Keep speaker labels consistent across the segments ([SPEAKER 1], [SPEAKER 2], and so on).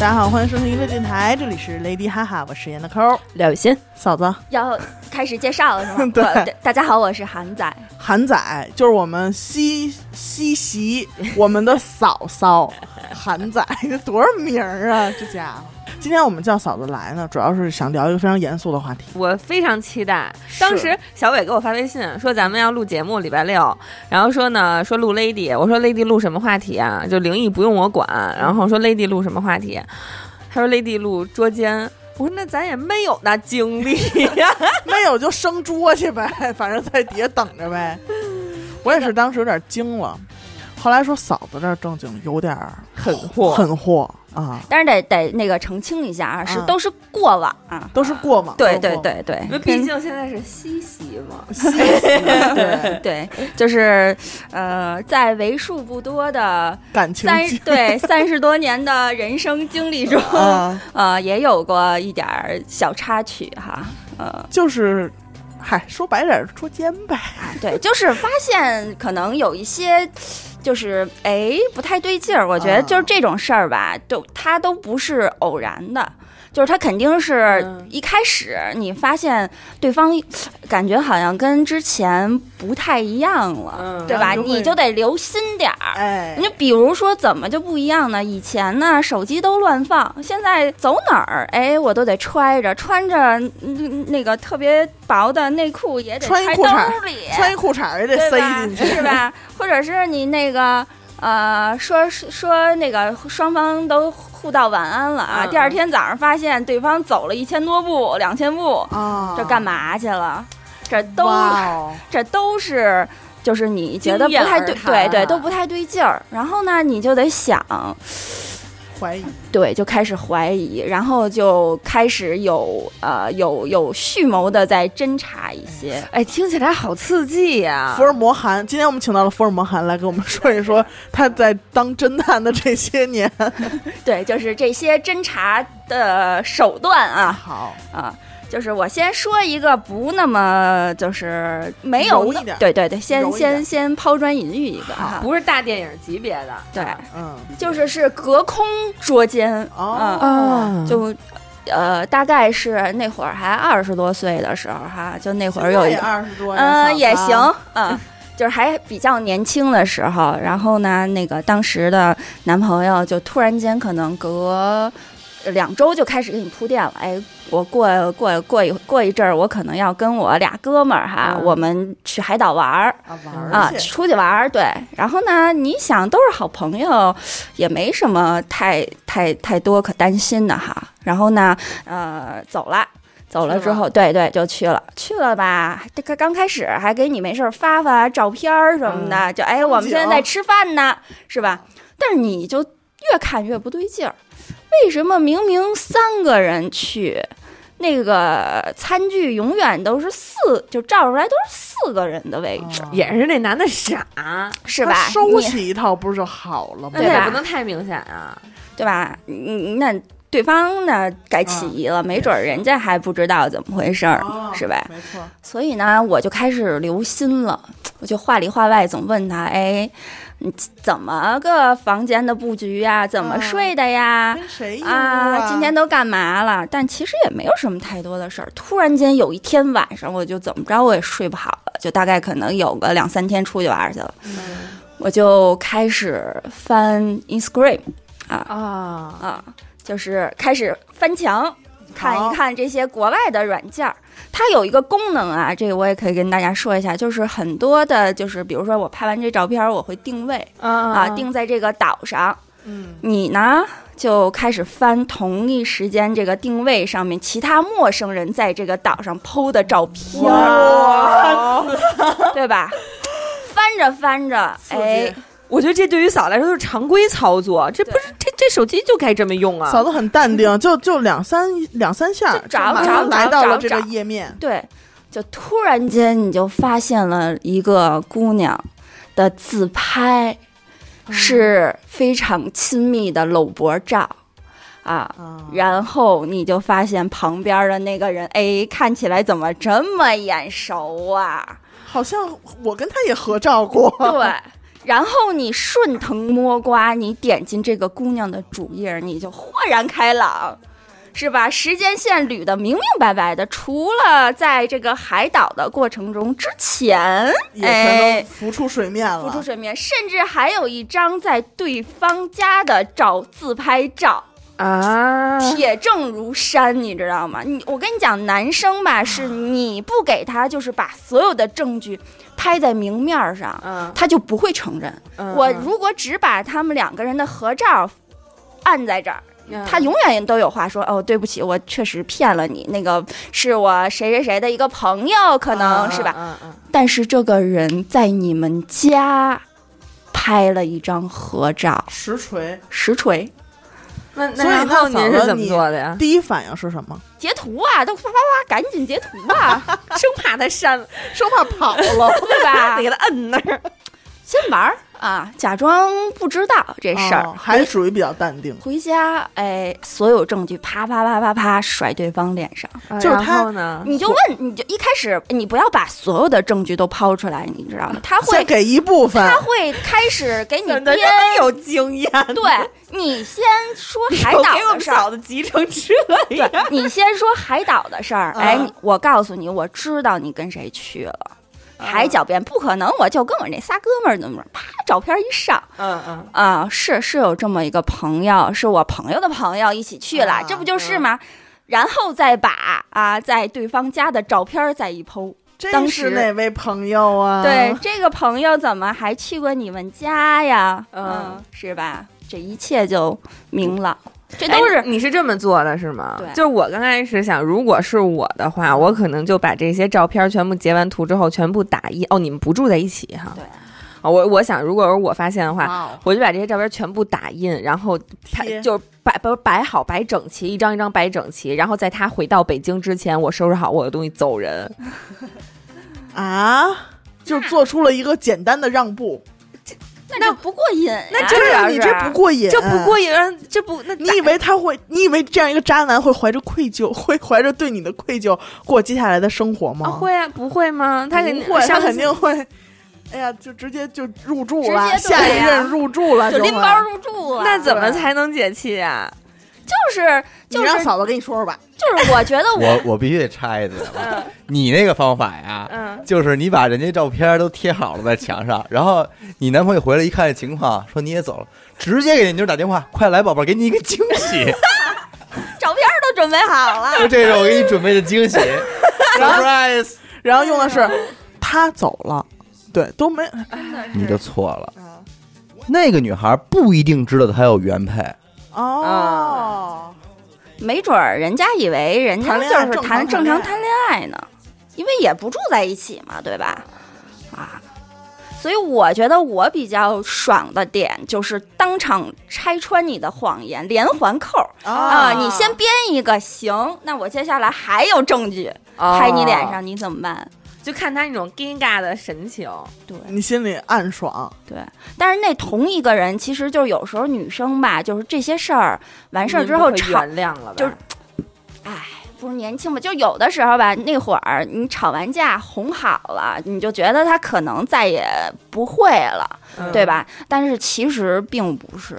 [SPEAKER 1] 大家好，欢迎收听娱乐电台，这里是 Lady 哈哈，我是严的抠儿
[SPEAKER 2] 廖雨欣，
[SPEAKER 1] 嫂子。
[SPEAKER 3] 要开始介绍了是 吗？
[SPEAKER 1] 对
[SPEAKER 3] 我大家好，我是韩仔，
[SPEAKER 1] 韩仔就是我们西西席，我们的嫂嫂韩仔，这多少名儿啊？这家伙，今天我们叫嫂子来呢，主要是想聊一个非常严肃的话题。
[SPEAKER 2] 我非常期待。当时小伟给我发微信说咱们要录节目，礼拜六，然后说呢说录 Lady，我说 Lady 录什么话题啊？就灵异不用我管，然后说 Lady 录什么话题？他说 Lady 录捉奸。我说那咱也没有那经历呀、
[SPEAKER 1] 没有就生捉去呗，反正在底下等着呗。我也是当时有点惊了，后来说嫂子这儿正经有点儿
[SPEAKER 2] 很火
[SPEAKER 1] 很货啊，
[SPEAKER 3] 但是得得那个澄清一下啊，是
[SPEAKER 1] 嗯
[SPEAKER 3] 都是过往啊，
[SPEAKER 1] 都是过往。
[SPEAKER 3] 对
[SPEAKER 1] 都
[SPEAKER 3] 对
[SPEAKER 1] 是过往，
[SPEAKER 3] 对对，
[SPEAKER 2] 因为毕竟现在是西西嘛，
[SPEAKER 1] 西席对
[SPEAKER 3] 对，就是呃，在为数不多的
[SPEAKER 1] 感情
[SPEAKER 3] 三
[SPEAKER 1] 经
[SPEAKER 3] 对三十多年的人生经历 中，
[SPEAKER 1] 啊，
[SPEAKER 3] 呃，也有过一点儿小插曲哈，呃，
[SPEAKER 1] 就是，嗨，说白点儿，捉奸呗。
[SPEAKER 3] 对，就是发现可能有一些。就是哎，不太对劲儿。我觉得就是
[SPEAKER 1] 啊
[SPEAKER 3] 这种事儿吧，就它都不是偶然的，就是它肯定是
[SPEAKER 2] 嗯
[SPEAKER 3] 一开始你发现对方感觉好像跟之前不太一样了，
[SPEAKER 2] 嗯
[SPEAKER 3] 对
[SPEAKER 1] 然
[SPEAKER 3] 吧？
[SPEAKER 1] 后就会
[SPEAKER 3] 你就得留心点儿。
[SPEAKER 1] 哎
[SPEAKER 3] 你，就比如说，怎么就不一样呢？以前呢，手机都乱放，现在走哪儿，哎，我都得揣着，穿着嗯那个特别薄的内裤也得
[SPEAKER 1] 穿一
[SPEAKER 3] 揣
[SPEAKER 1] 裤
[SPEAKER 3] 兜
[SPEAKER 1] 衩儿
[SPEAKER 3] 里，
[SPEAKER 1] 穿一裤衩儿也得塞
[SPEAKER 3] 对吧？
[SPEAKER 1] 进去。
[SPEAKER 3] 是 吧？或者是你那个呃，说说那个双方都互道晚安了啊，
[SPEAKER 2] 嗯
[SPEAKER 3] 第二天早上发现对方走了一千多步、两千步，
[SPEAKER 1] 啊，
[SPEAKER 3] 这干嘛去了？这都
[SPEAKER 1] 哇哦
[SPEAKER 3] 这都是就是你觉得不
[SPEAKER 2] 经验
[SPEAKER 3] 太
[SPEAKER 2] 而
[SPEAKER 3] 对，
[SPEAKER 2] 谈
[SPEAKER 3] 对
[SPEAKER 2] 啊
[SPEAKER 3] 对，都不太对劲儿。然后呢，你就得想，
[SPEAKER 1] 怀疑，
[SPEAKER 3] 对，就开始怀疑，然后就开始有呃有有蓄谋的在侦查一些。
[SPEAKER 1] 嗯
[SPEAKER 2] 哎，听起来好刺激呀、
[SPEAKER 3] 啊
[SPEAKER 1] 福尔摩韩。今天我们请到了福尔摩韩来给我们说一 说他在当侦探的这些年。
[SPEAKER 3] 对，就是这些侦查的手段啊
[SPEAKER 1] 好，
[SPEAKER 3] 啊。就是我先说一个不那么就是没有
[SPEAKER 1] 柔
[SPEAKER 3] 那
[SPEAKER 1] 一点
[SPEAKER 3] 对对对，
[SPEAKER 1] 柔
[SPEAKER 3] 先
[SPEAKER 1] 一点
[SPEAKER 3] 先先抛砖引玉一个哈，
[SPEAKER 2] 不是大电影级别的，
[SPEAKER 3] 对，
[SPEAKER 1] 嗯，
[SPEAKER 3] 就是是隔空捉奸
[SPEAKER 1] 哦
[SPEAKER 3] 嗯
[SPEAKER 2] 啊，
[SPEAKER 3] 就呃，大概是那会儿还二十多岁的时候哈，就那会儿有一
[SPEAKER 1] 现在也
[SPEAKER 3] 个，
[SPEAKER 1] 二十多呀，嫂
[SPEAKER 3] 嗯，
[SPEAKER 1] 子
[SPEAKER 3] 也行，嗯。就是还比较年轻的时候，然后呢，那个当时的男朋友就突然间可能隔两周就开始给你铺垫了，哎，我过过过一过一阵儿，我可能要跟我俩哥们儿哈，
[SPEAKER 2] 嗯
[SPEAKER 3] 我们去海岛玩儿，
[SPEAKER 1] 啊，玩
[SPEAKER 3] 啊
[SPEAKER 1] 儿，去。
[SPEAKER 3] 出去玩儿，对。然后呢，你想都是好朋友，也没什么太太太多可担心的哈。然后呢，呃，走了。走了之后，对对，就去了，去了吧。这个刚开始还给你没事儿发发照片儿什么
[SPEAKER 1] 嗯
[SPEAKER 3] 的，就哎，我们现在在吃饭呢，是吧？但是你就越看越不对劲儿，为什么明明三个人去，那个餐具永远都是四，就照出来都是四个人的位置？
[SPEAKER 1] 啊
[SPEAKER 2] 也是那男的傻，
[SPEAKER 3] 是
[SPEAKER 1] 他
[SPEAKER 3] 吧？
[SPEAKER 1] 收
[SPEAKER 3] 你
[SPEAKER 1] 起一套不是就好了吗
[SPEAKER 2] 那？也
[SPEAKER 3] 吧
[SPEAKER 2] 不能太明显啊。
[SPEAKER 3] 对吧？嗯，那对方呢该
[SPEAKER 1] 嗯
[SPEAKER 3] 起疑了，没准儿人家还不知道怎么回事儿，
[SPEAKER 1] 哦
[SPEAKER 3] 是吧？啊
[SPEAKER 1] 没错，
[SPEAKER 3] 所以呢，我就开始留心了，我就话里话外总问他，哎，你怎么个房间的布局呀？怎么
[SPEAKER 1] 嗯哎
[SPEAKER 3] 睡的呀？
[SPEAKER 1] 跟谁一屋
[SPEAKER 3] 啊，今天都干嘛了？但其实也没有什么太多的事儿。突然间有一天晚上，我就怎么着我也睡不好了，就大概可能有个两三天出去玩儿去了，
[SPEAKER 1] 嗯
[SPEAKER 3] 我就开始翻 Instagram 啊，
[SPEAKER 2] 啊，
[SPEAKER 3] 啊，就是开始翻墙，看一看这些国外的软件儿。它有一个功能啊，这个我也可以跟大家说一下，就是很多的，就是比如说我拍完这照片儿，我会定位啊，
[SPEAKER 2] 啊
[SPEAKER 3] 定在这个岛上。
[SPEAKER 1] 嗯，
[SPEAKER 3] 你呢，就开始翻同一时间这个定位上面其他陌生人在这个岛上 PO 的照片儿，
[SPEAKER 1] 哇，
[SPEAKER 3] 对吧？翻着翻着，
[SPEAKER 1] 刺激
[SPEAKER 3] 哎，
[SPEAKER 2] 我觉得这对于嫂来说都是常规操作，这不是这这手机就该这么用啊。
[SPEAKER 1] 嫂子很淡定，就就两三两三下，
[SPEAKER 3] 就找
[SPEAKER 1] 马
[SPEAKER 3] 找
[SPEAKER 1] 上来
[SPEAKER 3] 找
[SPEAKER 1] 到了
[SPEAKER 3] 找
[SPEAKER 1] 这个
[SPEAKER 3] 找
[SPEAKER 1] 页面，
[SPEAKER 3] 对，就突然间你就发现了一个姑娘的自拍是非常亲密的搂脖照啊。
[SPEAKER 1] 啊
[SPEAKER 3] 然后你就发现旁边的那个人，哎，看起来怎么这么眼熟啊？
[SPEAKER 1] 好像我跟他也合照过，
[SPEAKER 3] 对，然后你顺藤摸瓜，你点进这个姑娘的主页，你就豁然开朗，是吧？时间线捋得明明白白的，除了在这个海岛的过程中之前，
[SPEAKER 1] 也全
[SPEAKER 3] 哎
[SPEAKER 1] 都，浮出水面了。
[SPEAKER 3] 浮出水面，甚至还有一张在对方家的照自拍照。
[SPEAKER 2] 啊，
[SPEAKER 3] 铁证如山，你知道吗？你我跟你讲，男生吧，是你不给他，就是把所有的证据拍在明面儿上，
[SPEAKER 2] 嗯，
[SPEAKER 3] 他就不会承认。
[SPEAKER 2] 嗯
[SPEAKER 3] 我如果只把他们两个人的合照按在这儿，
[SPEAKER 2] 嗯
[SPEAKER 3] 他永远都有话说。哦，对不起，我确实骗了你，那个是我谁谁谁的一个朋友，可能、
[SPEAKER 2] 嗯
[SPEAKER 3] 是吧？
[SPEAKER 2] 嗯嗯
[SPEAKER 3] 但是这个人在你们家拍了一张合照，
[SPEAKER 1] 实锤，
[SPEAKER 3] 实锤。
[SPEAKER 2] 嗯，
[SPEAKER 1] 所
[SPEAKER 2] 那那
[SPEAKER 1] 以
[SPEAKER 2] 然
[SPEAKER 1] 那嫂
[SPEAKER 2] 后您
[SPEAKER 1] 子
[SPEAKER 2] 是怎么
[SPEAKER 1] 你
[SPEAKER 2] 做的呀？
[SPEAKER 1] 第一反应是什么？
[SPEAKER 3] 截图啊，都啪啪啪，赶紧截图啊，
[SPEAKER 2] 生怕他删了，
[SPEAKER 1] 生怕跑了。
[SPEAKER 3] 对吧
[SPEAKER 2] 得？给他摁那儿。
[SPEAKER 3] 先玩儿啊，假装不知道这事儿。
[SPEAKER 1] 哦还是属于比较淡定。
[SPEAKER 3] 回家，哎，所有证据啪啪啪啪啪甩对方脸上，
[SPEAKER 1] 就是
[SPEAKER 2] 哎然
[SPEAKER 1] 他
[SPEAKER 2] 后呢？
[SPEAKER 3] 你就问，你就一开始你不要把所有的证据都抛出来，你知道吗？他
[SPEAKER 1] 先
[SPEAKER 3] 会，
[SPEAKER 1] 给一部分，
[SPEAKER 3] 他会开始给你
[SPEAKER 2] 真的
[SPEAKER 3] 编，
[SPEAKER 2] 真有经验，
[SPEAKER 3] 对你先说海
[SPEAKER 2] 我
[SPEAKER 3] 岛
[SPEAKER 2] 给我
[SPEAKER 3] 的
[SPEAKER 2] 们
[SPEAKER 3] 事儿
[SPEAKER 2] 嫂，子急成这样。
[SPEAKER 3] 你先说海岛的事儿，
[SPEAKER 1] 嗯
[SPEAKER 3] 哎，你我告诉你，我知道你跟谁去了，
[SPEAKER 2] 嗯
[SPEAKER 3] 还狡辩，不可能，我就跟我那仨哥们儿怎么着，啪，照片一上
[SPEAKER 2] 嗯嗯，
[SPEAKER 3] 啊，是是有这么一个朋友，是我朋友的朋友一起去了，
[SPEAKER 2] 嗯
[SPEAKER 1] 啊
[SPEAKER 3] 这不就是吗？然后再把啊，在对方家的照片儿再一剖，
[SPEAKER 1] 这
[SPEAKER 3] 当
[SPEAKER 1] 是
[SPEAKER 3] 时
[SPEAKER 1] 哪位朋友啊？
[SPEAKER 3] 对，，这个朋友怎么还去过你们家呀？
[SPEAKER 2] 嗯
[SPEAKER 3] 是吧？这一切就明朗，这
[SPEAKER 2] 这
[SPEAKER 3] 哎都是
[SPEAKER 2] 哎你是这么做的是吗？
[SPEAKER 3] 对
[SPEAKER 2] 就是我刚开始想，如果是我的话，我可能就把这些照片全部截完图之后，全部打印。哦，你们不住在一起哈？
[SPEAKER 3] 对
[SPEAKER 2] 啊。我我想，如果是我发现的话，
[SPEAKER 1] 哇哦，
[SPEAKER 2] 我就把这些照片全部打印，然后拍
[SPEAKER 1] 贴
[SPEAKER 2] 就是摆不是摆好摆整齐，一张一张摆整齐，然后在他回到北京之前，我收拾好我的东西走人。
[SPEAKER 1] 啊，就做出了一个简单的让步。
[SPEAKER 3] 那这不过瘾呀，
[SPEAKER 2] 那这
[SPEAKER 1] 对
[SPEAKER 2] 样
[SPEAKER 1] 啊，
[SPEAKER 2] 是
[SPEAKER 1] 你这不过瘾，
[SPEAKER 2] 这不过瘾，啊这不 那
[SPEAKER 1] 你以为他会？你以为这样一个渣男会怀着愧疚， 会怀着对你的愧疚过接下来的生活
[SPEAKER 3] 哦
[SPEAKER 1] 吗？
[SPEAKER 2] 啊会啊不会吗？他肯定
[SPEAKER 1] 不会，
[SPEAKER 2] 伤
[SPEAKER 1] 他
[SPEAKER 2] 心
[SPEAKER 1] 肯定会。哎呀，就直接就入住
[SPEAKER 3] 直接
[SPEAKER 1] 了，
[SPEAKER 3] 对
[SPEAKER 1] 下一
[SPEAKER 3] 呀
[SPEAKER 1] 任入住了，
[SPEAKER 3] 就拎
[SPEAKER 1] 会
[SPEAKER 3] 包入住了，啊
[SPEAKER 2] 那怎么
[SPEAKER 1] 对
[SPEAKER 2] 才能解气啊？
[SPEAKER 3] 就是
[SPEAKER 1] 你
[SPEAKER 3] 就是
[SPEAKER 1] 让嫂子给你说说吧。
[SPEAKER 3] 就是我觉得
[SPEAKER 4] 我我必须得插一嘴了， 你那个方法呀，
[SPEAKER 2] 嗯
[SPEAKER 4] 就是你把人家照片都贴好了在墙上，然后你男朋友回来一看这情况，说你也走了，直接给你妞儿打电话，快来宝贝儿，给你一个惊喜，
[SPEAKER 3] 照片儿都准备好了，
[SPEAKER 4] 就这是我给你准备的惊喜，surprise，
[SPEAKER 1] 然后用的是他走了，对，都没
[SPEAKER 4] 你就错了。那个女孩不一定知道她有原配，
[SPEAKER 1] 哦，
[SPEAKER 3] 没准儿人家以为人家
[SPEAKER 1] 谈恋
[SPEAKER 3] 就
[SPEAKER 1] 爱
[SPEAKER 3] 是谈
[SPEAKER 1] 正常谈
[SPEAKER 3] 正常
[SPEAKER 1] 恋爱
[SPEAKER 3] 谈恋爱呢，因为也不住在一起嘛，对吧？啊，所以我觉得我比较爽的点就是当场拆穿你的谎言，连环扣儿 啊、你先编一个，行，那我接下来还有证据拍你脸，
[SPEAKER 2] 哦
[SPEAKER 3] 上，你怎么办？
[SPEAKER 2] 就看他那种尴尬的神情。
[SPEAKER 3] 对
[SPEAKER 1] 你心里暗爽，
[SPEAKER 3] 对，但是那同一个人，其实就是有时候女生吧，就是这些事儿完事儿之后
[SPEAKER 2] 嗯您不会
[SPEAKER 3] 吵
[SPEAKER 2] 原谅了吧，
[SPEAKER 3] 就是哎，不是年轻嘛，就有的时候吧，那会儿你吵完架哄好了，你就觉得他可能再也不会了，
[SPEAKER 2] 嗯
[SPEAKER 3] 对？吧？但是其实并不是，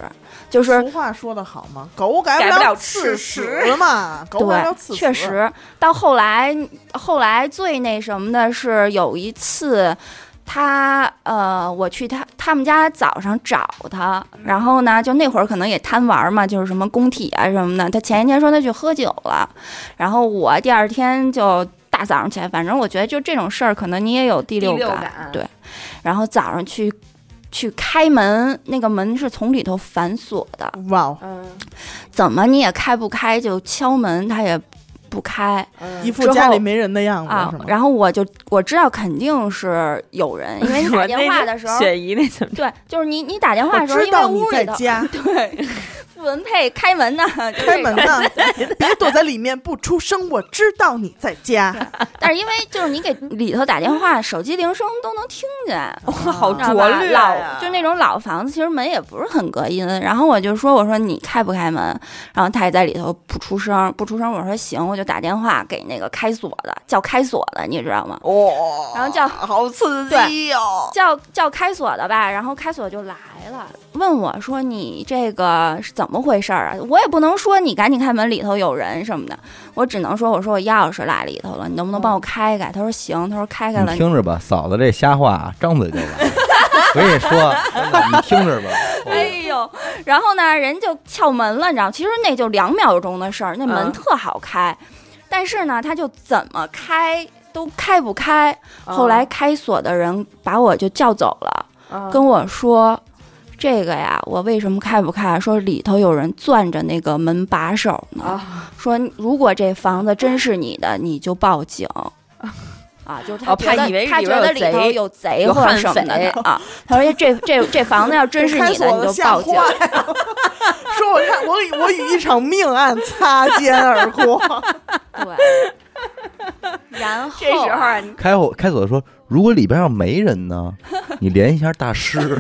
[SPEAKER 3] 就是
[SPEAKER 1] 俗话说得好嘛，狗改
[SPEAKER 2] 改不了
[SPEAKER 1] 吃
[SPEAKER 2] 吃
[SPEAKER 1] 屎嘛，狗改不了吃
[SPEAKER 3] 对，
[SPEAKER 1] 屎。
[SPEAKER 3] 确，实到后来，后来最那什么的是有一次。他呃，我去他他们家早上找他，然后呢，就那会儿可能也贪玩嘛，就是什么工体啊什么的。他前一天说他去喝酒了，然后我第二天就大早上起来，反正我觉得就这种事儿，可能你也有第
[SPEAKER 2] 第
[SPEAKER 3] 六
[SPEAKER 2] 六
[SPEAKER 3] 感。
[SPEAKER 2] 感
[SPEAKER 3] 对然后早上去去开门，那个门是从里头反锁的，
[SPEAKER 1] 哇哦，
[SPEAKER 2] 嗯
[SPEAKER 3] 怎么你也开不开，就敲门他也不开
[SPEAKER 1] 一
[SPEAKER 2] 嗯，
[SPEAKER 1] 副家里没人的样子
[SPEAKER 3] 啊
[SPEAKER 1] 嗯是。吗？
[SPEAKER 3] 然后我就我知道肯定是 有人，因为哎你打电话的时候，
[SPEAKER 2] 雪姨那怎么？
[SPEAKER 3] 对，就是你你打电
[SPEAKER 1] 我
[SPEAKER 3] 话的时候，
[SPEAKER 1] 知
[SPEAKER 3] 因为
[SPEAKER 1] 道你
[SPEAKER 3] 屋
[SPEAKER 1] 在
[SPEAKER 3] 里头
[SPEAKER 1] 家，
[SPEAKER 3] 对，傅文佩开门呢，
[SPEAKER 1] 开门呢， 别躲在里面不出声，我知道你在家。
[SPEAKER 3] 但是因为就是你给里头打电话，手机铃声都能听见，
[SPEAKER 2] 哇，
[SPEAKER 1] 哦
[SPEAKER 2] 好
[SPEAKER 1] 啊
[SPEAKER 3] 知道
[SPEAKER 2] 拙
[SPEAKER 3] 吧
[SPEAKER 2] 劣呀
[SPEAKER 3] 老就那种老房子，其实门也不是很隔音。然后我就说，我说你开不开门？然后他也在里头不出声，不出声。我说行，我就打电话给那个开锁的，叫开锁的，你知道吗？
[SPEAKER 1] 哦，
[SPEAKER 3] 然后叫
[SPEAKER 1] 好刺
[SPEAKER 2] 哎
[SPEAKER 3] 激
[SPEAKER 1] 哦！
[SPEAKER 3] 叫叫开锁的吧，然后开锁就来了，问我说你这个是怎么回事儿啊？我也不能说你赶紧开门，里头有人什么的，我只能说我说我钥匙落里头了，你能不能帮我开开？他说行，他说开开了
[SPEAKER 4] 你。听着吧，嫂子这瞎话啊，张嘴就来。我跟你说，真的你听着吧。
[SPEAKER 3] 哎呦，然后呢，人就撬门了，你知道吗，其实那就两秒钟的事儿，那门
[SPEAKER 2] 嗯
[SPEAKER 3] 特好开，但是呢，他就怎么开都开不开。
[SPEAKER 2] 嗯
[SPEAKER 3] 后
[SPEAKER 2] 哦
[SPEAKER 3] 来开锁的人把我就叫走了。
[SPEAKER 2] 跟
[SPEAKER 3] 跟我说这个呀，我为什么开不开？说里头有人攥着那个门把手呢。
[SPEAKER 2] 啊
[SPEAKER 3] 说如果这房子真是你的，你就报警。 啊，就是他
[SPEAKER 2] 哦
[SPEAKER 3] 觉得、
[SPEAKER 2] 怕以为
[SPEAKER 3] 他
[SPEAKER 2] 里
[SPEAKER 3] 觉
[SPEAKER 2] 边
[SPEAKER 3] 得
[SPEAKER 2] 有
[SPEAKER 3] 里
[SPEAKER 2] 贼
[SPEAKER 3] 头有贼
[SPEAKER 2] 有
[SPEAKER 3] 或者
[SPEAKER 2] 悍
[SPEAKER 3] 什么的
[SPEAKER 2] 匪
[SPEAKER 3] 啊。他说这这这房子要真是
[SPEAKER 1] 开
[SPEAKER 3] 你的，
[SPEAKER 1] 锁
[SPEAKER 3] 你
[SPEAKER 1] 的
[SPEAKER 3] 就
[SPEAKER 1] 吓
[SPEAKER 3] 报
[SPEAKER 1] 坏
[SPEAKER 3] 警。
[SPEAKER 1] 了， 说我看我我与一场命案擦肩而过。
[SPEAKER 3] 对。 然后
[SPEAKER 2] 这时候啊，你
[SPEAKER 4] 开火开锁的说，如果里边要没人呢， 你联系一下大师，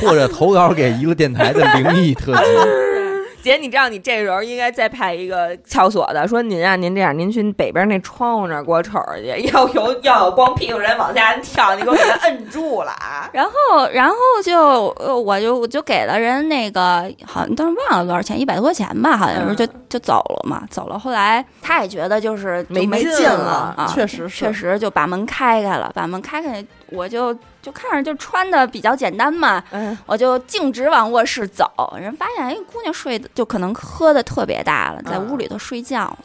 [SPEAKER 4] 或者投稿给娱乐电台的灵异特 辑。
[SPEAKER 2] 姐，你知道你这时候应该再派一个撬锁的，说您啊，您这样，您去北边那窗户那儿给我瞅瞅去，要有要有光屁股人往下跳，你给我给他摁住了 啊！
[SPEAKER 3] 然后，然后就呃，我就我就给了人那个，好像当时忘了多少钱，一百多块钱吧，好像是
[SPEAKER 2] 嗯
[SPEAKER 3] 就就走了嘛，走了。后来他也觉得就是就
[SPEAKER 2] 没
[SPEAKER 3] 没
[SPEAKER 2] 劲
[SPEAKER 3] 劲
[SPEAKER 2] 了
[SPEAKER 3] 啊，
[SPEAKER 1] 确实是
[SPEAKER 3] 确实就把门开开了，把门开开，我就就看着就穿的比较简单嘛，
[SPEAKER 2] 嗯，
[SPEAKER 3] 我就径直往卧室走。人发现哎，姑娘睡的就可能喝的特别大了，在
[SPEAKER 2] 嗯
[SPEAKER 3] 屋里头睡觉，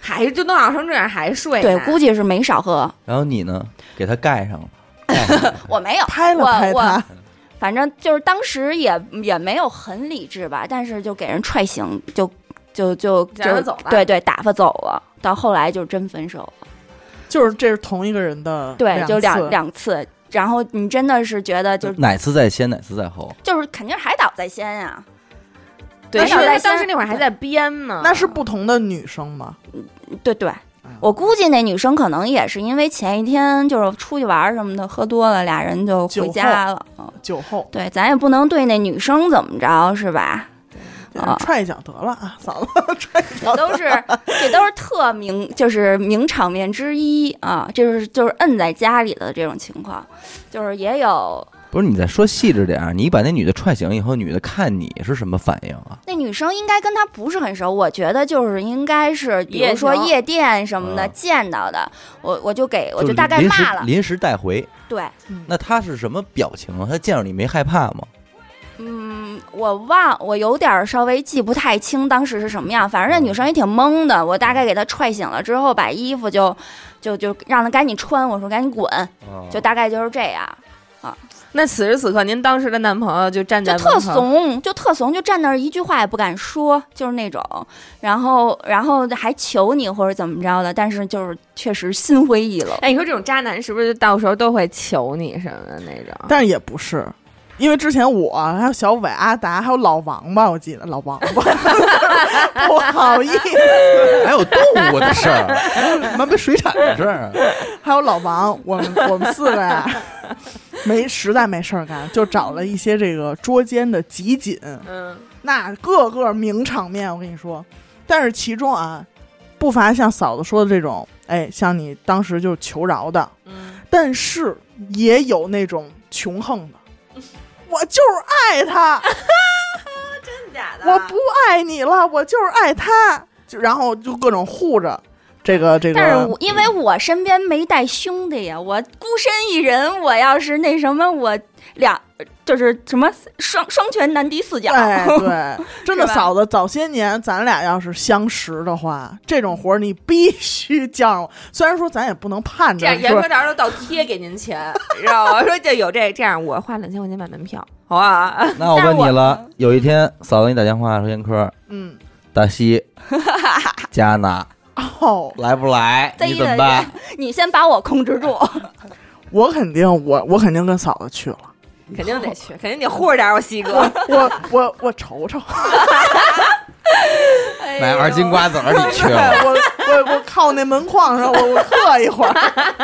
[SPEAKER 2] 还是就弄闹成这样还睡呢，
[SPEAKER 3] 对，估计是没少喝。
[SPEAKER 4] 然后你呢，给他盖上了。盖上了
[SPEAKER 3] 我没有
[SPEAKER 1] 拍了
[SPEAKER 3] 我
[SPEAKER 1] 拍
[SPEAKER 3] 我
[SPEAKER 1] 他，
[SPEAKER 3] 反正就是当时也也没有很理智吧，但是就给人踹醒，就就就
[SPEAKER 2] 就让
[SPEAKER 3] 就
[SPEAKER 2] 他走吧
[SPEAKER 3] 对对，打发走了。到后来就真分手了，
[SPEAKER 1] 就是这是同一个人的
[SPEAKER 3] 对，就
[SPEAKER 1] 次
[SPEAKER 3] 两两次。然后你真的是觉得就
[SPEAKER 4] 哪次在先，哪次在后？
[SPEAKER 3] 就是肯定是海岛在先呀、
[SPEAKER 2] 对，
[SPEAKER 3] 还
[SPEAKER 2] 因
[SPEAKER 3] 有
[SPEAKER 2] 为
[SPEAKER 3] 在
[SPEAKER 2] 他当
[SPEAKER 3] 先
[SPEAKER 2] 时那会儿还在编呢，
[SPEAKER 1] 那是不同的女生吗？
[SPEAKER 3] 嗯对对。我估计那女生可能也是因为前一天就是出去玩儿什么的，喝多了，俩人就
[SPEAKER 1] 酒
[SPEAKER 3] 回
[SPEAKER 1] 后
[SPEAKER 3] 家了。嗯
[SPEAKER 1] 酒后
[SPEAKER 3] 对，咱也不能对那女生怎么着，是吧？啊
[SPEAKER 1] 嗯踹一脚得了 啊，嫂子踹一脚
[SPEAKER 3] 这。都是这都是特名，就是名场面之一啊！这就是就是摁在家里的这种情况，就是也有
[SPEAKER 4] 不是你再说细致点儿，啊你把那女的踹醒以后，女的看你是什么反应啊？
[SPEAKER 3] 那女生应该跟他不是很熟，我觉得就是应该是比
[SPEAKER 2] 夜
[SPEAKER 3] 如说
[SPEAKER 2] 行
[SPEAKER 3] 夜店什么的
[SPEAKER 4] 嗯
[SPEAKER 3] 见到的，我我就给我
[SPEAKER 4] 就
[SPEAKER 3] 就大概
[SPEAKER 4] 临时
[SPEAKER 3] 骂了，
[SPEAKER 4] 临时带回。
[SPEAKER 3] 对，
[SPEAKER 4] 那她是什么表情啊？她见着你没害怕吗？
[SPEAKER 3] 嗯，我忘我有点儿稍微记不太清当时是什么样，反正那
[SPEAKER 4] 嗯
[SPEAKER 3] 女生也挺懵的，我大概给她踹醒了之后，把衣服就就就让她赶紧穿，我说赶紧滚，
[SPEAKER 4] 嗯
[SPEAKER 3] 就大概就是这样。
[SPEAKER 2] 那此时此刻，您当时的男朋友就站在
[SPEAKER 3] 就特
[SPEAKER 2] 门口，
[SPEAKER 3] 怂，就特怂，就站那儿一句话也不敢说，就是那种，然后然后还求你或者怎么着的，但是就是确实心灰意冷。
[SPEAKER 2] 哎，你说这种渣男是不是到时候都会求你什么的那种？
[SPEAKER 1] 但是也不是，因为之前我啊还有小伟、阿达，还有老王吧，我记得老王吧， 不好意思，
[SPEAKER 4] 还有动物的 事儿，还有没水产的事儿啊。
[SPEAKER 1] 还有老王，我们我们四个呀，没实在没事儿干，就找了一些这个捉奸的集锦，
[SPEAKER 2] 嗯，
[SPEAKER 1] 那个个名场面，我跟你说，但是其中啊，不乏像嫂子说的这种，哎，像你当时就是求饶的，
[SPEAKER 2] 嗯，
[SPEAKER 1] 但是也有那种穷横的，我就是爱他。
[SPEAKER 2] 真假的
[SPEAKER 1] 我不爱你了，我就是爱他，就然后就各种护着这个这个。
[SPEAKER 3] 但是我因为我身边没带兄弟呀，我孤身一人，我要是那什么，我俩就是什么双双拳难敌四脚。
[SPEAKER 1] 对哎 对，真的
[SPEAKER 3] 是吧
[SPEAKER 1] 嫂子，早些年咱俩要是相识的话，这种活儿你必须叫上我。虽然说咱也不能盼
[SPEAKER 2] 这
[SPEAKER 1] 着
[SPEAKER 2] 样，严
[SPEAKER 1] 说
[SPEAKER 2] 哥，到时候倒贴给您钱，知道吗？说 就有这这样，我花两千块钱买门票，好 啊？
[SPEAKER 4] 那我问你
[SPEAKER 3] 但
[SPEAKER 4] 了，有一天嫂子给你打电话说：“严科，
[SPEAKER 1] 嗯，
[SPEAKER 4] 大西，加拿
[SPEAKER 1] 哦，
[SPEAKER 4] 来不来？
[SPEAKER 3] 在
[SPEAKER 4] 你
[SPEAKER 3] 意
[SPEAKER 4] 怎
[SPEAKER 3] 的
[SPEAKER 4] 么办
[SPEAKER 3] 人？你先把我控制住，
[SPEAKER 1] 我肯定，我我肯定跟嫂子去了。
[SPEAKER 2] 肯定得去，肯定得护着点儿我西哥。
[SPEAKER 1] 我我我瞅瞅，
[SPEAKER 3] 哎
[SPEAKER 4] 买二斤瓜子儿你 去了。
[SPEAKER 1] 我我我靠那门框上，我我刻一会儿。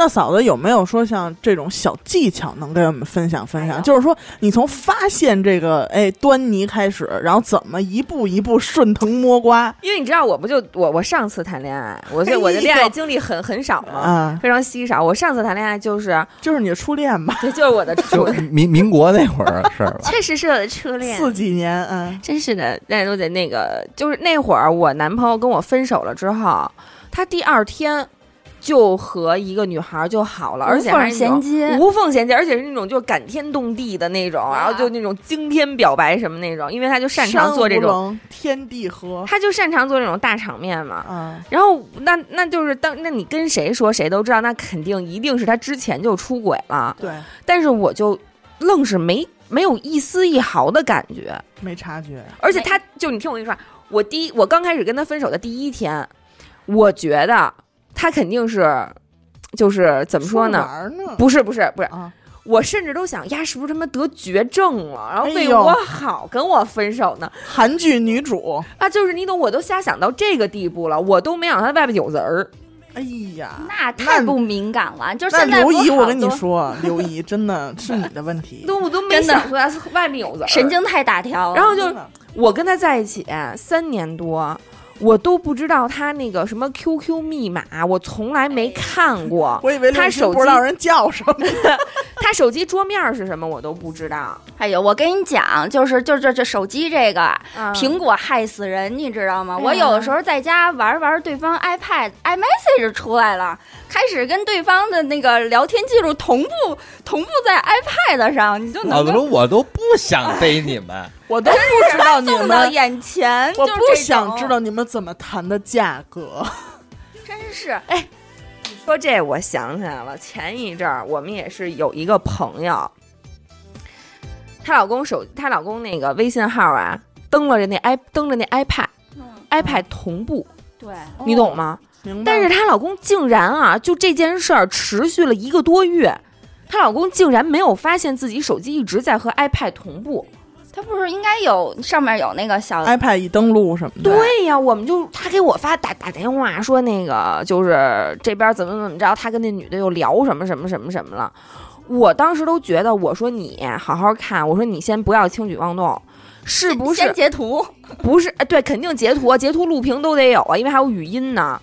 [SPEAKER 1] 那嫂子有没有说像这种小技巧能跟我们分享分
[SPEAKER 3] 哎
[SPEAKER 1] 享？
[SPEAKER 3] 呦
[SPEAKER 1] 就是说，你从发现这个哎端倪开始，然后怎么一步一步顺藤摸瓜
[SPEAKER 2] 因为你知道，我不就我我上次谈恋爱，我就我的恋爱经历很很少嘛，
[SPEAKER 1] 啊？
[SPEAKER 2] 非常稀少。我上次谈恋爱就是，
[SPEAKER 1] 就是你的初恋吧，
[SPEAKER 2] 这就是我 的初
[SPEAKER 4] 就
[SPEAKER 2] 恋，
[SPEAKER 4] 民民国那会儿 是
[SPEAKER 3] 哎
[SPEAKER 4] 吧？
[SPEAKER 2] 确实是我的初恋。
[SPEAKER 1] 四几年啊，
[SPEAKER 2] 真是的，那都得那个，就是那会儿我男朋友跟我分手了之后，他第二天就和一个女孩就好了，而且
[SPEAKER 3] 无缝
[SPEAKER 2] 还是那种
[SPEAKER 3] 衔接
[SPEAKER 2] 无缝衔接，而且是那种就感天动地的那种，然后就那种惊天表白什么那种，因为他就擅长做这
[SPEAKER 1] 山无
[SPEAKER 2] 种，
[SPEAKER 1] 棱天地合
[SPEAKER 2] 他就擅长做这种大场面嘛。
[SPEAKER 1] 啊，
[SPEAKER 2] 然后那那就是当那你跟谁说谁都知道，那肯定一定是他之前就出轨了，
[SPEAKER 1] 对，
[SPEAKER 2] 但是我就愣是没没有一丝一毫的感觉。
[SPEAKER 1] 没察觉，
[SPEAKER 2] 而
[SPEAKER 3] 哎
[SPEAKER 2] 且他就你听我跟你说啊，我第一我刚开始跟他分手的第一天，我觉得他肯定是，就是怎么说
[SPEAKER 1] 着
[SPEAKER 2] 呢？
[SPEAKER 1] 玩呢？
[SPEAKER 2] 不是不是不是，
[SPEAKER 1] 啊，
[SPEAKER 2] 我甚至都想呀，是不是他妈得绝症了，然后
[SPEAKER 1] 哎
[SPEAKER 2] 为
[SPEAKER 1] 呦
[SPEAKER 2] 我好跟我分手呢？
[SPEAKER 1] 韩剧女主，
[SPEAKER 2] 啊，就是你懂，我都瞎想到这个地步了，我都没想到他外边有人儿。
[SPEAKER 1] 哎呀，
[SPEAKER 3] 那太不敏感了，就是
[SPEAKER 1] 那
[SPEAKER 3] 现在
[SPEAKER 1] 刘
[SPEAKER 3] 不是
[SPEAKER 1] 怡，我
[SPEAKER 3] 好
[SPEAKER 1] 跟你
[SPEAKER 3] 多
[SPEAKER 1] 说，刘怡真的是你的问 题，
[SPEAKER 2] 都我都没
[SPEAKER 3] 真的
[SPEAKER 2] 想出来是外面有人儿，
[SPEAKER 3] 神经嗯太大条了。
[SPEAKER 2] 然后就
[SPEAKER 1] 真的
[SPEAKER 2] 我跟他在一起三年多，我都不知道他那个什么 QQ 密码，我从来
[SPEAKER 3] 哎
[SPEAKER 2] 没看过。
[SPEAKER 1] 我以为
[SPEAKER 2] 他
[SPEAKER 1] 刘
[SPEAKER 2] 手
[SPEAKER 1] 星
[SPEAKER 2] 机
[SPEAKER 1] 不知道人叫什 么，
[SPEAKER 2] 他手机桌面是什么我都不知道。
[SPEAKER 3] 哎呦，我跟你讲，就是就是这这手机这个
[SPEAKER 2] 苹
[SPEAKER 3] 苹果害死人，你知道吗？
[SPEAKER 2] 嗯哎呀
[SPEAKER 3] 我有的时候在家玩玩对方 iPad iMessage 出来了，开始跟对方的那个聊天记录同步同步在 iPad 上，你就
[SPEAKER 4] 老
[SPEAKER 3] 能
[SPEAKER 4] 子
[SPEAKER 3] 够
[SPEAKER 4] 说我都不想逮你们，
[SPEAKER 1] 我都不知道你
[SPEAKER 3] 送到
[SPEAKER 1] 们，
[SPEAKER 3] 眼前。
[SPEAKER 1] 我
[SPEAKER 3] 就
[SPEAKER 1] 不
[SPEAKER 3] 是这种
[SPEAKER 1] 想知，道你们怎么谈的价格。
[SPEAKER 3] 真是
[SPEAKER 2] 说这我想起来了，前一阵儿我们也是有一个朋友，她老公手她老公那个微信号啊，登了着那 i 登着那 iPad，iPad
[SPEAKER 3] 嗯
[SPEAKER 2] 同步，
[SPEAKER 3] 对，哦
[SPEAKER 2] 你懂吗？
[SPEAKER 1] 明白
[SPEAKER 2] 但是她老公竟然啊，就这件事儿持续了一个多月。她老公竟然没有发现自己手机一直在和 iPad 同步，
[SPEAKER 3] 它不是应该有上面有那个小
[SPEAKER 1] iPad 一登录什么的，，
[SPEAKER 2] 对呀，我们就他给我发打打电话说那个就是这边怎么怎么着，他跟那女的又聊什么什么什么什么了。我当时都觉得，我说你好好看，我说你先不要轻举妄动，是不
[SPEAKER 3] 先
[SPEAKER 2] 是？
[SPEAKER 3] 截图，
[SPEAKER 2] 不是，哎对，肯定截图啊，截图录屏都得有啊，因为还有语音呢。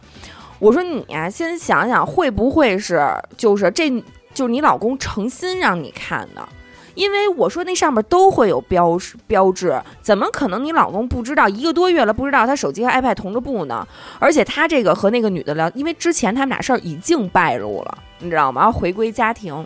[SPEAKER 2] 我说你啊，先想想会不会是就是这就是你老公诚心让你看的。因为我说那上面都会有标识标志，怎么可能你老公不知道一个多月了不知道他手机和 iPad 同着步呢？而且他这个和那个女的聊，因为之前他们俩事儿已经败露了，你知道吗？要回归家庭。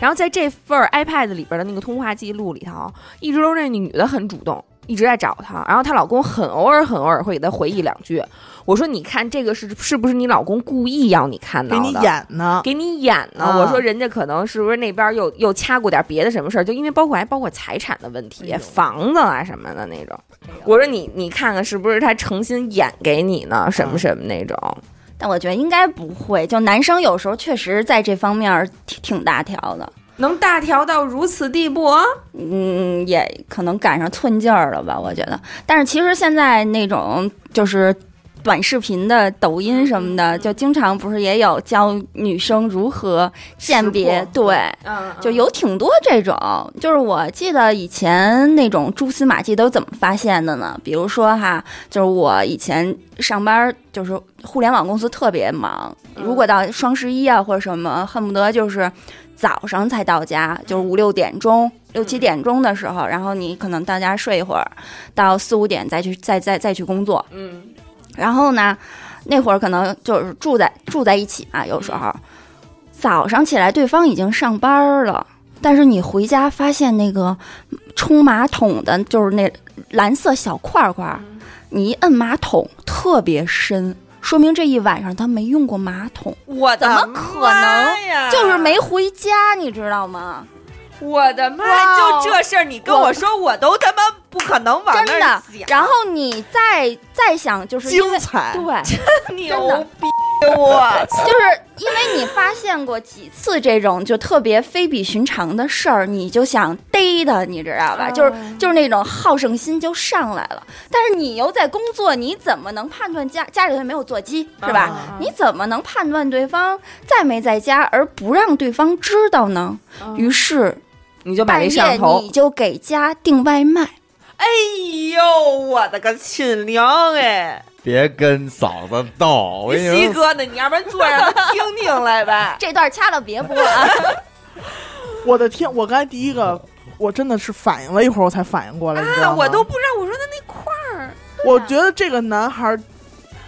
[SPEAKER 2] 然后在这份儿 iPad 里边的那个通话记录里头，一直都是那女的很主动，一直在找她，然后她老公很偶尔很偶尔会给她回一两句。我说你看这个是是不是你老公故意要你看到
[SPEAKER 1] 给
[SPEAKER 2] 的？
[SPEAKER 1] 你演呢，
[SPEAKER 2] 给你演呢。
[SPEAKER 1] 啊
[SPEAKER 2] 我说人家可能是不是那边又又掐过点别的什么事儿，就因为包括还包括财产的问题，
[SPEAKER 1] 哎呦
[SPEAKER 2] 房子啊什么的那种。我说你你看看是不是他诚心演给你呢，什么什么那种。
[SPEAKER 3] 但我觉得应该不会。就男生有时候确实在这方面儿挺挺大条的，
[SPEAKER 2] 能大条到如此地步？
[SPEAKER 3] 嗯，也可能赶上寸劲儿了吧，我觉得。但是其实现在那种就是短视频的抖音什么的，就经常不是也有教女生如何鉴别
[SPEAKER 1] 识，破
[SPEAKER 3] 对，
[SPEAKER 2] 嗯，
[SPEAKER 3] 就有挺多这种。就是我记得以前那种蛛丝马迹都怎么发现的呢？比如说哈，就是我以前上班，就是互联网公司特别忙，
[SPEAKER 2] 嗯
[SPEAKER 3] 如果到双十一啊或者什么，恨不得就是早上才到家，就是五六点钟、六七点钟的时候，然后你可能到家睡一会儿，到四五点再去再再再去工作。
[SPEAKER 2] 嗯，
[SPEAKER 3] 然后呢，那会儿可能就是住在住在一起嘛，有时候早上起来对方已经上班儿了，但是你回家发现那个冲马桶的，就是那蓝色小块块儿，
[SPEAKER 2] 嗯
[SPEAKER 3] 你一摁马桶特别深，说明这一晚上他没用过马桶，
[SPEAKER 2] 我的
[SPEAKER 3] 怎么可能
[SPEAKER 2] 妈呀？
[SPEAKER 3] 就是没回家，你知道吗？
[SPEAKER 2] 我的妈！
[SPEAKER 3] 哇
[SPEAKER 2] 就这事儿，你跟
[SPEAKER 3] 我
[SPEAKER 2] 哦我说，我都他妈不可能往
[SPEAKER 3] 真
[SPEAKER 2] 那儿
[SPEAKER 3] 的
[SPEAKER 2] 想。
[SPEAKER 3] 然后你再再想，就是因为
[SPEAKER 1] 精彩，
[SPEAKER 3] 对。
[SPEAKER 2] 牛
[SPEAKER 3] 真的
[SPEAKER 2] 逼我
[SPEAKER 3] 就是因为你发现过几次这种就特别非比寻常的事儿，你就想逮他，你知道吧？就是就是那种好胜心就上来了。但是你又在工作，你怎么能判断家家里头没有座机是吧？
[SPEAKER 2] 啊
[SPEAKER 3] 你怎么能判断对方在没在家而不让对方知道呢？于是
[SPEAKER 2] 你就把
[SPEAKER 3] 半
[SPEAKER 2] 这摄
[SPEAKER 3] 夜
[SPEAKER 2] 像头
[SPEAKER 3] 你，就给家订外卖。。
[SPEAKER 2] 哎呦，我的个亲娘哎！
[SPEAKER 4] 别跟嫂子斗，我跟你
[SPEAKER 2] 西
[SPEAKER 4] 说，
[SPEAKER 2] 哥呢？你要不然坐让他听听来呗
[SPEAKER 3] 这段掐了别播啊！
[SPEAKER 1] 我的天！我刚才第一个，我真的是反应了一会儿，我才反应过来，你知道
[SPEAKER 2] 啊，
[SPEAKER 1] 吗？
[SPEAKER 2] 我都不知道，我说的那块儿
[SPEAKER 1] 我觉得这个男孩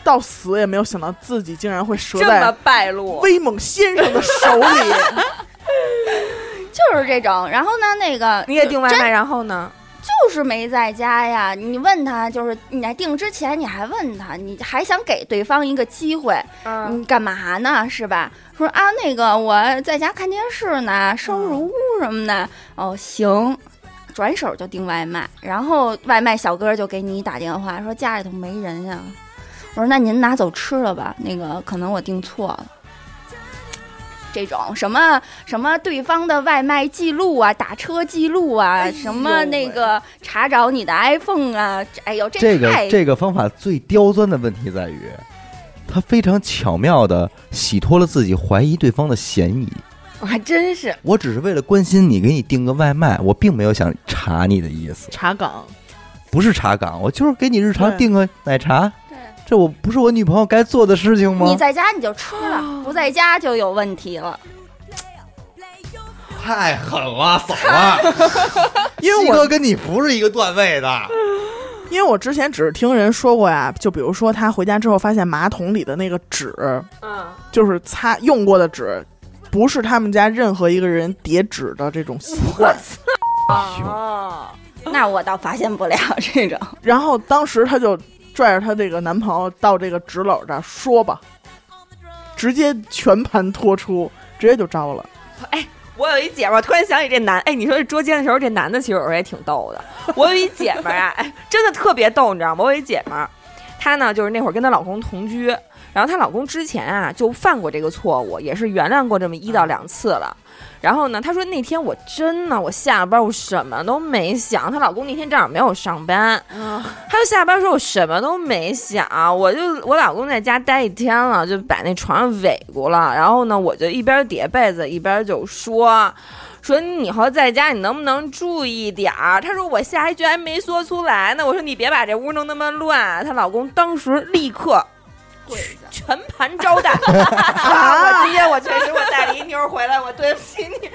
[SPEAKER 1] 到死也没有想到自己竟然会折
[SPEAKER 2] 这么
[SPEAKER 1] 在
[SPEAKER 2] 败露，
[SPEAKER 1] 威猛先生的手里。
[SPEAKER 3] 就是这种。然后呢，那个
[SPEAKER 2] 你也订外
[SPEAKER 3] 真
[SPEAKER 2] 卖，然后呢？
[SPEAKER 3] 就是没在家呀。你问他，就是你在订之前，你还问他，你还想给对方一个机会，
[SPEAKER 2] 嗯，
[SPEAKER 1] 啊
[SPEAKER 3] 你干嘛呢？是吧？说啊，那个我在家看电视呢，收拾屋什么的。哦，行。转手就订外卖，然后外卖小哥就给你打电话说家里头没人呀。我说那您拿走吃了吧，那个可能我订错了。这种什么什么对方的外卖记录啊、打车记录啊、
[SPEAKER 1] 哎呦
[SPEAKER 3] 什么那个查找你的 iPhone 啊，这哎呦，
[SPEAKER 4] 这
[SPEAKER 3] 太
[SPEAKER 4] 个这个方法最刁钻的问题在于，他非常巧妙的洗脱了自己怀疑对方的嫌疑。
[SPEAKER 2] 我还真是
[SPEAKER 4] 我只是为了关心你，给你订个外卖，我并没有想查你的意思，
[SPEAKER 1] 查岗，
[SPEAKER 4] 不是查岗，我就是给你日常
[SPEAKER 1] 对
[SPEAKER 4] 订个奶茶，
[SPEAKER 3] 对
[SPEAKER 4] 这我不是我女朋友该做的事情吗
[SPEAKER 3] 你？在家你就吃
[SPEAKER 2] 哦
[SPEAKER 3] 了，不在家就有问题了。
[SPEAKER 4] 太狠了，嫂 子！
[SPEAKER 1] 因为我
[SPEAKER 4] 跟你不是一个段位的，
[SPEAKER 1] 因为我之前只是听人说过呀，就比如说他回家之后发现马桶里的那个纸，
[SPEAKER 2] 嗯，
[SPEAKER 1] 就是擦用过的纸，不是他们家任何一个人叠纸的这种习惯。
[SPEAKER 2] 哦，
[SPEAKER 3] 那我倒发现不了这 种，
[SPEAKER 1] 然后当时她就拽着她这个男朋友到这个纸篓这儿说吧，直接全盘托出，直接就招了。
[SPEAKER 2] 我有一姐们儿，突然想起这男，哎，你说这捉奸的时候，这男的其实有时候也挺逗的。 我有一姐们儿啊，哎，真的特别逗，你知道吗？我有一姐们儿，她呢就是那会儿跟她老公同居，然后她老公之前啊就犯过这个错误，也是原谅过这么一到两次了。然后呢，她说那天我真的我下了班我什么都没想，她老公那天正好没有上班，她就下班说我什么都没想，我就我老公在家待一天了，就把那床上尾咕了，然后呢我就一边叠被子一边就说。说你以后在家你能不能注意点儿？她说我下一句还没说出来呢。我说你别把这屋弄那么乱。她老公当时立刻全盘招待。啊！我今天我确实我带了一妞儿回来，我对不起你。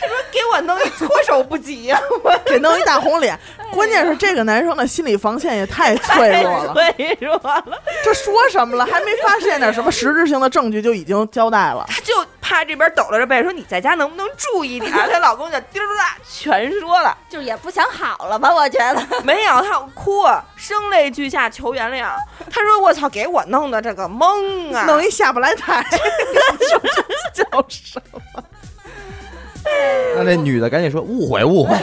[SPEAKER 2] 他说给我弄一措手不及啊呀、我
[SPEAKER 1] 给弄一大红脸。关键是这个男生的心理防线也太脆
[SPEAKER 2] 太
[SPEAKER 1] 弱哎了，
[SPEAKER 2] 脆弱了，
[SPEAKER 1] 这说什么了？还没发现点什么实质性的证据就已经交代了。
[SPEAKER 2] 他就怕这边抖了着背说你在家能不能注意 点儿？她老公就滴儿啦全说了，
[SPEAKER 3] 就是也不想好了吧？我觉 得
[SPEAKER 2] 没有她哭，声泪俱下求原谅。她说我操，给我弄的这个懵啊！
[SPEAKER 1] 弄一下不来台，这叫什么？
[SPEAKER 4] 那这女的赶紧说误会误会，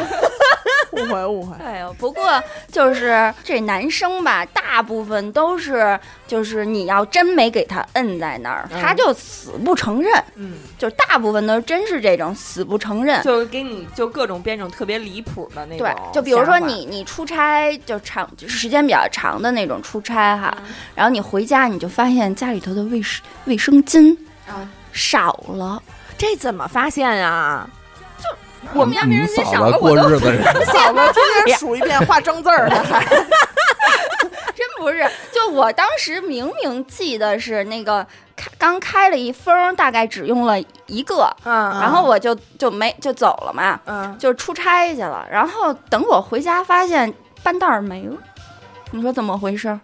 [SPEAKER 1] 误会误会，
[SPEAKER 3] 哎呦，不过就是这男生吧，大部分都是就是你要真没给他摁在那儿，
[SPEAKER 2] 嗯
[SPEAKER 3] 他就死不承认，
[SPEAKER 1] 嗯，
[SPEAKER 3] 就是大部分都真是这种死不承认。
[SPEAKER 2] 就给你就各种编种特别离谱的那种
[SPEAKER 3] 对
[SPEAKER 2] 想法，，
[SPEAKER 3] 就比如说你你出差就长就时间比较长的那种出差哈，
[SPEAKER 2] 嗯
[SPEAKER 3] 然后你回家你就发现家里头的卫生卫生巾
[SPEAKER 2] 啊
[SPEAKER 3] 少了，
[SPEAKER 2] 这怎么发现啊？
[SPEAKER 3] 我们家卫
[SPEAKER 4] 你
[SPEAKER 3] 生巾少
[SPEAKER 4] 嫂
[SPEAKER 3] 了
[SPEAKER 4] 子
[SPEAKER 3] 我
[SPEAKER 4] 过
[SPEAKER 3] 都
[SPEAKER 4] 日子是
[SPEAKER 1] 嫂子天天数一遍画正字儿的，还
[SPEAKER 3] 真不是，就我当时明明记得是那个开刚开了一封，大概只用了一个，
[SPEAKER 2] 嗯
[SPEAKER 3] 然后我就就没就走了嘛，
[SPEAKER 2] 嗯，
[SPEAKER 3] 就出差去了。然后等我回家，发现半袋儿没了。你说怎么回事？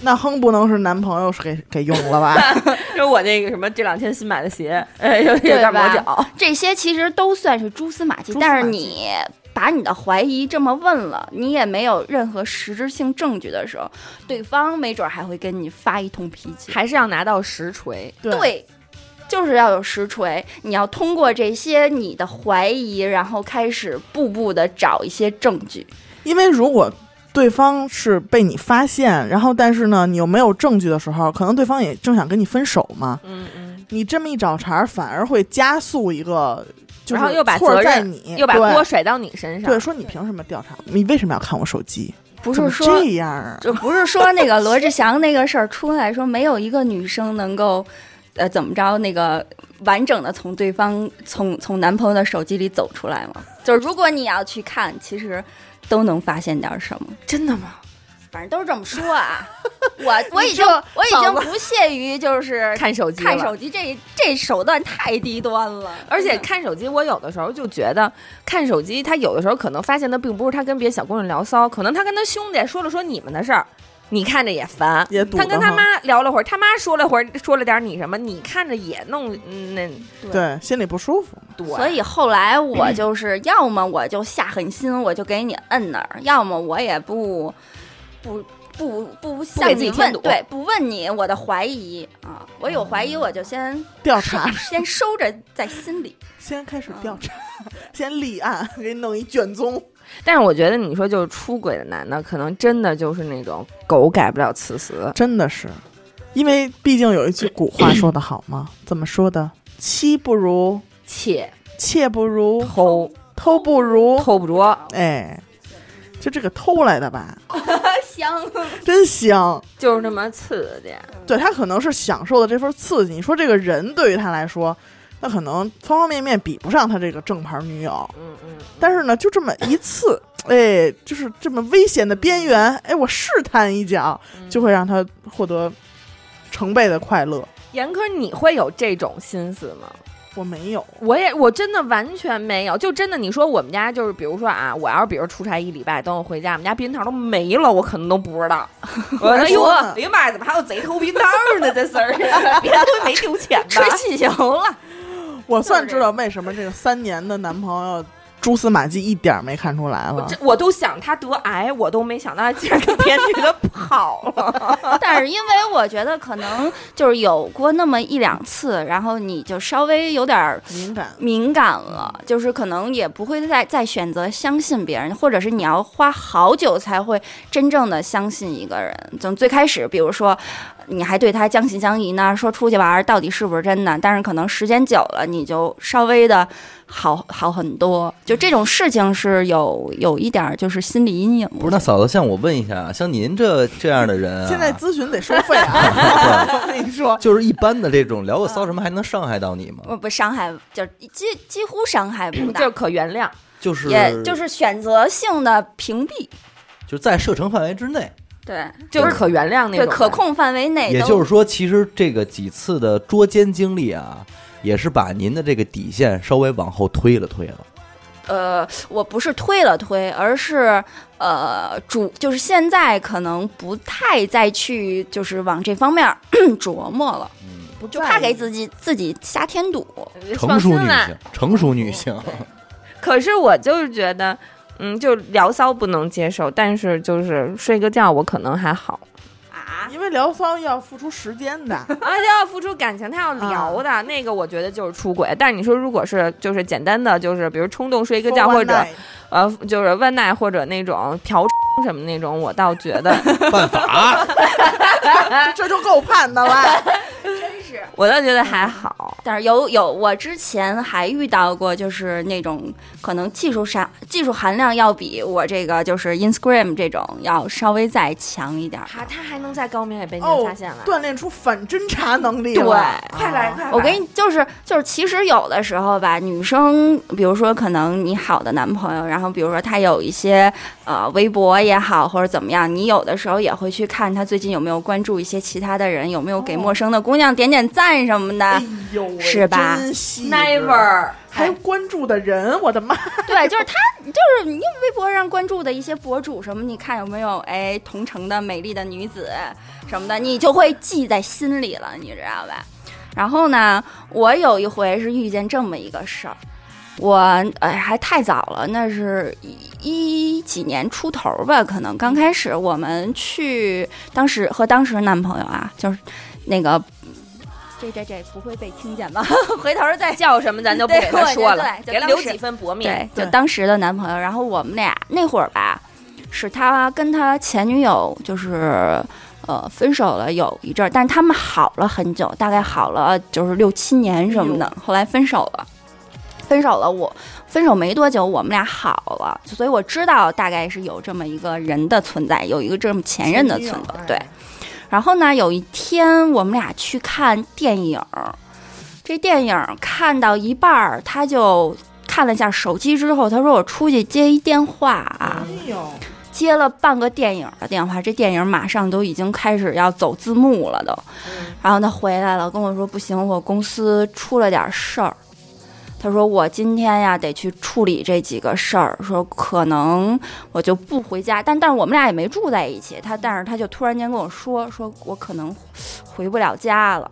[SPEAKER 1] 那哼不能是男朋友是给给用了吧？
[SPEAKER 2] 就是我那个什么这两天新买的鞋， 哎，有
[SPEAKER 3] 对
[SPEAKER 2] 有点
[SPEAKER 3] 吧
[SPEAKER 2] 磨脚。
[SPEAKER 3] 这些其实都算是蛛丝马迹，
[SPEAKER 1] 蛛丝
[SPEAKER 3] 但是
[SPEAKER 1] 马迹
[SPEAKER 3] 你把你的怀疑这么问了，你也没有任何实质性证据的时候，对方没准儿还会跟你发一通脾气。
[SPEAKER 2] 还是要拿到实锤。
[SPEAKER 1] 对，
[SPEAKER 3] 就是要有实锤，你要通过这些你的怀疑，然后开始步步的找一些证据。
[SPEAKER 1] 因为如果对方是被你发现，然后但是呢，你又没有证据的时候，可能对方也正想跟你分手嘛。
[SPEAKER 2] 嗯嗯，
[SPEAKER 1] 你这么一找茬儿，反而会加速一个，就是
[SPEAKER 2] 然后又把
[SPEAKER 1] 错儿
[SPEAKER 2] 责
[SPEAKER 1] 在
[SPEAKER 2] 任
[SPEAKER 1] 你，
[SPEAKER 2] 又把
[SPEAKER 1] 对
[SPEAKER 2] 锅甩到你身上。
[SPEAKER 1] 对，说你凭什么调查？你为什么要看我手机？
[SPEAKER 3] 不
[SPEAKER 1] 怎
[SPEAKER 3] 是
[SPEAKER 1] 么
[SPEAKER 3] 说
[SPEAKER 1] 这样啊？
[SPEAKER 3] 就不是说那个罗志祥那个事儿出来说，没有一个女生能够，呃，怎么着那个完整的从对方从从男朋友的手机里走出来吗？就是如果你要去看，其实都能发现点什么。
[SPEAKER 2] 真的吗？
[SPEAKER 3] 反正都是这么说啊， 我我已
[SPEAKER 2] 你
[SPEAKER 3] 经
[SPEAKER 2] 说
[SPEAKER 3] 我已经
[SPEAKER 2] 嫂
[SPEAKER 3] 不屑于 就是
[SPEAKER 2] 看手机，
[SPEAKER 3] 看手。机这这手段太低端了，
[SPEAKER 2] 而且看手机，我有的时候就觉得看手机，他有的时候可能发现的并不是他跟别的小姑娘聊骚，可能他跟他兄弟说了说你们的事儿，你看着也烦。
[SPEAKER 1] 也堵
[SPEAKER 2] 他跟
[SPEAKER 1] 得
[SPEAKER 2] 他
[SPEAKER 1] 慌
[SPEAKER 2] 妈聊了会儿，他妈说了会儿，说了点你什么，你看着也弄嗯那
[SPEAKER 1] 对，心里不舒服。
[SPEAKER 2] 多。
[SPEAKER 3] 所以后来我就是，要么我就下狠心，我就给你摁那儿；要么我也不不不不向
[SPEAKER 2] 给自己
[SPEAKER 3] 你
[SPEAKER 2] 添
[SPEAKER 3] 问，
[SPEAKER 2] 堵
[SPEAKER 3] 对，不问你我的怀疑啊，我有怀疑我就先
[SPEAKER 1] 调查，
[SPEAKER 3] 先收着在心里。
[SPEAKER 1] 先开始
[SPEAKER 2] 嗯
[SPEAKER 1] 调查， 先立案，给你弄一卷宗。
[SPEAKER 2] 但是我觉得你说就是出轨的男的，可能真的就是那种狗改不了吃屎。
[SPEAKER 1] 真的是，因为毕竟有一句古话说得好 嘛，怎么说的？妻不如
[SPEAKER 2] 且
[SPEAKER 1] 妾不如
[SPEAKER 2] 偷
[SPEAKER 1] 偷不如，
[SPEAKER 2] 偷不着，
[SPEAKER 1] 哎，就这个偷来的吧，
[SPEAKER 3] 香，
[SPEAKER 2] 啊
[SPEAKER 1] 真香。
[SPEAKER 2] 就是那么刺激。
[SPEAKER 1] 对他可能是享受的这份刺激。你说这个人对于他来说，那可能方方面面比不上他这个正牌女友，
[SPEAKER 2] 嗯嗯，
[SPEAKER 1] 但是呢，就这么一次，哎，就是这么危险的边缘，哎，我试探一脚，
[SPEAKER 2] 嗯
[SPEAKER 1] 就会让他获得成倍的快乐。
[SPEAKER 2] 严科，你会有这种心思吗？
[SPEAKER 1] 我没有，
[SPEAKER 2] 我也我真的完全没有，就真的你说我们家就是，比如说啊，我要是比如出差一礼拜，等我回家，我们家避孕套都没了，我可能都不知 道。我
[SPEAKER 1] 还
[SPEAKER 2] 哎呦
[SPEAKER 1] 说呢，
[SPEAKER 2] 哎呀妈呀，怎么还有贼偷避孕套呢？这事儿，别的都没丢钱吧？
[SPEAKER 3] 吹气球了，
[SPEAKER 1] 我算知道为什么这个三年的男朋友蛛丝马迹一点儿没看出来
[SPEAKER 2] 我
[SPEAKER 1] 了
[SPEAKER 2] 这。我都想他得癌，我都没想到他竟然跟别的女的跑 了。
[SPEAKER 3] 但是因为我觉得可能就是有过那么一两次，然后你就稍微有点儿
[SPEAKER 1] 敏感，
[SPEAKER 3] 敏感了，就是可能也不会再再选择相信别人，或者是你要花好久才会真正的相信一个人。从最开始，比如说你还对他将信将疑呢，说出去玩儿到底是不是真的，但是可能时间久了，你就稍微的好好很多。就这种事情是有有一点儿就是心理阴影。
[SPEAKER 4] 不是，那嫂子，像我问一下啊，像您这这样的人、啊，
[SPEAKER 1] 现 在咨询得收费啊！我 跟你说，
[SPEAKER 4] 就是一般的这种聊个骚什么，还能伤害到你吗？
[SPEAKER 3] 我不伤害，就几几乎伤害不
[SPEAKER 2] 就
[SPEAKER 3] 大，
[SPEAKER 2] 可原谅，
[SPEAKER 4] 就是
[SPEAKER 3] 也就是选择性的屏蔽，
[SPEAKER 4] 就是在射程范围之内，
[SPEAKER 3] 对
[SPEAKER 2] 就是可原谅那种的。
[SPEAKER 3] 对，可控范围内
[SPEAKER 4] 也
[SPEAKER 3] 都
[SPEAKER 4] 就是说，其实这个几次的捉奸经历啊，也是把您的这个底线稍微往后推了推了。
[SPEAKER 3] 呃，我不是推了推，而是呃主就是现在可能不太再去就是往这方面儿 琢磨了，就怕给自己自己瞎添堵。
[SPEAKER 4] 成熟
[SPEAKER 2] 放
[SPEAKER 4] 女
[SPEAKER 2] 心啦
[SPEAKER 4] 性，成熟 女性，
[SPEAKER 2] 可是我就是觉得，嗯，就聊骚不能接受，但是就是睡个觉，我可能还好。
[SPEAKER 3] 啊，
[SPEAKER 1] 因为聊骚要付出时间的，
[SPEAKER 2] 啊，他要付出感情，他要聊的、那个，我觉得就是出轨。但是你说，如果是就是简单的，就是比如冲动睡一个觉，
[SPEAKER 1] For one
[SPEAKER 2] 或者
[SPEAKER 1] night
[SPEAKER 2] 呃，就是万奈或者那种嫖什么那种，我倒觉得，
[SPEAKER 4] 犯法。
[SPEAKER 3] 哎
[SPEAKER 1] 这就够判的了。
[SPEAKER 2] 我倒觉得还好。
[SPEAKER 3] 但是有有，我之前还遇到过，就是那种可能技术上技术含量要比我这个就是 Instagram 这种要稍微再强一点儿。
[SPEAKER 2] 他他还能在高明也被
[SPEAKER 1] 哦
[SPEAKER 2] 您发现了，
[SPEAKER 1] 锻炼出反侦查能力了。啊
[SPEAKER 3] 对
[SPEAKER 2] 快来快来！
[SPEAKER 3] 我给你就是就是，其实有的时候吧，女生，比如说可能你好的男朋友，然后比如说他有一些呃微博也好或者怎么样，你有的时候也会去看他最近有没有关注一些其他的人，有没有给陌生的姑娘点点赞什么的
[SPEAKER 1] 哎。呦喂，
[SPEAKER 3] 是吧
[SPEAKER 1] 真细致
[SPEAKER 2] never
[SPEAKER 1] 还关注的人，我的妈！
[SPEAKER 3] 对，就是他，就是你用微博上关注的一些博主什么，你看有没有哎同城的美丽的女子什么的，你就会记在心里了，你知道吧？然后呢，我有一回是遇见这么一个事儿，我哎还太早了，那是一一几年出头吧，可能刚开始我们去，当时和当时男朋友啊，就是那个。这这这不会被听见吧？ 回头再
[SPEAKER 2] 叫什么咱就不
[SPEAKER 3] 对
[SPEAKER 2] 给他
[SPEAKER 3] 我觉
[SPEAKER 2] 说
[SPEAKER 3] 得
[SPEAKER 2] 了，给他
[SPEAKER 3] 对就当
[SPEAKER 2] 留
[SPEAKER 3] 时
[SPEAKER 2] 几分薄面。
[SPEAKER 3] 对，就
[SPEAKER 1] 对
[SPEAKER 3] 当时的男朋友。然后我们俩那会儿吧，是他跟他前女友就是呃分手了有一阵儿，但是他们好了很久，大概好了就是六七年什么的，后来分手了。分手了我，分手没多久，我们俩好了，所以我知道大概是有这么一个人的存在，有一个这么前哎任的
[SPEAKER 1] 哎
[SPEAKER 3] 存在，对。然后呢，有一天我们俩去看电影儿，这电影儿看到一半儿，他就看了一下手机之后，他说：“我出去接一电话啊。
[SPEAKER 1] 哎呦，
[SPEAKER 3] 接了半个电影的电话，这电影马上都已经开始要走字幕了都。然后他回来了，跟我说不行，我公司出了点事儿。他说我今天呀得去处理这几个事儿，说可能我就不回家，但但是我们俩也没住在一起。他但是他就突然间跟我说，说我可能回不了家了。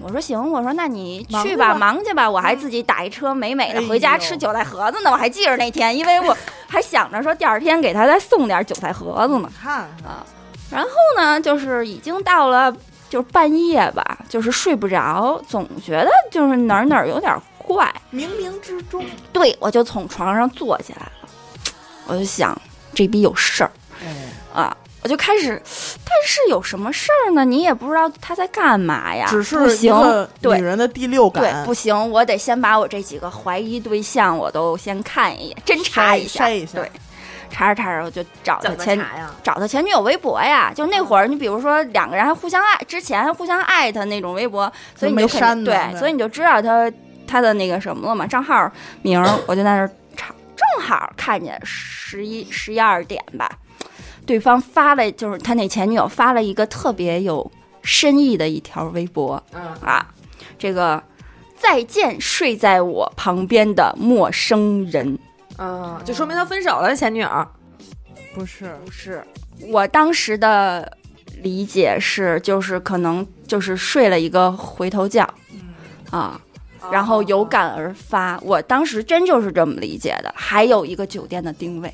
[SPEAKER 3] 我说行，我说那你去吧，嗯嗯忙去吧，我还自己打一车美美的
[SPEAKER 1] 哎
[SPEAKER 3] 回家
[SPEAKER 1] 呦
[SPEAKER 3] 吃韭菜盒子呢。我还记着那天，因 为我还想着说第二天给他再送点韭菜盒子呢
[SPEAKER 1] 你。看
[SPEAKER 3] 后呢，就是已经到了就是半夜吧，就是睡不着，总觉得就是哪儿哪儿有点怪。
[SPEAKER 1] 冥冥之中，
[SPEAKER 3] 对我就从床上坐起来了，我就想这逼有事儿
[SPEAKER 1] 哎，
[SPEAKER 3] 啊。我就开始，但是有什么事儿呢？你也不知道他在干嘛呀。
[SPEAKER 1] 只是
[SPEAKER 3] 不
[SPEAKER 1] 一
[SPEAKER 3] 行
[SPEAKER 1] 个，
[SPEAKER 3] 对
[SPEAKER 1] 女人的第六
[SPEAKER 3] 对，
[SPEAKER 1] 感，
[SPEAKER 3] 不行，我得先把我这几个怀疑对象我都先看一眼，侦查一下，
[SPEAKER 1] 筛筛一下
[SPEAKER 3] 对，查着查着我就找他
[SPEAKER 2] 怎么
[SPEAKER 3] 前
[SPEAKER 2] 查呀？嗯
[SPEAKER 3] 找他前女友微博呀，就那会儿，你比如说两个人还互相爱，之前还互相艾特那种微博，所以你就
[SPEAKER 1] 没删呢
[SPEAKER 3] 肯对，
[SPEAKER 1] 对
[SPEAKER 3] 所以你就知道他他的那个什么了嘛，账号名儿，我就在那儿查，正好看见十一十一二点吧，对方发了，就是他那前女友发了一个特别有深意的一条微博
[SPEAKER 2] 嗯，
[SPEAKER 3] 啊，这个再见睡在我旁边的陌生人。
[SPEAKER 2] 嗯，就说明他分手了，前女友。
[SPEAKER 1] 不是
[SPEAKER 3] 不是，我当时的理解是，就是可能就是睡了一个回头觉，啊，然后有感而发。我当时真就是这么理解的。还有一个酒店的定位，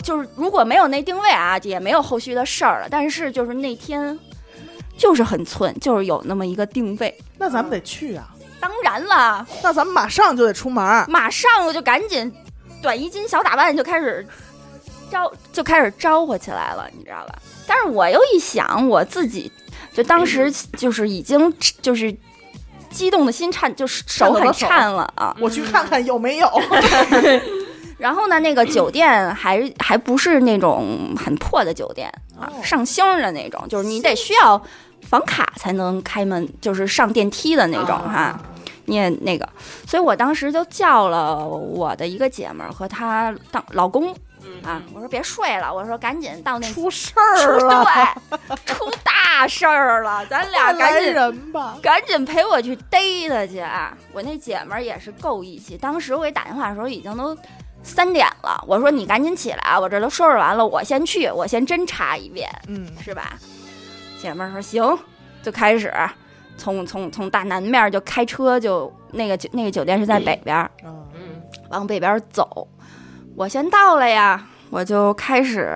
[SPEAKER 3] 就是如果没有那定位啊，也没有后续的事儿了。但是就是那天，就是很寸，就是有那么一个定位。
[SPEAKER 1] 那咱们得去啊，
[SPEAKER 3] 当然了，
[SPEAKER 1] 那咱们马上就得出门儿，
[SPEAKER 3] 马上我就赶紧短衣襟小打扮就开始招就开始招呼起来了，你知道吧？但是我又一想，我自己就当时就是已经就是激动的心颤，就是手很颤了啊。
[SPEAKER 2] 嗯
[SPEAKER 1] 我去看看有没有。
[SPEAKER 3] 然后呢，那个酒店还还不是那种很破的酒店啊，
[SPEAKER 1] 哦
[SPEAKER 3] 上星儿的那种，就是你得需要房卡才能开门，就是上电梯的那种哈、
[SPEAKER 1] 啊
[SPEAKER 3] 你也那个，所以我当时就叫了我的一个姐们儿和她当老公啊，我说别睡了，我说赶紧到那
[SPEAKER 1] 嗯出事儿
[SPEAKER 3] 出
[SPEAKER 1] 了，
[SPEAKER 3] 对，出大事 儿了，咱
[SPEAKER 1] 快
[SPEAKER 3] 俩赶
[SPEAKER 1] 来
[SPEAKER 3] 紧
[SPEAKER 1] 人吧！
[SPEAKER 3] 赶紧陪我去逮他去啊！我那姐们儿也是够义气，当时我给打电话的时候已经都三点了，我说你赶紧起来啊，我这都收拾完了，我先去，我先侦查一遍，
[SPEAKER 1] 嗯，
[SPEAKER 3] 是吧？姐们儿说行，就开始从从从大南面就开车就那个酒那个酒店是在北边儿，
[SPEAKER 1] 嗯
[SPEAKER 2] 嗯，
[SPEAKER 3] 往北边走。我先到了呀，我就开始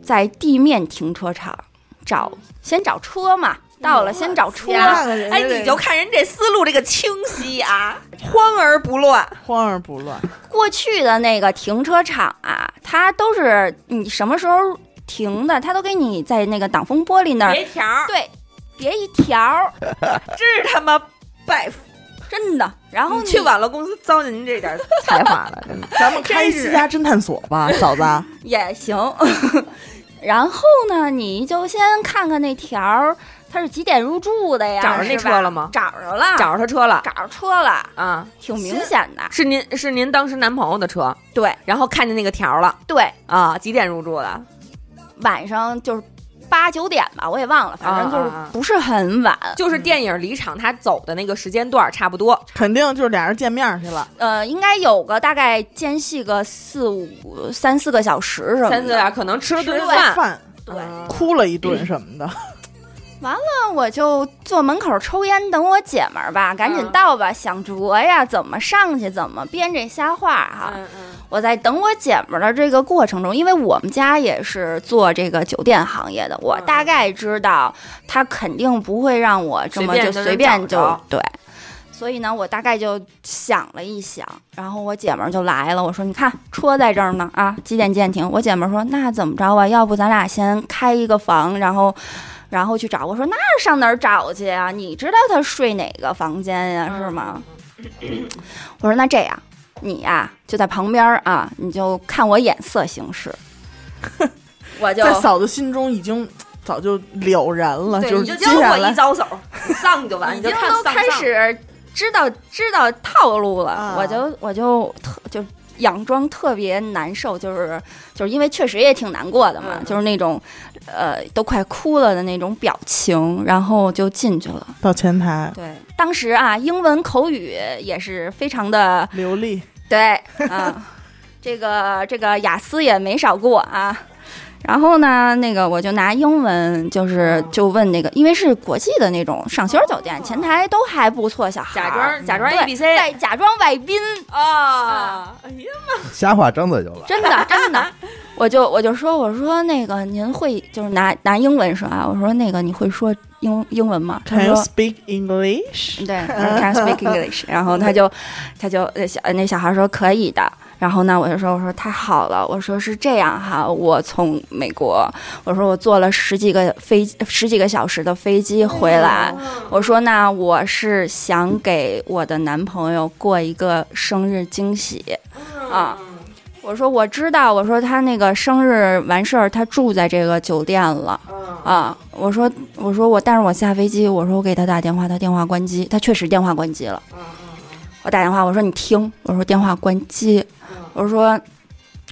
[SPEAKER 3] 在地面停车场找，先找车嘛。到了先找车，
[SPEAKER 1] 看看人家
[SPEAKER 2] 哎，
[SPEAKER 1] 这
[SPEAKER 2] 你就看人这思路这个清晰啊，慌而不乱。
[SPEAKER 1] 慌而不乱，
[SPEAKER 3] 过去的那个停车场啊，它都是你什么时候停的，它都给你在那个挡风玻璃那儿
[SPEAKER 2] 别条儿，
[SPEAKER 3] 对别一条儿，
[SPEAKER 2] 这是他妈拜服。
[SPEAKER 3] 真的。然后
[SPEAKER 2] 你
[SPEAKER 3] 你
[SPEAKER 2] 去晚了公司糟践您这点才华了，真的。
[SPEAKER 1] 咱们开
[SPEAKER 2] 真
[SPEAKER 1] 私
[SPEAKER 2] 是
[SPEAKER 1] 家侦探所 吧，嫂子。
[SPEAKER 3] 也行。 然后呢，你就先看看那条儿，它是几点入住的呀？
[SPEAKER 2] 找着那
[SPEAKER 3] 是吧
[SPEAKER 2] 车了吗
[SPEAKER 3] 找着了，
[SPEAKER 2] 找着他车了
[SPEAKER 3] 找着车了，
[SPEAKER 2] 啊！
[SPEAKER 3] 挺明显的。
[SPEAKER 2] 是您是您当时男朋友的车，
[SPEAKER 3] 对
[SPEAKER 2] 然后看见那个条儿了
[SPEAKER 3] 对，
[SPEAKER 2] 啊？几点入住的？
[SPEAKER 3] 晚上就是八九点吧，我也忘了，反正就
[SPEAKER 2] 啊啊啊
[SPEAKER 3] 是不是很晚。
[SPEAKER 2] 就是电影离场他走的那个时间段儿呃差不多。
[SPEAKER 1] 肯定就是俩人见面去了，
[SPEAKER 3] 呃，应该有个大概间隙个四五三四个小时什么的。
[SPEAKER 2] 三四点啊可能吃了顿
[SPEAKER 3] 吃
[SPEAKER 2] 饭
[SPEAKER 3] 饭，
[SPEAKER 1] 饭
[SPEAKER 3] 对，
[SPEAKER 2] 嗯
[SPEAKER 1] 哭了一顿什么的，
[SPEAKER 3] 那我就坐门口抽烟，等我姐们儿吧，赶紧
[SPEAKER 2] 嗯
[SPEAKER 3] 到吧，想着呀，怎么上去，怎么编这瞎话哈、
[SPEAKER 2] 嗯嗯
[SPEAKER 3] 我在等我姐们儿的这个过程中，因为我们家也是做这个酒店行业的，我
[SPEAKER 2] 嗯
[SPEAKER 3] 大概知道他肯定不会让我这么
[SPEAKER 2] 随
[SPEAKER 3] 就
[SPEAKER 2] 便就
[SPEAKER 3] 随便
[SPEAKER 2] 能
[SPEAKER 3] 就
[SPEAKER 2] 找着
[SPEAKER 3] 对，所以呢，我大概就想了一想，然后我姐们儿就来了，我说：“你看车在这儿呢啊，几点几点停？”我姐们儿说：“那怎么着啊？要不咱俩先开一个房，然后，然后去找。”我说：“那上哪儿找去啊？你知道他睡哪个房间呀、是吗？”
[SPEAKER 2] 嗯
[SPEAKER 3] 我说：“那这样，你呀、就在旁边儿啊，你就看我眼色行 事。”我就
[SPEAKER 1] 在嫂子心中已经早就了然了，
[SPEAKER 2] 对
[SPEAKER 1] 就
[SPEAKER 2] 你
[SPEAKER 1] 是
[SPEAKER 2] 就
[SPEAKER 1] 接
[SPEAKER 2] 教
[SPEAKER 1] 下
[SPEAKER 2] 我
[SPEAKER 1] 来
[SPEAKER 2] 一招手， 你上你就完，你
[SPEAKER 3] 已
[SPEAKER 2] 就
[SPEAKER 3] 经
[SPEAKER 2] 看
[SPEAKER 3] 都
[SPEAKER 2] 上不
[SPEAKER 3] 开
[SPEAKER 2] 上
[SPEAKER 3] 始知道知道套路了，
[SPEAKER 1] 啊
[SPEAKER 3] 我就我就特就佯装特别难受，就是就是因为确实也挺难过的嘛，
[SPEAKER 2] 嗯
[SPEAKER 3] 就是那种呃都快哭了的那种表情，然后就进去了。
[SPEAKER 1] 到前台
[SPEAKER 3] 对，当时啊，英文口语也是非常的
[SPEAKER 1] 流利，
[SPEAKER 3] 对，啊，这个这个雅思也没少过啊。然后呢，那个我就拿英文，就是
[SPEAKER 2] 哦
[SPEAKER 3] 就问那个，因为是国际的那种上星儿酒店，前台都还不错，小孩儿
[SPEAKER 2] 假装假装
[SPEAKER 3] 对
[SPEAKER 2] A B C
[SPEAKER 3] 在假装外宾，
[SPEAKER 2] 啊！哎呀，
[SPEAKER 4] 瞎话张嘴就来。
[SPEAKER 3] 真的真的，我就我就说我说那个您会就是拿拿英文说啊，我说那个你会说英英文吗？他
[SPEAKER 1] Can you
[SPEAKER 3] 说
[SPEAKER 1] speak English？
[SPEAKER 3] 对 I，can speak English。然后他就，他就呃小那小孩说可以的。然后呢，我就说我说太好了，我说是这样哈，我从美国，我说我坐了十几个飞十几个小时的飞机回来，
[SPEAKER 2] 哦哎
[SPEAKER 3] 我说那我是想给我的男朋友过一个生日惊喜啊。我说我知道，我说他那个生日完事儿，他住在这个酒店了
[SPEAKER 2] 嗯
[SPEAKER 3] 啊。我说我说我，但是我下飞机，我说我给他打电话，他电话关机，他确实电话关机了。我打电话，我说你听，我说电话关机，我说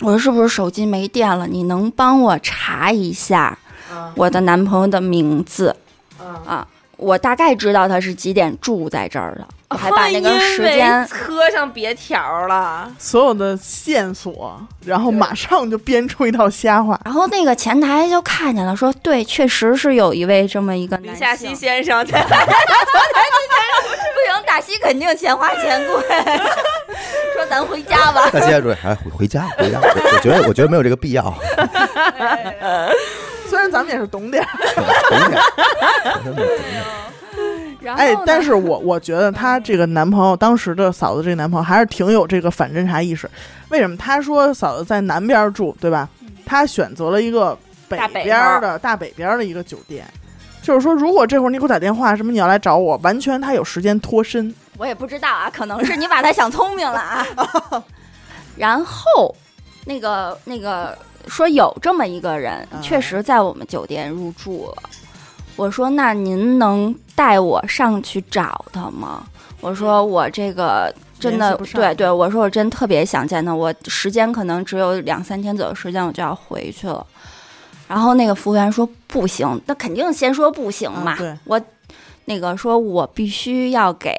[SPEAKER 3] 我说是不是手机没电了？你能帮我查一下
[SPEAKER 2] 嗯
[SPEAKER 3] 我的男朋友的名字啊？我大概知道他是几点住在这儿的，我还把那个时间
[SPEAKER 2] 车上别条了，
[SPEAKER 1] 所有的线索，然后马上就编出一套瞎话。
[SPEAKER 3] 然后那个前台就看见了，说对，确实是有一位这么一个
[SPEAKER 2] 李
[SPEAKER 3] 男
[SPEAKER 2] 夏
[SPEAKER 3] 性
[SPEAKER 2] 熙先生 在
[SPEAKER 3] 不行，大西肯定钱花钱贵，说咱回家吧。
[SPEAKER 4] 大家注意，还回哎回家，回家。我我觉得，我觉得没有这个 必要。
[SPEAKER 1] 虽然咱们也是懂点儿，
[SPEAKER 4] 懂点儿懂点儿
[SPEAKER 3] 然后
[SPEAKER 1] 哎
[SPEAKER 3] 呢，
[SPEAKER 1] 但是我我觉得她这个男朋友当时的嫂子这个男朋友还是挺有这个反侦查意识。为什么？她说嫂子在南边住，对吧？她选择了一个北
[SPEAKER 2] 大北
[SPEAKER 1] 边儿的嗯大北边儿的一个酒店。就是说，如果这会儿你给我打电话，什么你要来找我，完全她有时间脱身。
[SPEAKER 3] 我也不知道啊，可能是你把他想聪明 了啊。然后，那个那个说有这么一个人，
[SPEAKER 1] 嗯
[SPEAKER 3] 确实在我们酒店入住了。我说那您能带我上去找他吗？我说我这个
[SPEAKER 1] 嗯
[SPEAKER 3] 真
[SPEAKER 1] 联
[SPEAKER 3] 的
[SPEAKER 1] 系不上
[SPEAKER 3] 对对，我说我真特别想见他，我时间可能只有两三天左右时间，我就要回去了。然后那个服务员说不行，那肯定先说不行
[SPEAKER 2] 啊
[SPEAKER 3] 嘛。
[SPEAKER 1] 嗯对
[SPEAKER 3] 我那个说我必须要给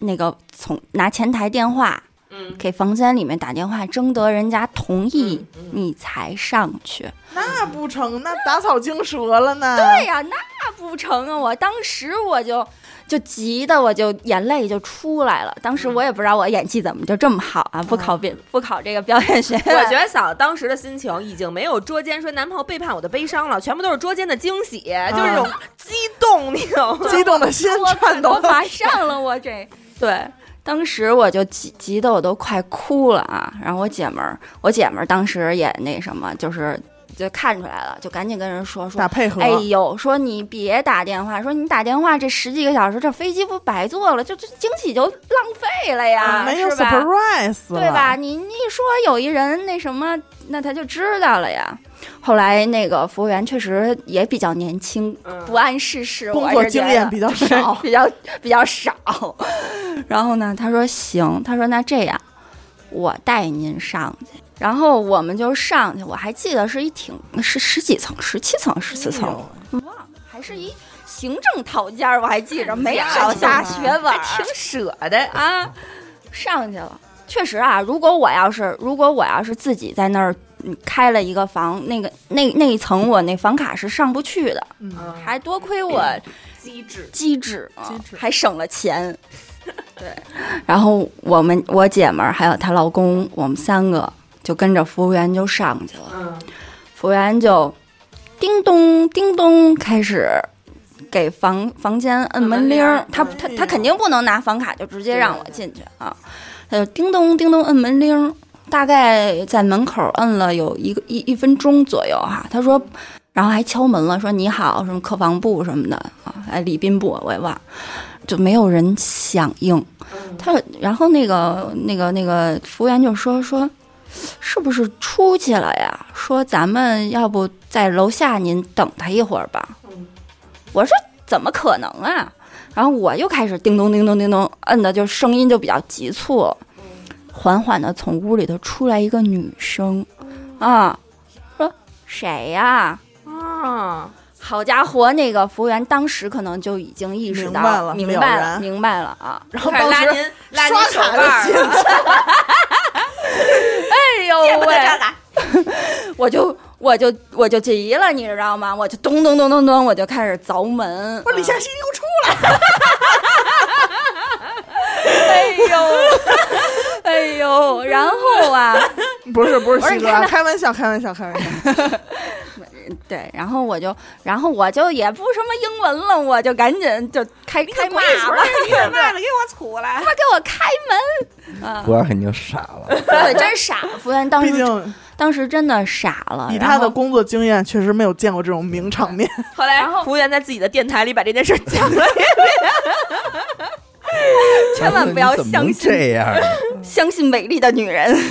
[SPEAKER 3] 那个从拿前台电话
[SPEAKER 2] 嗯
[SPEAKER 3] 给房间里面打电话，征得人家同意，
[SPEAKER 2] 嗯嗯
[SPEAKER 3] 你才上
[SPEAKER 2] 啊
[SPEAKER 3] 去。
[SPEAKER 1] 那不成，那打草惊蛇了呢。
[SPEAKER 3] 对呀、那不成啊！我当时我就就急的，我就眼泪就出来了。当
[SPEAKER 2] 嗯
[SPEAKER 3] 时我也不知道我演技怎么就这么好啊！不考编，不考这个表演学院，
[SPEAKER 2] 我觉得嫂子当时的心情已经没有捉奸说男朋友背叛我的悲伤了，全部都是捉奸的惊喜，就是这种激动，你懂吗？
[SPEAKER 1] 激动的心
[SPEAKER 3] 我
[SPEAKER 1] 颤抖
[SPEAKER 3] 我马上了，我这 对。当时我就急急得我都快哭了啊！然后我姐们儿，我姐们儿当时也那什么，就是就看出来了，就赶紧跟人说说
[SPEAKER 1] 打，配合，
[SPEAKER 3] 哎呦，说你别打电话，说你打电话这十几个小时，这飞机不白坐了，就这惊喜就浪费了呀，
[SPEAKER 1] 啊没有
[SPEAKER 3] 是吧？
[SPEAKER 1] surprise 了
[SPEAKER 3] 对吧？？你你说有一人那什么，那他就知道了呀。后来那个服务员确实也比较年轻，
[SPEAKER 2] 嗯
[SPEAKER 3] 不谙世事，
[SPEAKER 1] 工
[SPEAKER 3] 我
[SPEAKER 1] 作
[SPEAKER 3] 是觉
[SPEAKER 1] 经
[SPEAKER 3] 得
[SPEAKER 1] 验比较少
[SPEAKER 3] 比较比较少。然后呢，他说行，他说那这样，我带您上去。然后我们就上去，我还记得是一挺是十几层，十七层、十四
[SPEAKER 1] 哎
[SPEAKER 3] 层，
[SPEAKER 1] 啊
[SPEAKER 3] 忘了，啊还是一行政套间儿，我还记着，
[SPEAKER 2] 嗯
[SPEAKER 3] 没少下血本儿。
[SPEAKER 2] 挺舍得啊，
[SPEAKER 3] 上去了。确实啊，如果我要是如果我要是自己在那儿嗯开了一个房，那个那那一层我那房卡是上不去的，还多亏我
[SPEAKER 2] 机智，
[SPEAKER 3] 机智，啊
[SPEAKER 1] 机智
[SPEAKER 3] 还省了钱。 对，然后我们我姐们儿还有她老公，我们三个就跟着服务员就上去了。
[SPEAKER 2] 嗯，
[SPEAKER 3] 服务员就叮咚叮咚开始给房房间摁门铃儿，他他他肯定不能拿房卡就直接让我进去啊，他就叮咚叮咚摁门铃儿，大概在门口摁了有一个一一分钟左右哈、他说，然后还敲门了，说你好，什么客房部什么的啊，哎礼宾部我也忘了，就没有人响应。他然后那个那个那个服务员就说说，是不是出去了呀？说咱们要不在楼下您等他一会儿吧。我说怎么可能啊？然后我又开始叮咚叮咚叮咚摁的，就声音就比较急促。缓缓的从屋里头出来一个女生，啊，说谁呀、
[SPEAKER 2] 啊，
[SPEAKER 3] 好家伙，那个服务员当时可能就已经意识
[SPEAKER 1] 明
[SPEAKER 3] 到
[SPEAKER 1] 白了
[SPEAKER 3] 明
[SPEAKER 1] 了
[SPEAKER 3] 白
[SPEAKER 1] 然
[SPEAKER 3] 明白了啊！
[SPEAKER 1] 然后
[SPEAKER 2] 开始
[SPEAKER 1] 当时
[SPEAKER 2] 拉您拉您
[SPEAKER 1] 刷
[SPEAKER 2] 手
[SPEAKER 1] 卡
[SPEAKER 2] 腕
[SPEAKER 1] 就
[SPEAKER 2] 儿
[SPEAKER 1] 进去了，
[SPEAKER 3] 哎呦喂，
[SPEAKER 2] 打，
[SPEAKER 3] 我就我就我就急了，你知道吗？我就咚咚咚咚咚，我就开始凿门。
[SPEAKER 1] 我说李夏熙，你给我出来！
[SPEAKER 3] 哎呦，哎呦，然后啊，
[SPEAKER 1] 不是不是
[SPEAKER 3] 我说
[SPEAKER 1] 西
[SPEAKER 3] 你
[SPEAKER 1] 哥
[SPEAKER 3] 看
[SPEAKER 1] 啊，
[SPEAKER 3] 他
[SPEAKER 1] 开玩笑开玩笑开玩笑。
[SPEAKER 3] 对，然后我就然后我就也不什么英文了，我就赶紧就开开骂吧，
[SPEAKER 2] 你他妈的给我出来
[SPEAKER 3] 他！给我开门啊！
[SPEAKER 4] 服务员肯定傻了，
[SPEAKER 3] 对，真傻，服务员当
[SPEAKER 1] 毕
[SPEAKER 3] 时
[SPEAKER 1] 竟
[SPEAKER 3] 当时真的傻了，
[SPEAKER 1] 以
[SPEAKER 3] 然
[SPEAKER 1] 他的
[SPEAKER 3] 后
[SPEAKER 1] 工作经验，确实没有见过这种名场面。
[SPEAKER 2] 后来服务员在自己的电台里把这件事儿讲了一遍，
[SPEAKER 3] 千万不要
[SPEAKER 4] 你怎么能
[SPEAKER 3] 相信
[SPEAKER 4] 这样呢。
[SPEAKER 3] 相信美丽的女人。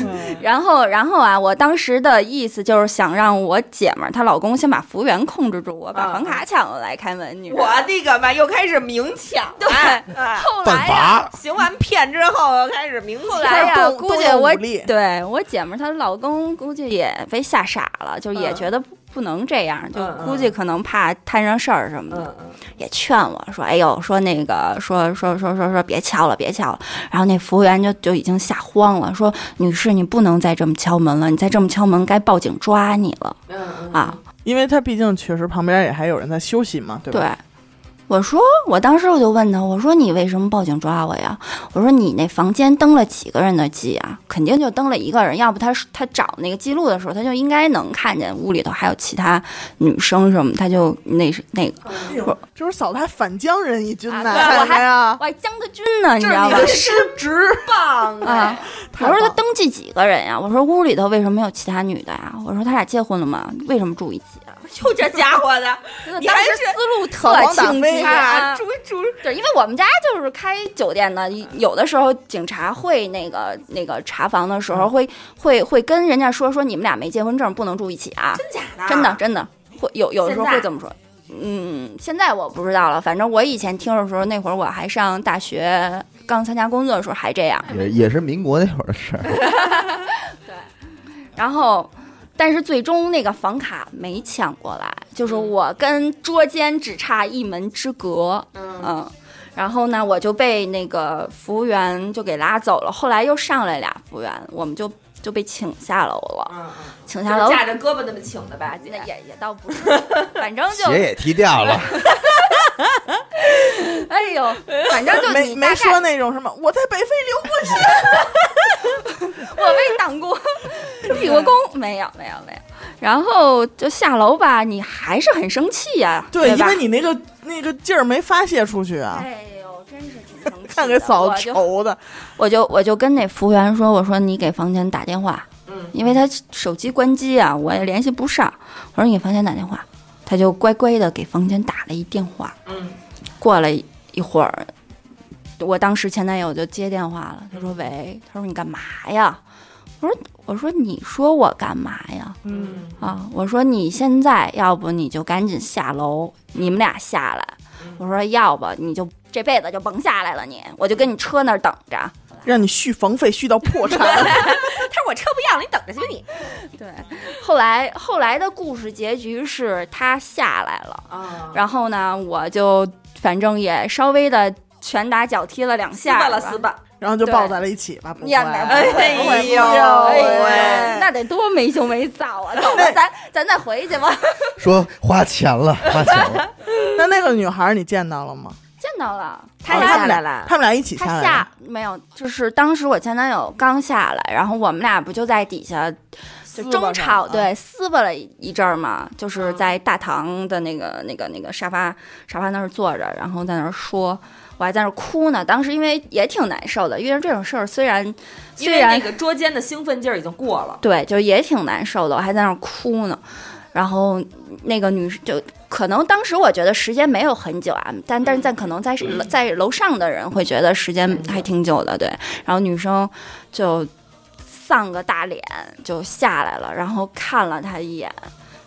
[SPEAKER 3] 然后，然后啊，我当时的意思就是想让我姐们儿她老公先把服务员控制住，我把
[SPEAKER 2] 啊
[SPEAKER 3] 房卡抢过来开门。你知道
[SPEAKER 2] 我
[SPEAKER 3] 吗
[SPEAKER 2] 的个妈，又开始明抢，
[SPEAKER 3] 对
[SPEAKER 2] 哎
[SPEAKER 3] 后
[SPEAKER 4] 办
[SPEAKER 3] 来呀、
[SPEAKER 4] 法，
[SPEAKER 2] 行完骗之后又开始明抢，
[SPEAKER 3] 后来呀、
[SPEAKER 1] 开始动
[SPEAKER 3] 估计
[SPEAKER 1] 动用
[SPEAKER 3] 我
[SPEAKER 1] 武力
[SPEAKER 3] 对我姐们儿她老公估计也被吓傻了，就也
[SPEAKER 2] 嗯
[SPEAKER 3] 觉得不不能这样，就
[SPEAKER 2] 嗯嗯
[SPEAKER 3] 估计可能怕摊上事儿什么的。
[SPEAKER 2] 嗯，
[SPEAKER 3] 也劝我说：“哎呦，说那个，说说说说说，别敲了，别敲了。”然后那服务员就就已经吓慌了，说：“女士，你不能再这么敲门了，你再这么敲门，该报警抓你了
[SPEAKER 2] 嗯嗯
[SPEAKER 3] 啊
[SPEAKER 1] 因为他毕竟确实旁边也还有人在休息嘛，！”对吧？
[SPEAKER 3] 对，我说，我当时我就问他，我说：“你为什么报警抓我呀？”我说：“你那房间登了几个人的记啊？肯定就登了一个人，要不他他找那个记录的时候，他就应该能看见屋里头还有其他女生什么，他就那是那个，
[SPEAKER 1] 哎呦就是嫂子还反将人一军
[SPEAKER 3] 啊
[SPEAKER 1] 呢，
[SPEAKER 3] 对我
[SPEAKER 1] 看
[SPEAKER 3] 还
[SPEAKER 1] 见呀，
[SPEAKER 3] 我还将他军呢，你
[SPEAKER 1] 这是你的
[SPEAKER 3] 知道吧？
[SPEAKER 1] 失职。
[SPEAKER 2] 棒
[SPEAKER 3] 啊
[SPEAKER 2] 啊！！
[SPEAKER 1] 太
[SPEAKER 3] 我说他
[SPEAKER 1] 棒了
[SPEAKER 3] 登记几个人呀、我说屋里头为什么没有其他女的呀、我说他俩结婚了吗？为什么住一起啊？
[SPEAKER 2] 就这家伙的，你
[SPEAKER 3] 当
[SPEAKER 2] 还
[SPEAKER 3] 时
[SPEAKER 2] 是
[SPEAKER 3] 思路
[SPEAKER 1] 扫
[SPEAKER 3] 特
[SPEAKER 1] 黄打
[SPEAKER 3] 清
[SPEAKER 1] 非
[SPEAKER 3] 晰
[SPEAKER 2] 啊，
[SPEAKER 3] 啊！
[SPEAKER 2] 猪猪
[SPEAKER 3] 对，因为我们家就是开酒店的，有的时候警察会那个那个查房的时候会会会跟人家说说你们俩没结婚证不能住一起啊，
[SPEAKER 2] 真假的？
[SPEAKER 3] 真的，真的会有有时候
[SPEAKER 2] 现在
[SPEAKER 3] 会这么说。嗯，现在我不知道了，反正我以前听的时候，那会儿我还上大学，刚参加工作的时候还这样。
[SPEAKER 4] 也也是民国那会儿的事儿，
[SPEAKER 3] 然后，但是最终那个房卡没抢过来，就是我跟捉奸只差一门之隔，嗯然后呢，我就被那个服务员就给拉走了。后来又上来俩服务员，我们就就被请下楼了，
[SPEAKER 2] 嗯，
[SPEAKER 3] 请
[SPEAKER 2] 就
[SPEAKER 3] 下楼
[SPEAKER 2] 是。架着胳膊那么请的吧，姐
[SPEAKER 3] 那。也也倒 不是，反正就
[SPEAKER 4] 鞋也踢掉了，
[SPEAKER 3] 哎呦，反正就
[SPEAKER 1] 没
[SPEAKER 3] 你大
[SPEAKER 1] 没
[SPEAKER 3] 概
[SPEAKER 1] 说那种什么，我在北非流过血，
[SPEAKER 3] 我被挡过， 立过功，没有没有没有。然后就下楼吧，你还是很生气呀、对
[SPEAKER 1] 因
[SPEAKER 3] 吧？
[SPEAKER 1] 为你那个那个劲儿没发泄出去啊，
[SPEAKER 3] 哎呦，真是挺生气的。
[SPEAKER 1] 看给嫂
[SPEAKER 3] 我
[SPEAKER 1] 子
[SPEAKER 3] 就
[SPEAKER 1] 愁的，
[SPEAKER 3] 我就我就跟那服务员说，我说你给房间打电话，
[SPEAKER 2] 嗯
[SPEAKER 3] 因为他手机关机啊，我也联系不上。我说你给房间打电话，他就乖乖的给房间打了一电话。
[SPEAKER 2] 嗯，
[SPEAKER 3] 过了一会儿，我当时前男友就接电话了，他说喂，他说你干嘛呀？我说我说你说我干嘛呀？
[SPEAKER 1] 嗯，
[SPEAKER 3] 啊，我说你现在要不你就赶紧下楼，你们俩下来。我说要不你就这辈子就甭下来了你，我就跟你车那儿等着。
[SPEAKER 1] 让你续房费续到破产。
[SPEAKER 2] 他说我车不要了，你等着去吧你。
[SPEAKER 3] 对，后来后来的故事结局是他下来了，
[SPEAKER 2] 啊
[SPEAKER 3] 然后呢，我就反正也稍微的拳打脚踢了两
[SPEAKER 2] 撕
[SPEAKER 3] 下，
[SPEAKER 2] 吧了
[SPEAKER 3] 是吧
[SPEAKER 2] 撕吧，
[SPEAKER 1] 然后就
[SPEAKER 3] 对
[SPEAKER 1] 抱在了一起吧，不
[SPEAKER 3] 也
[SPEAKER 1] 会
[SPEAKER 3] 没
[SPEAKER 1] 啊
[SPEAKER 2] 哎
[SPEAKER 3] 不会不会
[SPEAKER 2] 呦
[SPEAKER 3] 哎呦
[SPEAKER 1] 喂
[SPEAKER 3] 那得多没羞没臊啊！ 走吧，咱咱再回去吧。
[SPEAKER 4] 说花钱了，花钱 了，
[SPEAKER 1] 那那个女孩儿你见到了吗？
[SPEAKER 3] 见到了，
[SPEAKER 2] 他
[SPEAKER 1] 哦
[SPEAKER 2] 下
[SPEAKER 1] 们
[SPEAKER 2] 来
[SPEAKER 1] 俩
[SPEAKER 2] 了
[SPEAKER 1] 他们俩一起
[SPEAKER 3] 他
[SPEAKER 1] 下来
[SPEAKER 3] 下
[SPEAKER 1] 的，
[SPEAKER 3] 没有，就是当时我前男友刚下来，然后我们俩不就在底下就
[SPEAKER 1] 撕
[SPEAKER 3] 争
[SPEAKER 1] 巴上
[SPEAKER 3] 吵，
[SPEAKER 1] 了啊
[SPEAKER 2] 嗯
[SPEAKER 3] 对，撕巴了一阵儿嘛，就是在大堂的那个、那个、那个沙发沙发那儿坐着，然后在那儿说，我还在那儿哭呢。当时因为也挺难受的，遇到这种事儿，虽然
[SPEAKER 2] 因
[SPEAKER 3] 虽
[SPEAKER 2] 为
[SPEAKER 3] 然
[SPEAKER 2] 那个捉奸的兴奋劲儿已经过了。
[SPEAKER 3] 对，就也挺难受的，我还在那儿哭呢。然后那个女就可能当时我觉得时间没有很久啊，但但是但可能在在楼上的人会觉得时间还挺久的，对。然后女生就丧个大脸就下来了，然后看了他一眼，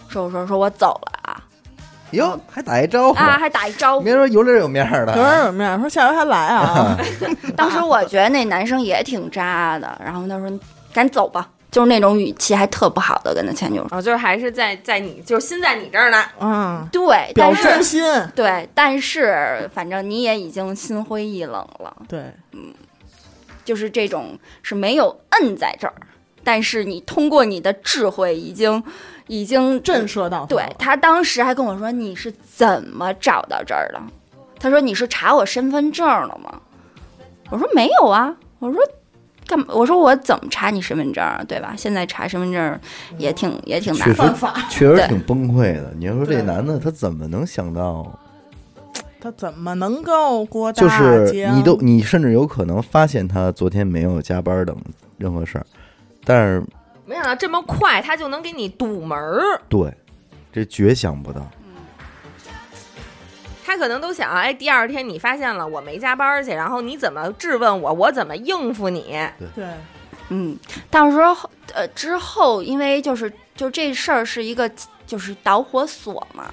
[SPEAKER 3] 说说说我走了啊
[SPEAKER 4] 哟，还打一招呼，
[SPEAKER 3] 啊，还打一招呼
[SPEAKER 4] 明。儿有脸有面儿的，
[SPEAKER 1] 哦
[SPEAKER 4] 啊
[SPEAKER 1] 有点有面儿，说下回还来 啊。
[SPEAKER 3] 当时我觉得那男生也挺渣的，然后他说赶紧走吧，就是那种语气还特不好的跟他前女友说。
[SPEAKER 2] 哦，就是还是在在你，就是心在你这儿呢。
[SPEAKER 1] 嗯，
[SPEAKER 3] 对，
[SPEAKER 1] 表
[SPEAKER 3] 但是
[SPEAKER 1] 忠心，
[SPEAKER 3] 对，但是反正你也已经心灰意冷了，
[SPEAKER 1] 对，
[SPEAKER 3] 就是这种是没有摁在这儿，但是你通过你的智慧已经已经
[SPEAKER 1] 震慑到他
[SPEAKER 3] 对
[SPEAKER 1] 了
[SPEAKER 3] 他当时还跟我说你是怎么找到这儿的？他说你是查我身份证了吗？我说没有啊，我说干嘛？我说我怎么查你身份证啊？对吧？现在查身份证也挺也挺难
[SPEAKER 4] 确
[SPEAKER 3] 的。
[SPEAKER 4] 实
[SPEAKER 1] 犯法，
[SPEAKER 4] 确实
[SPEAKER 3] 对
[SPEAKER 4] 挺崩溃的。你要说这
[SPEAKER 1] 对
[SPEAKER 4] 男的他怎么能想到？
[SPEAKER 1] 他怎么能够过大啊
[SPEAKER 4] 就是
[SPEAKER 1] 江
[SPEAKER 4] 你都你甚至有可能发现他昨天没有加班等任何事儿，但是
[SPEAKER 2] 没想到这么快，他就能给你堵门儿。
[SPEAKER 4] 对，这绝想不到。
[SPEAKER 2] 他可能都想，哎，第二天你发现了我没加班儿去，然后你怎么质问我，我怎么应付你？
[SPEAKER 1] 对
[SPEAKER 3] 嗯，到时候呃之后，因为就是就这事儿是一个就是导火索嘛，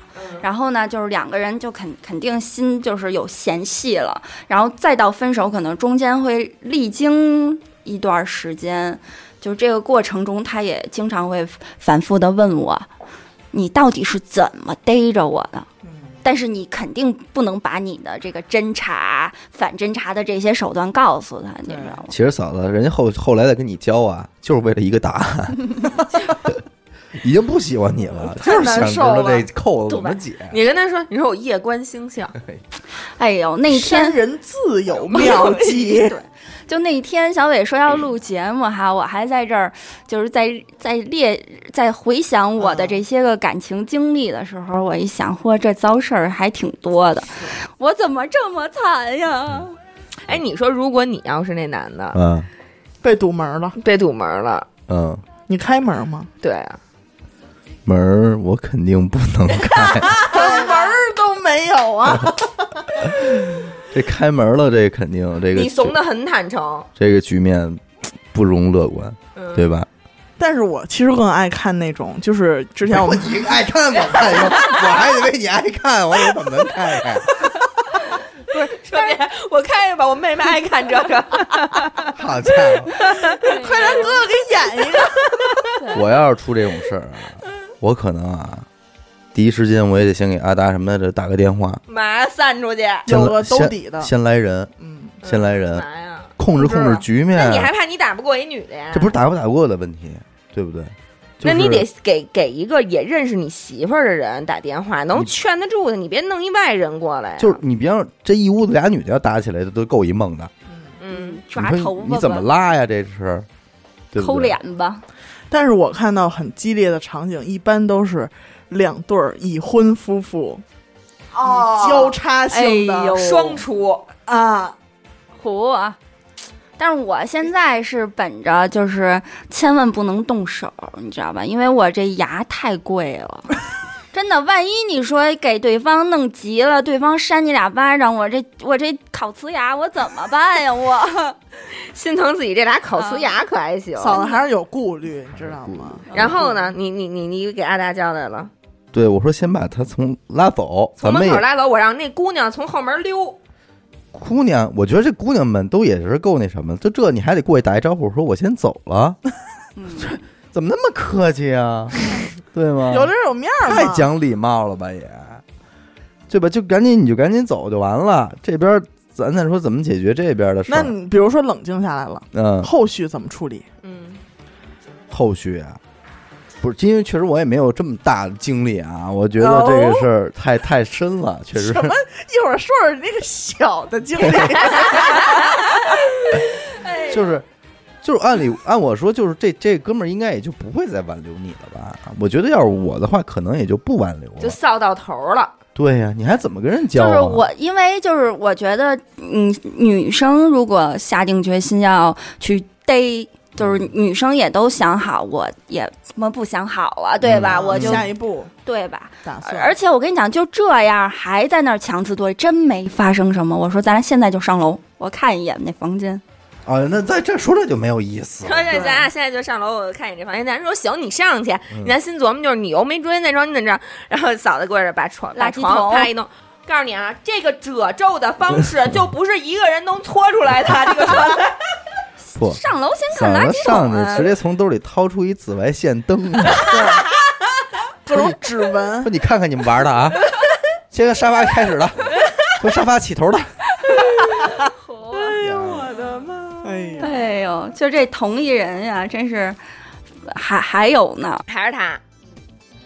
[SPEAKER 3] 然后呢就是两个人就肯肯定心就是有嫌隙了，然后再到分手，可能中间会历经一段时间，就这个过程中，他也经常会反复的问我，你到底是怎么逮着我的？
[SPEAKER 1] 嗯
[SPEAKER 3] 但是你肯定不能把你的这个侦查、反侦查的这些手段告诉他，你知道吗？
[SPEAKER 4] 其实嫂子，人家后后来再跟你交啊，就是为了一个答案， 已经不喜欢你了，
[SPEAKER 1] 太
[SPEAKER 4] 就是
[SPEAKER 1] 难
[SPEAKER 4] 想知
[SPEAKER 1] 受
[SPEAKER 4] 道
[SPEAKER 1] 了
[SPEAKER 4] 这扣子怎么解。
[SPEAKER 2] 你跟他说，你说我夜观星象，
[SPEAKER 3] 哎呦，那天
[SPEAKER 1] 天人自有 妙计，
[SPEAKER 3] 就那一天，小伟说要录节目哈，我还在这儿，就是在在列在回想我的这些个感情经历的时候，我一想，嚯，这糟事儿还挺多的，我怎么这么惨呀？
[SPEAKER 2] 哎，你说如果你要是那男的
[SPEAKER 4] 嗯
[SPEAKER 1] 被堵门了。
[SPEAKER 2] 被堵门了，
[SPEAKER 4] 嗯，
[SPEAKER 1] 你开门吗？
[SPEAKER 2] 对啊，
[SPEAKER 4] 门儿我肯定不能 开，
[SPEAKER 1] 门儿都没有啊！
[SPEAKER 4] 这开门了，这肯定这个
[SPEAKER 2] 你怂的很坦诚，
[SPEAKER 4] 这个局面不容乐观，
[SPEAKER 2] 嗯
[SPEAKER 4] 对吧？
[SPEAKER 1] 但是我其实更爱看那种，就是之前我们
[SPEAKER 4] 你爱看我看什么， 我还以为你爱看，我怎么能看 看？
[SPEAKER 2] 说别我看着吧，我妹妹爱看这个。
[SPEAKER 4] 好家伙！
[SPEAKER 1] 快让哥哥给 演一个。
[SPEAKER 4] 我要是出这种事儿啊，我可能啊，第一时间我也得先给阿达什么的打个电话，
[SPEAKER 2] 马上散出去。
[SPEAKER 4] 先
[SPEAKER 1] 有个
[SPEAKER 4] 先
[SPEAKER 1] 兜底的
[SPEAKER 4] 先来人，
[SPEAKER 1] 嗯，
[SPEAKER 4] 先来人，
[SPEAKER 2] 嘛呀？
[SPEAKER 4] 控制控制局面
[SPEAKER 2] 那。你还怕你打不过一女的呀？
[SPEAKER 4] 啊这不是打不打过的问题，对不对？就
[SPEAKER 2] 那你
[SPEAKER 4] 是
[SPEAKER 2] 得给给一个也认识你媳妇儿的人打电话，能
[SPEAKER 4] 你
[SPEAKER 2] 劝得住的，你别弄一外人过来呀。啊
[SPEAKER 4] 就是你别让这一屋子俩女的要打起来，都够一梦的。
[SPEAKER 2] 嗯，
[SPEAKER 3] 抓
[SPEAKER 4] 你说
[SPEAKER 3] 头
[SPEAKER 4] 你
[SPEAKER 3] 发
[SPEAKER 4] 怎么
[SPEAKER 3] 吧，
[SPEAKER 4] 拉呀？这是对不对
[SPEAKER 3] 抠脸吧，
[SPEAKER 1] 但是我看到很激烈的场景，一般都是两对儿已婚夫妇
[SPEAKER 2] 哦
[SPEAKER 1] 以交叉性的、
[SPEAKER 3] 哎呦
[SPEAKER 2] 双出，
[SPEAKER 1] 哦啊，
[SPEAKER 3] 嚯啊！但是我现在是本着就是千万不能动手，你知道吧？因为我这牙太贵了，真的。万一你说给对方弄急了，对方扇你俩巴掌，我这我这烤瓷牙我怎么办呀？我
[SPEAKER 2] 心疼自己这俩烤瓷牙可还行。
[SPEAKER 1] 嫂子还是有顾虑，你知道吗？
[SPEAKER 2] 然后呢，你你你你给阿达交代了，
[SPEAKER 4] 对，我说先把她从拉走，
[SPEAKER 2] 从
[SPEAKER 4] 咱们
[SPEAKER 2] 门口
[SPEAKER 4] 也
[SPEAKER 2] 拉走，我让那姑娘从后门溜。
[SPEAKER 4] 姑娘，我觉得这姑娘们都也是够那什么，就这你还得过去打一招呼，说我先走 了，
[SPEAKER 1] 嗯
[SPEAKER 4] 怎么那么客气啊？ 对吗？
[SPEAKER 1] 有脸有面儿嘛，
[SPEAKER 4] 太讲礼貌了吧也，对吧？就赶紧你就赶紧走就完了，这边咱再说怎么解决这边的事
[SPEAKER 1] 那
[SPEAKER 4] 儿。
[SPEAKER 1] 你比如说冷静下来了，
[SPEAKER 4] 嗯，
[SPEAKER 1] 后续怎么处理？
[SPEAKER 2] 嗯，
[SPEAKER 4] 后续啊，不是因为确实我也没有这么大的经历啊，我觉得这个事儿太太深了，确实
[SPEAKER 1] 哦什么？一会儿说说你那个小的经历，
[SPEAKER 4] 就是就是按理按我说，就是这这哥们儿应该也就不会再挽留你了吧？我觉得要是我的话，可能也就不挽留
[SPEAKER 2] 就
[SPEAKER 4] 了。
[SPEAKER 2] 臊到头了。
[SPEAKER 4] 对呀、你还怎么跟人交、
[SPEAKER 3] 就
[SPEAKER 4] 啊？
[SPEAKER 3] 是我，因为就是我觉得，嗯，女生如果下定决心要去逮，就是女生也都想好，我也他妈不想好了，对吧？
[SPEAKER 4] 嗯
[SPEAKER 3] 我就
[SPEAKER 1] 下一步
[SPEAKER 3] 对吧？
[SPEAKER 1] 打算，
[SPEAKER 3] 而且我跟你讲，就这样还在那儿强词夺理，真没发生什么。我说咱俩现在就上楼，我看一眼那房间。
[SPEAKER 4] 啊，那在这说这就没有意思
[SPEAKER 2] 说
[SPEAKER 4] 了。
[SPEAKER 2] 这咱俩现在就上楼，我看你这房间。男人说行，你上去。
[SPEAKER 4] 嗯
[SPEAKER 2] 你咱心琢磨就是你又没追那床，你怎么着？然后嫂子过来把床把
[SPEAKER 3] 垃圾
[SPEAKER 2] 床
[SPEAKER 3] 桶
[SPEAKER 2] 啪一弄。告诉你啊，这个褶皱的方式就不是一个人能搓出来的。这 个床单
[SPEAKER 4] 不，
[SPEAKER 3] 上楼先看
[SPEAKER 4] 嗓
[SPEAKER 3] 垃
[SPEAKER 4] 子
[SPEAKER 3] 圾
[SPEAKER 4] 上
[SPEAKER 3] 桶
[SPEAKER 4] 去
[SPEAKER 3] 啊
[SPEAKER 4] 直！接从兜里掏出一紫外线灯来，
[SPEAKER 1] 各种指纹
[SPEAKER 4] 说 你看看你们玩的啊，现在沙发开始了，从沙发起头了。哎呦
[SPEAKER 2] 哦
[SPEAKER 4] 我的！
[SPEAKER 1] 哎呀，
[SPEAKER 3] 哎呦，就这同一人呀，真是还还有呢。
[SPEAKER 2] 还是他，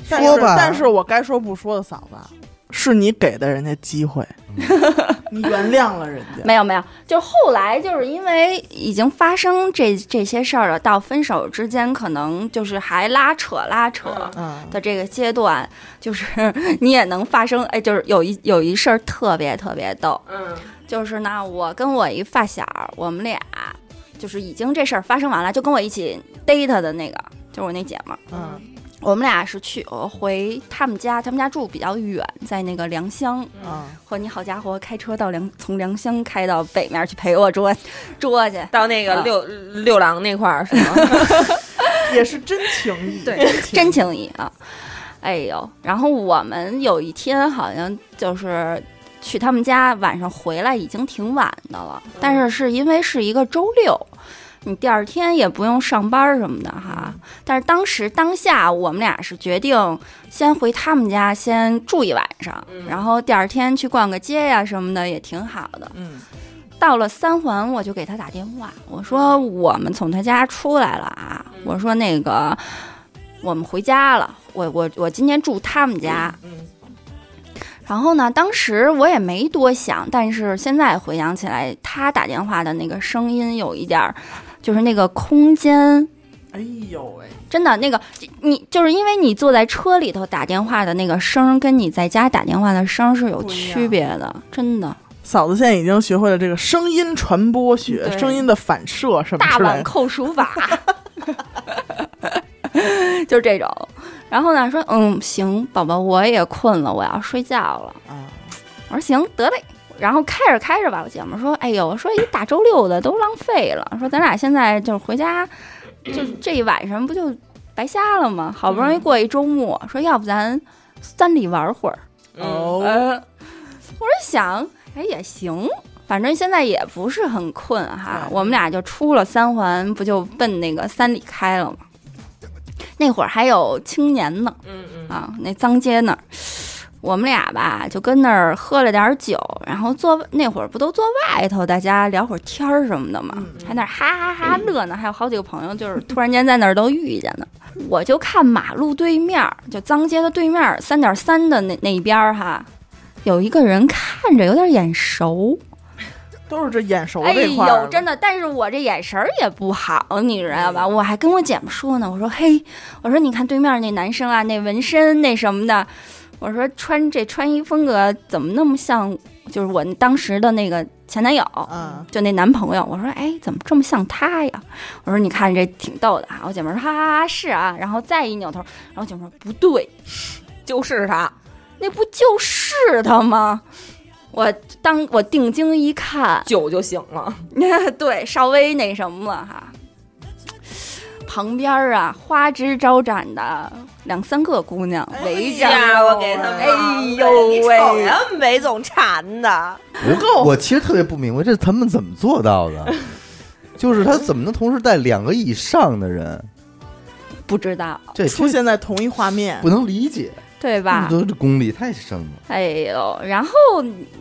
[SPEAKER 1] 但是
[SPEAKER 4] 说吧
[SPEAKER 1] 但是我该说不说的嫂子，是你给的人家机会，
[SPEAKER 4] 嗯
[SPEAKER 1] 你原谅了人家，
[SPEAKER 3] 没有没有，就后来就是因为已经发生这这些事儿了，到分手之间可能就是还拉扯拉扯。
[SPEAKER 1] 嗯，
[SPEAKER 3] 的这个阶段，就是 你也能发生，哎，就是有一有一事儿特别特别逗，
[SPEAKER 2] 嗯，
[SPEAKER 3] 就是呢，我跟我一发小，我们俩就是已经这事儿发生完了，就跟我一起 date 的那个，就是我那姐们儿，
[SPEAKER 1] 嗯
[SPEAKER 3] 我们俩是去我回他们家，他们家住比较远，在那个良乡，
[SPEAKER 1] 嗯，
[SPEAKER 3] 和你好家伙，开车到良从良乡开到北面去陪我捉捉去。
[SPEAKER 2] 到那个
[SPEAKER 3] 啊
[SPEAKER 2] 六六郎那块儿是吗？
[SPEAKER 1] 也是真情谊，
[SPEAKER 3] 对 真
[SPEAKER 1] 真情
[SPEAKER 3] 情谊啊！哎呦，然后我们有一天好像就是去他们家，晚上回来已经挺晚的了，但是是因为是一个周六。你第二天也不用上班什么的哈，但是当时当下我们俩是决定先回他们家先住一晚上，
[SPEAKER 2] 嗯
[SPEAKER 3] 然后第二天去逛个街呀、什么的也挺好的。
[SPEAKER 1] 嗯
[SPEAKER 3] 到了三环，我就给他打电话，我说我们从他家出来了啊，
[SPEAKER 1] 嗯
[SPEAKER 3] 我说那个我们回家了，我我我今天住他们家。
[SPEAKER 2] 嗯
[SPEAKER 3] 然后呢，当时我也没多想，但是现在回想起来，他打电话的那个声音有一点儿，就是那个空间。
[SPEAKER 1] 哎呦喂，
[SPEAKER 3] 真的，那个你就是因为你坐在车里头打电话的那个声儿，跟你在家打电话的声儿是有
[SPEAKER 1] 不一样
[SPEAKER 3] 区别的，真的。
[SPEAKER 1] 嫂子现在已经学会了这个声音传播学、
[SPEAKER 3] 对
[SPEAKER 1] 声音的反射什么
[SPEAKER 3] 大
[SPEAKER 1] 之类
[SPEAKER 3] 碗
[SPEAKER 1] 的，
[SPEAKER 3] 扣除法， 就是这种。然后呢，说嗯行，宝宝我也困了，我要睡觉了。
[SPEAKER 1] 啊，
[SPEAKER 3] 我说行，得嘞。然后开着开着吧，我姐们儿说，哎呦，我说一大周六的都浪费了，说咱俩现在就是回家，就这一晚上不就白瞎了吗？好不
[SPEAKER 1] 嗯
[SPEAKER 3] 容易过一周末，说要不咱三里玩会儿。
[SPEAKER 2] 嗯，
[SPEAKER 1] 哦，
[SPEAKER 3] 呃我说想，哎也行，反正现在也不是很困哈。
[SPEAKER 2] 嗯
[SPEAKER 1] 对
[SPEAKER 3] 我们俩就出了三环，不就奔那个三里开了吗？那会儿还有青年呢，
[SPEAKER 2] 嗯嗯
[SPEAKER 3] 啊，那脏街那儿，我们俩吧就跟那儿喝了点儿酒，然后坐那会儿不都坐外头，大家聊会儿天儿什么的嘛，
[SPEAKER 2] 嗯
[SPEAKER 3] 还那儿哈哈哈乐呢，还有好几个朋友就是突然间在那儿都遇见呢。我就看马路对面儿，就脏街的对面儿三点三的那那一边儿哈，有一个人看着有点眼熟，
[SPEAKER 1] 都是这眼熟
[SPEAKER 3] 哎
[SPEAKER 1] 这块儿
[SPEAKER 3] 呦
[SPEAKER 1] 了，，
[SPEAKER 3] 真的，但是我这眼神儿也不好，你知道吧？
[SPEAKER 1] 嗯
[SPEAKER 3] 我还跟我姐们说呢，我说嘿，我说你看对面那男生啊，那纹身那什么的，我说穿这穿衣风格怎么那么像，就是我当时的那个前男友，
[SPEAKER 1] 嗯
[SPEAKER 3] 就那男朋友，我说哎，怎么这么像他呀？我说你看这挺逗的啊，我姐们说哈哈哈是啊，然后再一扭头，然后我姐们说不对，
[SPEAKER 2] 就是他，
[SPEAKER 3] 那不就是他吗？我当我定睛一看，
[SPEAKER 2] 酒就行了。
[SPEAKER 3] 对，稍微那什么了哈。旁边儿啊，花枝招展的两三个姑娘
[SPEAKER 1] 哎
[SPEAKER 3] 围着，
[SPEAKER 2] 哎呀，我给他们，
[SPEAKER 3] 哎呦
[SPEAKER 2] 你瞅
[SPEAKER 3] 喂
[SPEAKER 2] 人没总馋的，
[SPEAKER 4] 不够。我其实特别不明白，这他们怎么做到的？就是他怎么能同时带两个以上的人？
[SPEAKER 3] 不知道
[SPEAKER 4] 这
[SPEAKER 1] 出
[SPEAKER 4] 这
[SPEAKER 1] 现在同一画面
[SPEAKER 4] 不，能理解，
[SPEAKER 3] 对吧
[SPEAKER 4] 这？嗯都是功力太深了。
[SPEAKER 3] 哎呦，然后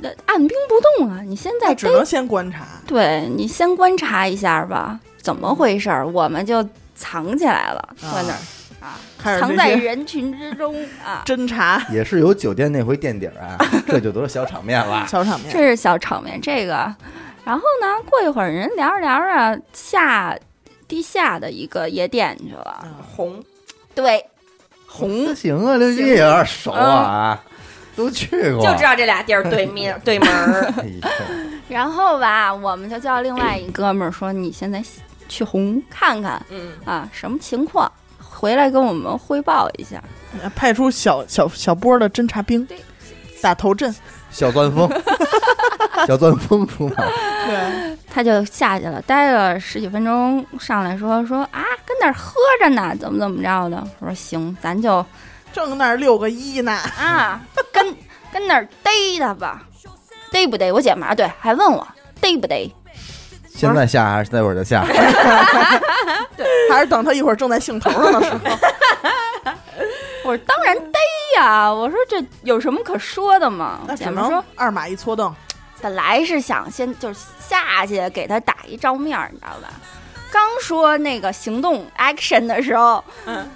[SPEAKER 3] 呃按兵不动啊！你现在
[SPEAKER 1] 只
[SPEAKER 3] 逮
[SPEAKER 1] 能先观察，
[SPEAKER 3] 对你先观察一下吧，怎么回事儿？我们就藏起来了，
[SPEAKER 1] 啊
[SPEAKER 3] 搁那儿啊，
[SPEAKER 1] 开始
[SPEAKER 3] 藏
[SPEAKER 1] 这
[SPEAKER 3] 在
[SPEAKER 1] 些
[SPEAKER 3] 人群之中啊，
[SPEAKER 1] 侦查
[SPEAKER 4] 也是有酒店那回垫底儿啊，这就都是小场面了。
[SPEAKER 1] 小场
[SPEAKER 3] 这
[SPEAKER 1] 面，
[SPEAKER 3] 是小场面，这个。然后呢，过一会儿人聊着聊着下地下的一个夜店去了。
[SPEAKER 2] 红
[SPEAKER 3] 对，红
[SPEAKER 4] 那行啊，刘金也有点熟啊，都去过。
[SPEAKER 2] 就知道这俩地儿对面对门 儿，
[SPEAKER 4] 哎呀
[SPEAKER 3] 然后吧，我们就叫另外一哥们儿说：“你现在去红看看
[SPEAKER 2] 嗯，
[SPEAKER 3] 啊，什么情况，回来跟我们汇报一下。
[SPEAKER 1] 嗯派出小小小波的侦察兵
[SPEAKER 3] 对，
[SPEAKER 1] 打头 阵。
[SPEAKER 4] 小钻风，小钻风出马，
[SPEAKER 1] 对，”
[SPEAKER 3] 他就下去了，待了十几分钟，上来说说啊，跟那儿喝着呢，怎么怎么着的。我说行，咱就
[SPEAKER 1] 正那儿六个一呢，
[SPEAKER 3] 啊，跟跟那儿逮他吧，逮不逮？我姐麻对，还问我逮不逮？
[SPEAKER 4] 现在下还是待会儿就下？
[SPEAKER 1] 还是等他一会儿正在兴头上的时 候。
[SPEAKER 3] 我说当然逮呀！我说这有什么可说的嘛？
[SPEAKER 1] 那
[SPEAKER 3] 姐
[SPEAKER 1] 只
[SPEAKER 3] 们说
[SPEAKER 1] 能二马一搓蹬，
[SPEAKER 3] 本来是想先就是下去给他打一照面儿，你知道吧？刚说那个行动 action 的时候，
[SPEAKER 2] 嗯，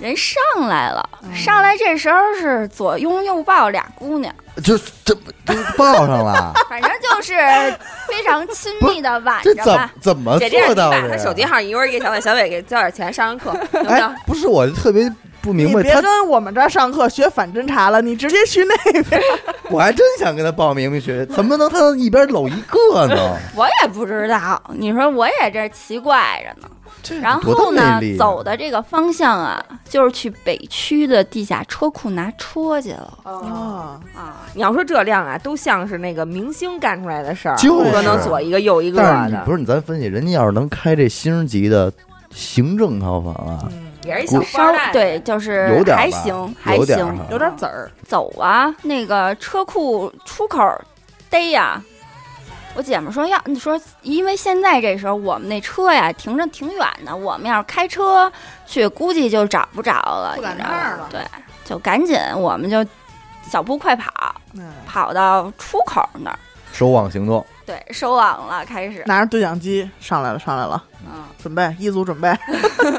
[SPEAKER 3] 人上来了，
[SPEAKER 4] 哦
[SPEAKER 3] 上来这时候是左拥右抱俩姑娘，
[SPEAKER 4] 就这这报上了，
[SPEAKER 3] 反正就是非常亲密的挽
[SPEAKER 4] 这
[SPEAKER 3] 着
[SPEAKER 4] 怎
[SPEAKER 3] 哎吧。
[SPEAKER 4] 怎么
[SPEAKER 2] 姐这样
[SPEAKER 4] 啊做
[SPEAKER 2] 你
[SPEAKER 4] 到
[SPEAKER 2] 把
[SPEAKER 4] 的
[SPEAKER 2] 他
[SPEAKER 4] 呀？
[SPEAKER 2] 手机号一会儿给小伟，小伟给交点钱上上 课，行不行？
[SPEAKER 4] 哎，不是，我就特别不明
[SPEAKER 1] 你
[SPEAKER 4] 白，
[SPEAKER 1] 别
[SPEAKER 4] 他
[SPEAKER 1] 跟我们这儿上课学反侦查了，你直接去那边。
[SPEAKER 4] 我还真想跟他报名名学，怎么能他一边搂一个呢？
[SPEAKER 3] 我也不知道，你说我也这奇怪着呢。
[SPEAKER 4] 这
[SPEAKER 3] 然
[SPEAKER 4] 多大
[SPEAKER 3] 后呢
[SPEAKER 4] 魅力，啊
[SPEAKER 3] 走的这个方向啊，就是去北区的地下车库拿车去了
[SPEAKER 1] 哦，
[SPEAKER 3] 啊。
[SPEAKER 2] 你要说这量啊，都像是那个明星干出来的事儿，
[SPEAKER 4] 就是
[SPEAKER 2] 说能左一个右一个
[SPEAKER 4] 但是你
[SPEAKER 2] 的，
[SPEAKER 4] 不是你咱分析，人家要是能开这星级的行政套房
[SPEAKER 2] 嗯
[SPEAKER 4] 啊，
[SPEAKER 1] 嗯
[SPEAKER 2] 也是一小
[SPEAKER 3] 稍
[SPEAKER 2] 官儿
[SPEAKER 3] 对，就是
[SPEAKER 4] 有点儿吧
[SPEAKER 3] 还行，还
[SPEAKER 4] 有点儿
[SPEAKER 3] 行
[SPEAKER 4] 哈，
[SPEAKER 1] 有点籽儿，
[SPEAKER 3] 走啊，那个车库出口儿逮呀、我姐们说要你说，因为现在这时候我们那车呀停着挺远的，我们要是开车去，估计就找不着了，
[SPEAKER 1] 不
[SPEAKER 3] 你
[SPEAKER 1] 赶
[SPEAKER 3] 知道
[SPEAKER 1] 趟儿
[SPEAKER 3] 吧
[SPEAKER 1] 了
[SPEAKER 3] 对，就赶紧，我们就小步快跑，
[SPEAKER 1] 嗯
[SPEAKER 3] 跑到出口那儿，
[SPEAKER 4] 守网行动，
[SPEAKER 3] 对，收网了，开始，
[SPEAKER 1] 拿着对讲机上来了，上来了，
[SPEAKER 3] 嗯，
[SPEAKER 1] 准备一组 准备，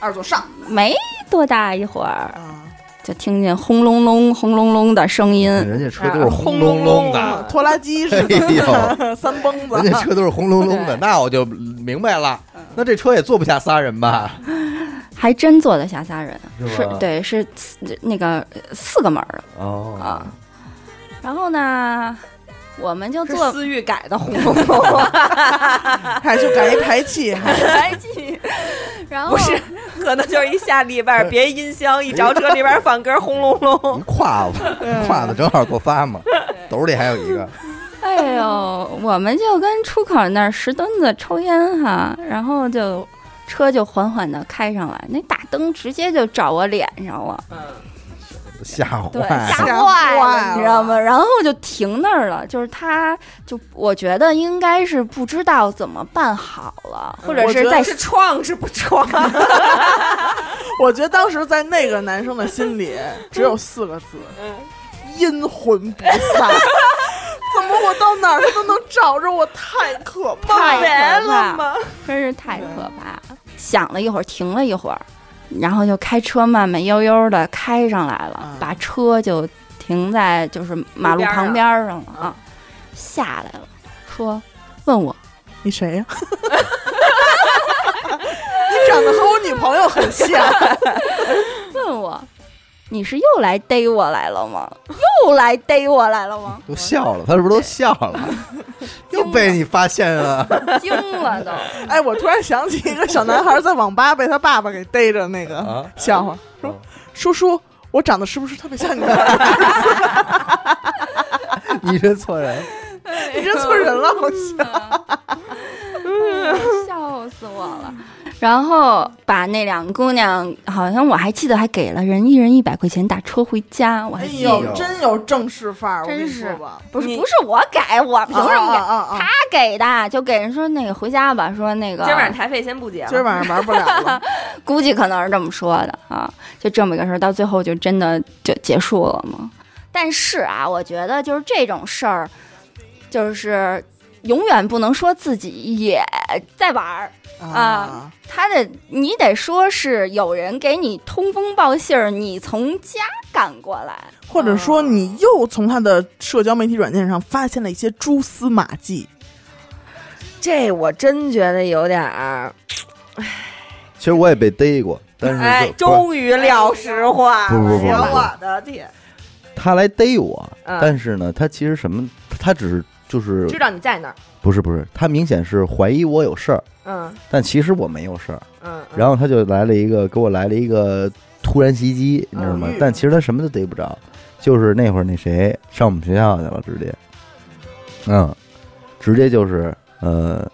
[SPEAKER 1] 二组上
[SPEAKER 3] 没多大一会儿，
[SPEAKER 1] 啊，
[SPEAKER 3] 就听见轰隆隆、轰隆隆的声
[SPEAKER 2] 嗯
[SPEAKER 3] 音，
[SPEAKER 4] 人家车都是轰隆
[SPEAKER 2] 啊
[SPEAKER 4] 的，
[SPEAKER 1] 拖拉机
[SPEAKER 4] 哎
[SPEAKER 1] 似
[SPEAKER 4] 呦，
[SPEAKER 1] 的， 三蹦子，
[SPEAKER 4] 人家车都是轰隆隆
[SPEAKER 3] 对
[SPEAKER 4] 的，那我就明白了，
[SPEAKER 2] 嗯
[SPEAKER 4] 那这车也坐不下仨人吧？
[SPEAKER 3] 还真坐得下仨人，
[SPEAKER 2] 嗯
[SPEAKER 4] 是
[SPEAKER 3] 是
[SPEAKER 4] 吧
[SPEAKER 3] 对，是四那个四个门儿的
[SPEAKER 4] 哦，
[SPEAKER 3] 啊。然后呢，我们就是坐
[SPEAKER 2] 思域改的红 红红，
[SPEAKER 1] 还就赶一排气，还
[SPEAKER 3] 排气，哎然后
[SPEAKER 2] 不是，可能就是一下里边儿别音箱，一着车里边儿放歌轰隆
[SPEAKER 4] 一
[SPEAKER 2] 隆，
[SPEAKER 4] 胯子，
[SPEAKER 2] 嗯
[SPEAKER 4] 胯子正好够仨嘛，兜里还有一个，
[SPEAKER 3] 哎呦，我们就跟出口那儿石墩子抽烟哈，然后就车就缓缓的开上来，那大灯直接就照我脸上了。
[SPEAKER 4] 吓
[SPEAKER 3] 对，
[SPEAKER 4] 坏
[SPEAKER 3] 吓
[SPEAKER 4] 了，
[SPEAKER 1] 坏
[SPEAKER 3] 坏
[SPEAKER 1] 了
[SPEAKER 3] 你知道吗？然后就停那儿了，就是他，就我觉得应该是不知道怎么办好了，或者
[SPEAKER 1] 我觉
[SPEAKER 3] 是
[SPEAKER 1] 得
[SPEAKER 3] 在
[SPEAKER 2] 是撞是不撞？
[SPEAKER 1] 我觉得当时在那个男生的心里只有四个字：
[SPEAKER 4] 嗯
[SPEAKER 1] 阴魂不散。 怎么我到哪儿他都能找着我，太可怕
[SPEAKER 3] 太
[SPEAKER 1] 了！
[SPEAKER 2] 来
[SPEAKER 3] 可怕
[SPEAKER 2] 了吗？
[SPEAKER 3] 真是太可怕了。想了一会儿，停了一会儿，然后就开车慢慢悠悠的开上来了，
[SPEAKER 1] 嗯
[SPEAKER 3] 把车就停在就是马路
[SPEAKER 2] 路边儿
[SPEAKER 3] 旁
[SPEAKER 2] 啊
[SPEAKER 3] 边儿上了啊，下来了，说问我
[SPEAKER 1] 你谁呀、你长得和我女朋友很 像，
[SPEAKER 3] 问我，你是又来逮我来了吗？又来逮我来了吗？
[SPEAKER 4] 都笑了，他是不是都笑了？又被你发现了，
[SPEAKER 3] 惊了都。
[SPEAKER 1] 哎，我突然想起一个小男孩在网吧被他爸爸给逮着那个
[SPEAKER 4] 啊
[SPEAKER 1] 笑话，
[SPEAKER 4] 哦
[SPEAKER 1] 说：“叔叔，我长得是不是特别像你啊的 爸爸？
[SPEAKER 4] 你认 错人，
[SPEAKER 1] 你认错人了，好像。
[SPEAKER 3] 笑死我了！ 然后把那两个姑娘，好像我还记得还给了人一人一百块钱打车回家，我”还
[SPEAKER 1] 哎
[SPEAKER 3] 记得。
[SPEAKER 1] 呦，真有正式范儿，我跟你
[SPEAKER 3] 真是
[SPEAKER 1] 说吧，
[SPEAKER 3] 不是
[SPEAKER 2] 你
[SPEAKER 3] 不是我给，我凭什么给？
[SPEAKER 1] 啊啊啊啊
[SPEAKER 3] 他给的，就给人说那个回家吧，说那个
[SPEAKER 2] 今儿晚上台费先不结
[SPEAKER 1] 今儿
[SPEAKER 2] 了，
[SPEAKER 1] 晚上玩不了 了。
[SPEAKER 3] 估计 可能是这么说的啊，就这么一个事儿，到最后就真的就结束了嘛。但是啊，我觉得就是这种事儿，就是永远不能说自己也在玩儿，啊，他得你得说是有人给你通风报信儿，你从家赶过来，
[SPEAKER 1] 或者说
[SPEAKER 3] 嗯
[SPEAKER 1] 你又从他的社交媒体软件上发现了一些 蛛丝马迹，
[SPEAKER 2] 这我真觉得有点儿。
[SPEAKER 4] 其实我也被逮过，但是就
[SPEAKER 2] 哎，
[SPEAKER 4] 不是
[SPEAKER 2] 终于聊实话
[SPEAKER 4] 不
[SPEAKER 2] 了，
[SPEAKER 4] 不不不不
[SPEAKER 2] 哎呦我的天，
[SPEAKER 3] 嗯
[SPEAKER 4] 他来逮我，
[SPEAKER 2] 嗯
[SPEAKER 4] 但是呢，他其实什么，他只是就是
[SPEAKER 2] 知道你在那儿，
[SPEAKER 4] 不是不是，他明显是怀疑我有事儿，
[SPEAKER 2] 嗯
[SPEAKER 4] 但其实我没有事儿。
[SPEAKER 2] 嗯，
[SPEAKER 4] 然后他就来了一个，给我来了一个突然袭击，你知道吗
[SPEAKER 1] 嗯？
[SPEAKER 4] 但其实他什么都逮不着，就是那会儿那谁上我们学校去了，直接，嗯，直接就是呃，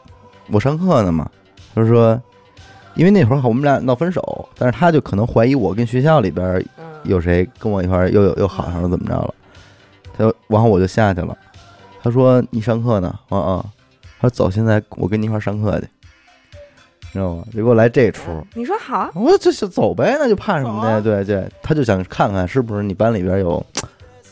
[SPEAKER 4] 我上课呢嘛，他说，因为那会儿我们俩闹分手，但是他就可能怀疑我跟学校里边
[SPEAKER 2] 嗯
[SPEAKER 4] 有谁跟我一块儿又有又好上了怎么着了，他就然后我就下去了，他说你上课呢，啊啊，他说走，现在我跟你一块儿上课去，你知道吗？就给我来这出。
[SPEAKER 2] 你说好啊，
[SPEAKER 4] 我这就走呗，那就怕什么
[SPEAKER 1] 走
[SPEAKER 4] 的？
[SPEAKER 1] 啊
[SPEAKER 4] 对对，他就想看看是不是你班里边有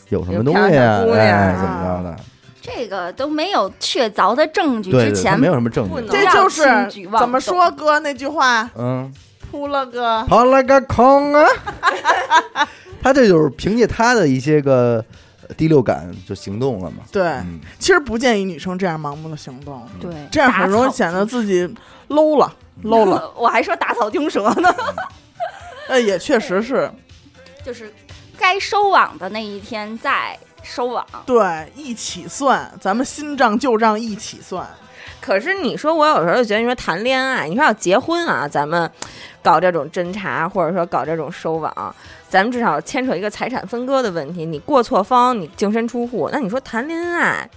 [SPEAKER 4] 有什么东
[SPEAKER 2] 有漂
[SPEAKER 4] 西
[SPEAKER 2] 亮小
[SPEAKER 4] 啊，
[SPEAKER 2] 姑娘
[SPEAKER 4] 哎，
[SPEAKER 2] 啊
[SPEAKER 4] 怎么着的？
[SPEAKER 3] 这个都没有确凿的证据
[SPEAKER 4] 对
[SPEAKER 3] 之
[SPEAKER 4] 对，他
[SPEAKER 3] 前
[SPEAKER 4] 没，有什么证
[SPEAKER 2] 不
[SPEAKER 4] 据
[SPEAKER 2] 能。
[SPEAKER 1] 这
[SPEAKER 3] 让
[SPEAKER 1] 就
[SPEAKER 3] 轻举
[SPEAKER 1] 是
[SPEAKER 3] 妄
[SPEAKER 1] 怎么
[SPEAKER 3] 动
[SPEAKER 1] 说哥那句话，
[SPEAKER 4] 嗯，
[SPEAKER 1] 扑了个
[SPEAKER 4] 跑了个空啊！ 他这就是凭借他的一些个呃第六感就行动了嘛。
[SPEAKER 1] 对。
[SPEAKER 4] 嗯，
[SPEAKER 1] 其实不建议女生这样盲目的行动，
[SPEAKER 3] 对，
[SPEAKER 1] 这样很容易显得自己 low 了，low
[SPEAKER 4] 嗯
[SPEAKER 1] 了。
[SPEAKER 3] 我还说打草惊蛇呢，
[SPEAKER 1] 呃，也确实是
[SPEAKER 3] 就是该收网的那一天再收网。
[SPEAKER 1] 对，一起算，咱们新账旧账一起算。
[SPEAKER 2] 可是你说我有时候就觉得，你说谈恋爱，你说要结婚啊，咱们搞这种侦查，或者说搞这种收网，咱们至少牵扯一个财产分割的问题。你过错方，你净身出户，那你说谈恋爱，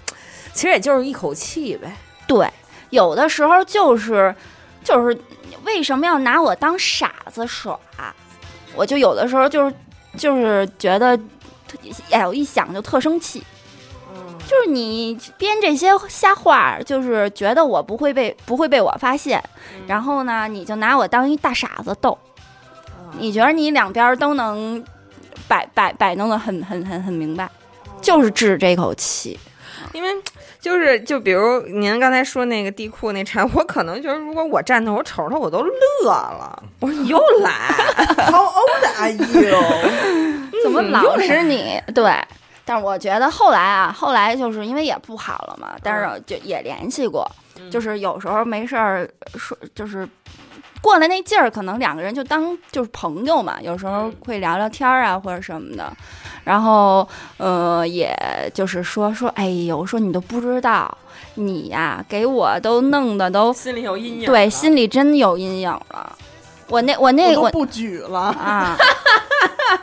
[SPEAKER 2] 其实也就是一口气呗。
[SPEAKER 3] 对，有的时候就是就是为什么要拿我当傻子耍？我就有的时候就是就是觉得，哎，我一想就特生气。
[SPEAKER 2] 嗯，
[SPEAKER 3] 就是你编这些瞎话儿，就是觉得我不会被不会被我发现，
[SPEAKER 2] 嗯
[SPEAKER 3] 然后呢，你就拿我当一大傻子逗。你觉得你两边儿都能摆摆摆弄的很很很很明白，就是治这口气。
[SPEAKER 2] 因为就是就比如您刚才说那个地库那茬，我可能觉得如果我站那儿，我瞅着他我都乐了，我说你又来，
[SPEAKER 1] How old are you？
[SPEAKER 3] 怎么老嗯是你？对，但是我觉得后来啊，后来就是因为也不好了嘛，但是就也联系过，
[SPEAKER 2] 嗯
[SPEAKER 3] 就是有时候没事儿说，就是过了那劲儿，可能两个人就当就是朋友嘛，有时候
[SPEAKER 2] 嗯
[SPEAKER 3] 会聊聊天儿啊或者什么的，然后呃，也就是说说，哎呦，说你都不知道，你呀、给我都弄得 都
[SPEAKER 2] 心里有阴影，
[SPEAKER 3] 对，心里真有阴影了。我那我 那
[SPEAKER 1] 哦我
[SPEAKER 3] 我
[SPEAKER 1] 都不举了。
[SPEAKER 3] 啊，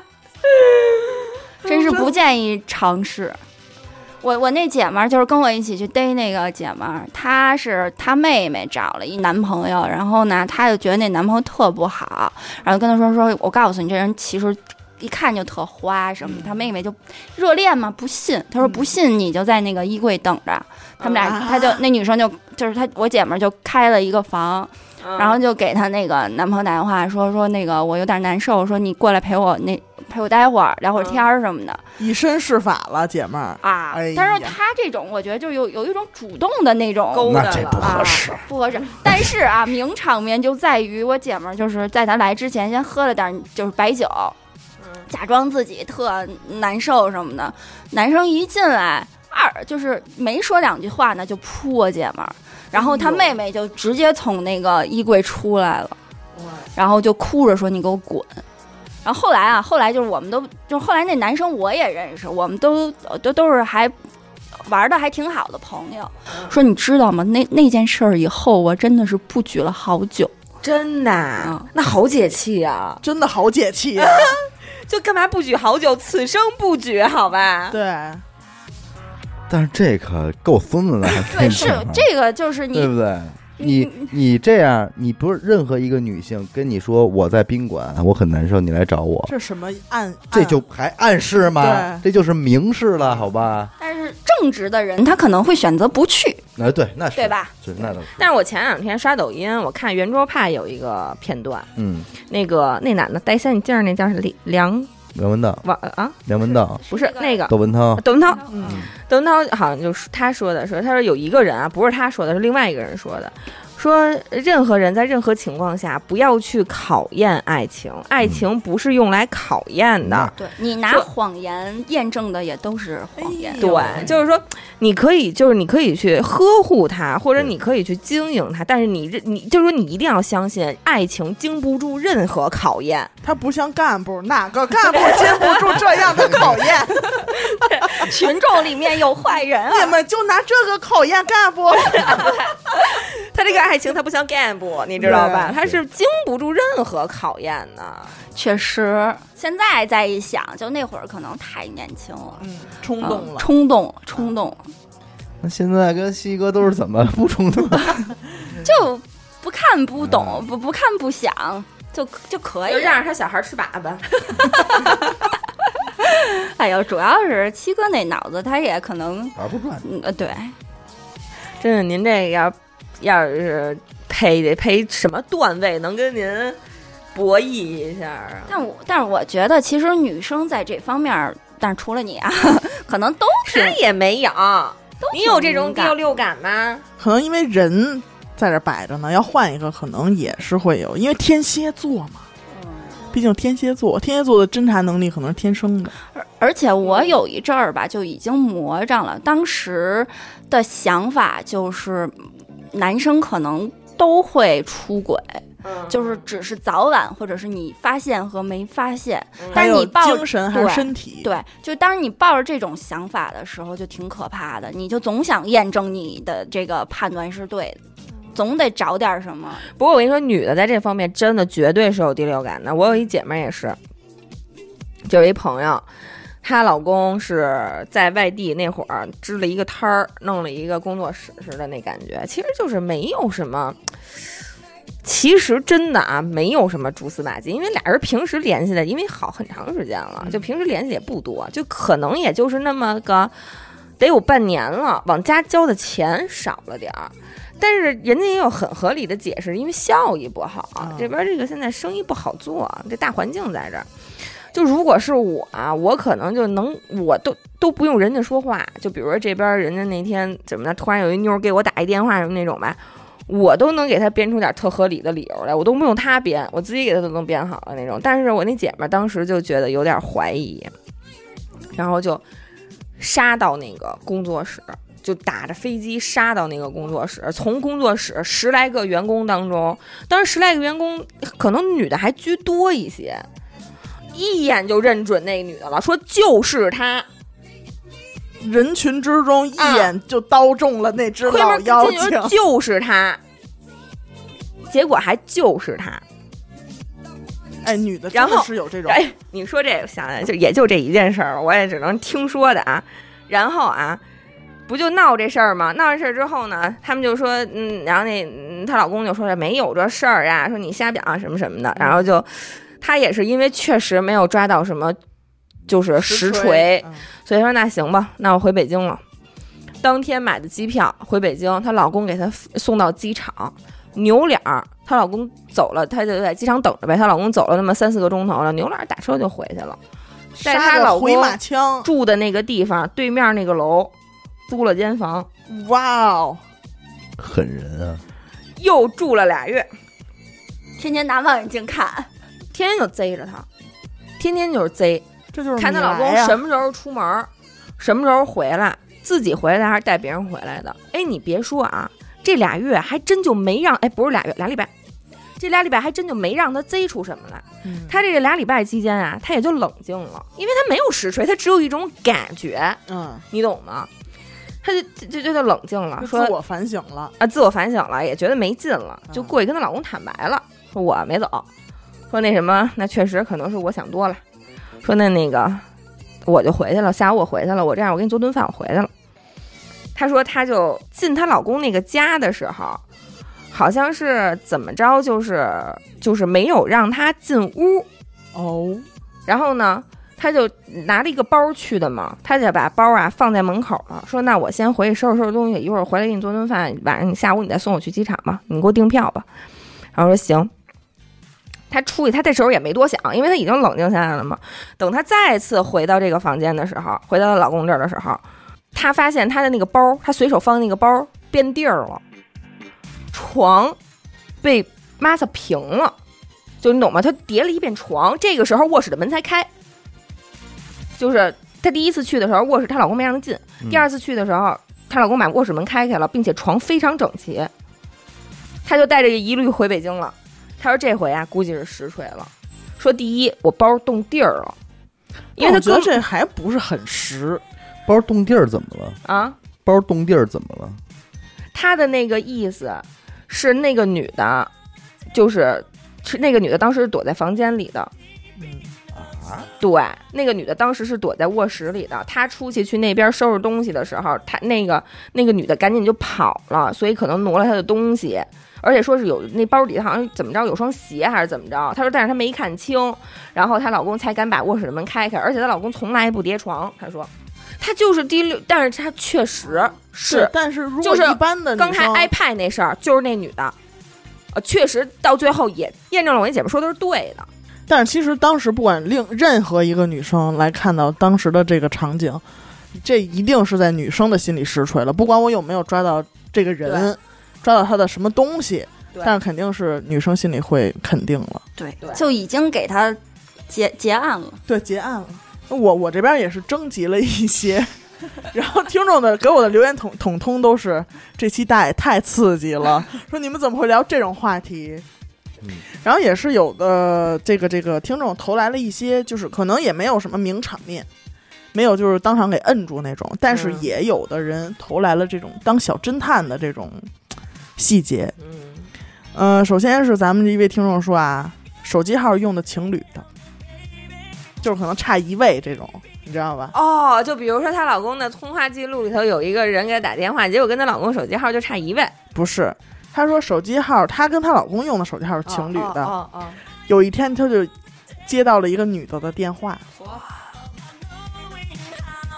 [SPEAKER 3] 真是不建议尝试。我我那姐们儿就是跟我一起去逮那个姐们儿，她是她妹妹找了一男朋友，然后呢，她就觉得那男朋友特不好，然后跟她说说，我告诉你，这人其实一看就特花什么。她妹妹就热恋嘛，不信，她说不信你就在那个衣柜等着。他们俩，
[SPEAKER 1] 啊
[SPEAKER 3] 她就那女生就就是她我姐们儿就开了一个房，
[SPEAKER 2] 嗯，
[SPEAKER 3] 然后就给她那个男朋友打电话，说说那个我有点难受，说你过来陪我那陪我待会儿聊会儿天儿什么的
[SPEAKER 1] 以身试法了，姐妹儿。
[SPEAKER 3] 啊
[SPEAKER 1] 哎呀。
[SPEAKER 3] 但是她这种，我觉得就有有一种主动的那
[SPEAKER 2] 勾
[SPEAKER 3] 种。
[SPEAKER 2] 搭
[SPEAKER 4] 那这
[SPEAKER 2] 了
[SPEAKER 4] 不合适。
[SPEAKER 3] 不合适，但是啊，名场面就在于我姐们儿就是在她来之前先喝了点儿就是白酒，
[SPEAKER 2] 嗯
[SPEAKER 3] 假装自己特难受什么的。男生一进来，二就是没说两句话呢，就扑我姐们儿，然后她
[SPEAKER 2] 哎呦
[SPEAKER 3] 妹妹就直接从那个衣柜出来了。然后就哭着说：“你给我滚！”然后后来啊，后来就是我们都，就是后来那男生我也认识，我们都都都是还玩的还挺好的朋友。说你知道吗？那那件事儿以后，我真的是不举了好久。
[SPEAKER 2] 真的啊，
[SPEAKER 3] 嗯
[SPEAKER 2] 那好解气啊！
[SPEAKER 1] 真的好解气啊！
[SPEAKER 2] 就干嘛不举好久，此生不举，好吧？
[SPEAKER 1] 对，
[SPEAKER 4] 但是这可够孙子的，还真
[SPEAKER 3] 对，是
[SPEAKER 4] 啊
[SPEAKER 3] 这个，就是
[SPEAKER 4] 对
[SPEAKER 3] 你
[SPEAKER 4] 不对？你你这样，你不是任何一个女性跟你说我在宾馆，我很难受，你来找我，
[SPEAKER 1] 这什么暗？
[SPEAKER 4] 这就还暗示吗？
[SPEAKER 1] 对
[SPEAKER 4] 这就是明示了，好吧？
[SPEAKER 3] 但是正直的嗯人，他可能会选择不去，
[SPEAKER 4] 那对，那是
[SPEAKER 3] 对？吧？
[SPEAKER 4] 是那倒是。
[SPEAKER 2] 但是我前两天刷抖音，我看圆桌派有一个片段，
[SPEAKER 4] 嗯，
[SPEAKER 2] 那个那男的戴三眼镜儿，那叫是李梁
[SPEAKER 4] 梁文道，
[SPEAKER 2] 王啊，
[SPEAKER 4] 梁文道，
[SPEAKER 2] 不是那个
[SPEAKER 4] 窦文涛，
[SPEAKER 2] 窦文涛，
[SPEAKER 1] 嗯，
[SPEAKER 2] 啊窦文涛好像就是他说的，说他说有一个人啊，不是他说的，是另外一个人说的，说任何人在任何情况下不要去考验爱情，爱情不是用来考验的。
[SPEAKER 4] 那
[SPEAKER 3] 对你拿
[SPEAKER 2] 说
[SPEAKER 3] 谎言验证的也都是谎言。
[SPEAKER 1] 哎呦
[SPEAKER 2] 对，就是说，你可以，就是你可以去呵护它，或者你可以去经营它，但是你这，你就是说，你一定要相信，爱情经不住任何考验。
[SPEAKER 1] 他不像干部，哪个干部经不住这样的考验？
[SPEAKER 3] 哎群众里面有坏人啊！
[SPEAKER 1] 你们就拿这个考验干部，
[SPEAKER 2] 它这个爱情，它不像 gamble，你知道吧？
[SPEAKER 1] 对
[SPEAKER 2] 它是经不住任何考验的。
[SPEAKER 3] 确实，现在再一想，就那会儿可能太年轻了，
[SPEAKER 1] 嗯，冲
[SPEAKER 3] 嗯
[SPEAKER 1] 动了。
[SPEAKER 3] 冲动，冲动，
[SPEAKER 4] 那现在跟西哥都是怎么不冲突？
[SPEAKER 3] 就不看不懂，不不看不想，就就可以了。
[SPEAKER 2] 着他小孩吃粑粑，
[SPEAKER 3] 哎呦，主要是七哥那脑子，他也可能，
[SPEAKER 4] 玩不 转，
[SPEAKER 3] 嗯，呃对，
[SPEAKER 2] 真的，您这要要是配得配什么段位，能跟您博弈一下啊？
[SPEAKER 3] 但我但是我觉得，其实女生在这方面儿，但是除了你啊， 可能都挺
[SPEAKER 2] 他也没有，
[SPEAKER 3] 都
[SPEAKER 2] 你有这种
[SPEAKER 3] 挺敏感
[SPEAKER 2] 第六感吗？
[SPEAKER 1] 可能因为人在这摆着呢，要换一个可能也是会有，因为天蝎座嘛，
[SPEAKER 3] 嗯
[SPEAKER 1] 毕竟天蝎座，天蝎座的侦查能力可能是天生的。
[SPEAKER 3] 而而且我
[SPEAKER 2] 嗯
[SPEAKER 3] 有一阵儿吧，就已经魔怔了。当时的想法就是，男生可能都会出轨，
[SPEAKER 2] 嗯，
[SPEAKER 3] 就是只是早晚，或者是你发现和没发现。
[SPEAKER 1] 嗯还
[SPEAKER 3] 但是
[SPEAKER 1] 有
[SPEAKER 3] 你抱着
[SPEAKER 1] 精神还是身体？
[SPEAKER 3] 对，就当你抱着这种想法的时候，就挺可怕的。你就总想验证你的这个判断是对的，总得找点儿什么。
[SPEAKER 2] 不过我跟你说，女的在这方面真的绝对是有第六感的。我有一姐妹儿也是，就有一朋友，她老公是在外地那会儿支了一个摊儿，弄了一个工作室似的那感觉，其实就是没有什么。其实真的啊，没有什么蛛丝马迹，因为俩人平时联系的，因为好很长时间了，就平时联系也不多，就可能也就是那么个得有半年了，往家交的钱少了点儿。但是人家也有很合理的解释，因为效益不好，
[SPEAKER 1] 啊
[SPEAKER 2] 这边这个现在生意不好做，这大环境在这儿。就如果是我啊，我可能就能，我都都不用人家说话。就比如说这边人家那天怎么的，突然有一妞儿给我打一电话什么那种吧，我都能给他编出点特合理的理由来，我都不用他编，我自己给他都能编好了那种。但是我那姐们儿当时就觉得有点怀疑，然后就杀到那个工作室，就打着飞机杀到那个工作室，从工作室十来个员工当中，当时十来个员工可能女的还居多一些，一眼就认准那女的了，说就是她。
[SPEAKER 1] 人群之中一
[SPEAKER 3] 啊
[SPEAKER 1] 眼就刀中了那只
[SPEAKER 2] 推
[SPEAKER 1] 老
[SPEAKER 2] 门
[SPEAKER 1] 妖
[SPEAKER 2] 进去
[SPEAKER 1] 精
[SPEAKER 2] 说，就是她，结果还就是她。
[SPEAKER 1] 哎，女的真
[SPEAKER 2] 然后
[SPEAKER 1] 的是有这种，
[SPEAKER 2] 哎，你说这个想起来就也就这一件事儿，我也只能听说的啊。然后啊，不就闹这事儿吗？闹这事儿之后呢，他们就说，嗯，然后那嗯她、老公就说这没有这事儿啊，说你瞎讲啊什么什么
[SPEAKER 1] 嗯
[SPEAKER 2] 的。然后就她也是因为确实没有抓到什么，就是实锤，
[SPEAKER 1] 嗯
[SPEAKER 2] 所以说那行吧，那我回北京了。当天买的机票回北京，她老公给她送到机场，扭脸儿，她老公走了，她就在机场等着呗。她老公走了那么三四个钟头了，扭脸儿打车就回去了。但是
[SPEAKER 1] 杀
[SPEAKER 2] 她
[SPEAKER 1] 个
[SPEAKER 2] 老
[SPEAKER 1] 回
[SPEAKER 2] 公
[SPEAKER 1] 马枪，
[SPEAKER 2] 住的那个地方对面那个楼租了间房，
[SPEAKER 1] 哇哦！
[SPEAKER 4] 狠人啊！
[SPEAKER 2] 又住了俩月，
[SPEAKER 3] 天天拿望远镜看，
[SPEAKER 2] 天天就贼着她，天天就是贼，
[SPEAKER 1] 这就是
[SPEAKER 2] 看她
[SPEAKER 1] 你
[SPEAKER 2] 老公
[SPEAKER 1] 来呀
[SPEAKER 2] 什么时候出门儿，什么时候回来，自己回来还是带别人回来的。哎，你别说啊，这俩月还真就没让，哎，不是俩月，俩礼拜，这俩礼拜还真就没让她贼出什么来。
[SPEAKER 1] 嗯
[SPEAKER 2] 她这个俩礼拜期间啊，她也就冷静了，因为她没有实锤，她只有一种感觉，
[SPEAKER 1] 嗯，
[SPEAKER 2] 你懂吗？她就就就就就冷静了，
[SPEAKER 1] 就
[SPEAKER 2] 说
[SPEAKER 1] 自我反省了，
[SPEAKER 2] 啊，自我反省了，也觉得没劲了，就
[SPEAKER 1] 嗯
[SPEAKER 2] 过去跟她老公坦白了，说我没走，说那什么，那确实可能是我想多了，说那那个我就回去了，下午我回去了，我这样我给你做顿饭，我回去了。她说她就进她老公那个家的时候，好像是怎么着，就是就是没有让她进屋，
[SPEAKER 1] 哦，
[SPEAKER 2] 然后呢，她就拿了一个包去的嘛，她就把包啊放在门口了，说那我先回去收拾收拾东西，一会儿回来给你做顿饭，晚上你下午你再送我去机场吧，你给我订票吧。然后说行。她出去，她这时候也没多想，因为她已经冷静下来了嘛。等她再次回到这个房间的时候，回到她老公这儿的时候，她发现她的那个包，她随手放的那个包变地儿了，
[SPEAKER 5] 床被抹擦平了，就你懂吗？他叠了一遍床，这个时候卧室的门才开。就是她第一次去的时候，卧室她老公没让她进；
[SPEAKER 1] 嗯
[SPEAKER 5] 第
[SPEAKER 4] 嗯
[SPEAKER 5] 二次去的时候，她老公把卧室门开开了，并且床非常整齐。她就带着疑虑回北京了。她说这回啊，估计是实锤了。说第一，我包动地儿了，因为她
[SPEAKER 1] 哦我觉
[SPEAKER 5] 哥
[SPEAKER 1] 得这还不是很实，
[SPEAKER 4] 包冻地儿怎么了？
[SPEAKER 5] 啊，
[SPEAKER 4] 包冻地儿怎么了？
[SPEAKER 5] 他的那个意思是那个女的，就是是那个女的当时是躲在房间里的，
[SPEAKER 1] 嗯
[SPEAKER 5] 对，那个女的当时是躲在卧室里的。她出去去那边收拾东西的时候，她那个那个女的赶紧就跑了，所以可能挪了她的东西，而且说是有那包里好像怎么着有双鞋还是怎么着。她说，但是她没看清，然后她老公才敢把卧室的门开开，而且她老公从来不叠床。她说，她就是第六，但是她确实是
[SPEAKER 1] 对但是如
[SPEAKER 5] 就
[SPEAKER 1] 果
[SPEAKER 5] 是
[SPEAKER 1] 一般的女
[SPEAKER 5] 刚才
[SPEAKER 1] 生
[SPEAKER 5] iPad 那事儿就是那女的，呃，确实到最后也验证了我那姐们说的是对的。
[SPEAKER 1] 但是其实当时不管另任何一个女生来看到当时的这个场景，这一定是在女生的心里实锤了。不管我有没有抓到这个人，抓到他的什么东西，
[SPEAKER 5] 对
[SPEAKER 1] 但是肯定是女生心里会肯定了。
[SPEAKER 3] 对
[SPEAKER 5] 对
[SPEAKER 3] 就已经给他结结案了。
[SPEAKER 1] 对，结案了。我我这边也是征集了一些， 然后听众的给我的留言统统通都是这期大爷太刺激了，说你们怎么会聊这种话题？
[SPEAKER 4] 嗯
[SPEAKER 1] 然后也是有的这个这个听众投来了一些，就是可能也没有什么名场面，没有就是当场给摁住那种，但是
[SPEAKER 5] 嗯
[SPEAKER 1] 也有的人投来了这种当小侦探的这种细节。
[SPEAKER 5] 嗯，
[SPEAKER 1] 呃，首先是咱们的一位听众说啊，手机号用的情侣的，就是可能差一位这种，你知道吧？
[SPEAKER 2] 哦，就比如说她老公的通话记录里头有一个人给她打电话，结果跟她老公手机号就差一位，
[SPEAKER 1] 不是，她说手机号，她跟她老公用的手机号是情侣的。
[SPEAKER 2] 哦哦
[SPEAKER 1] 有一天，她就接到了一个女的的电话，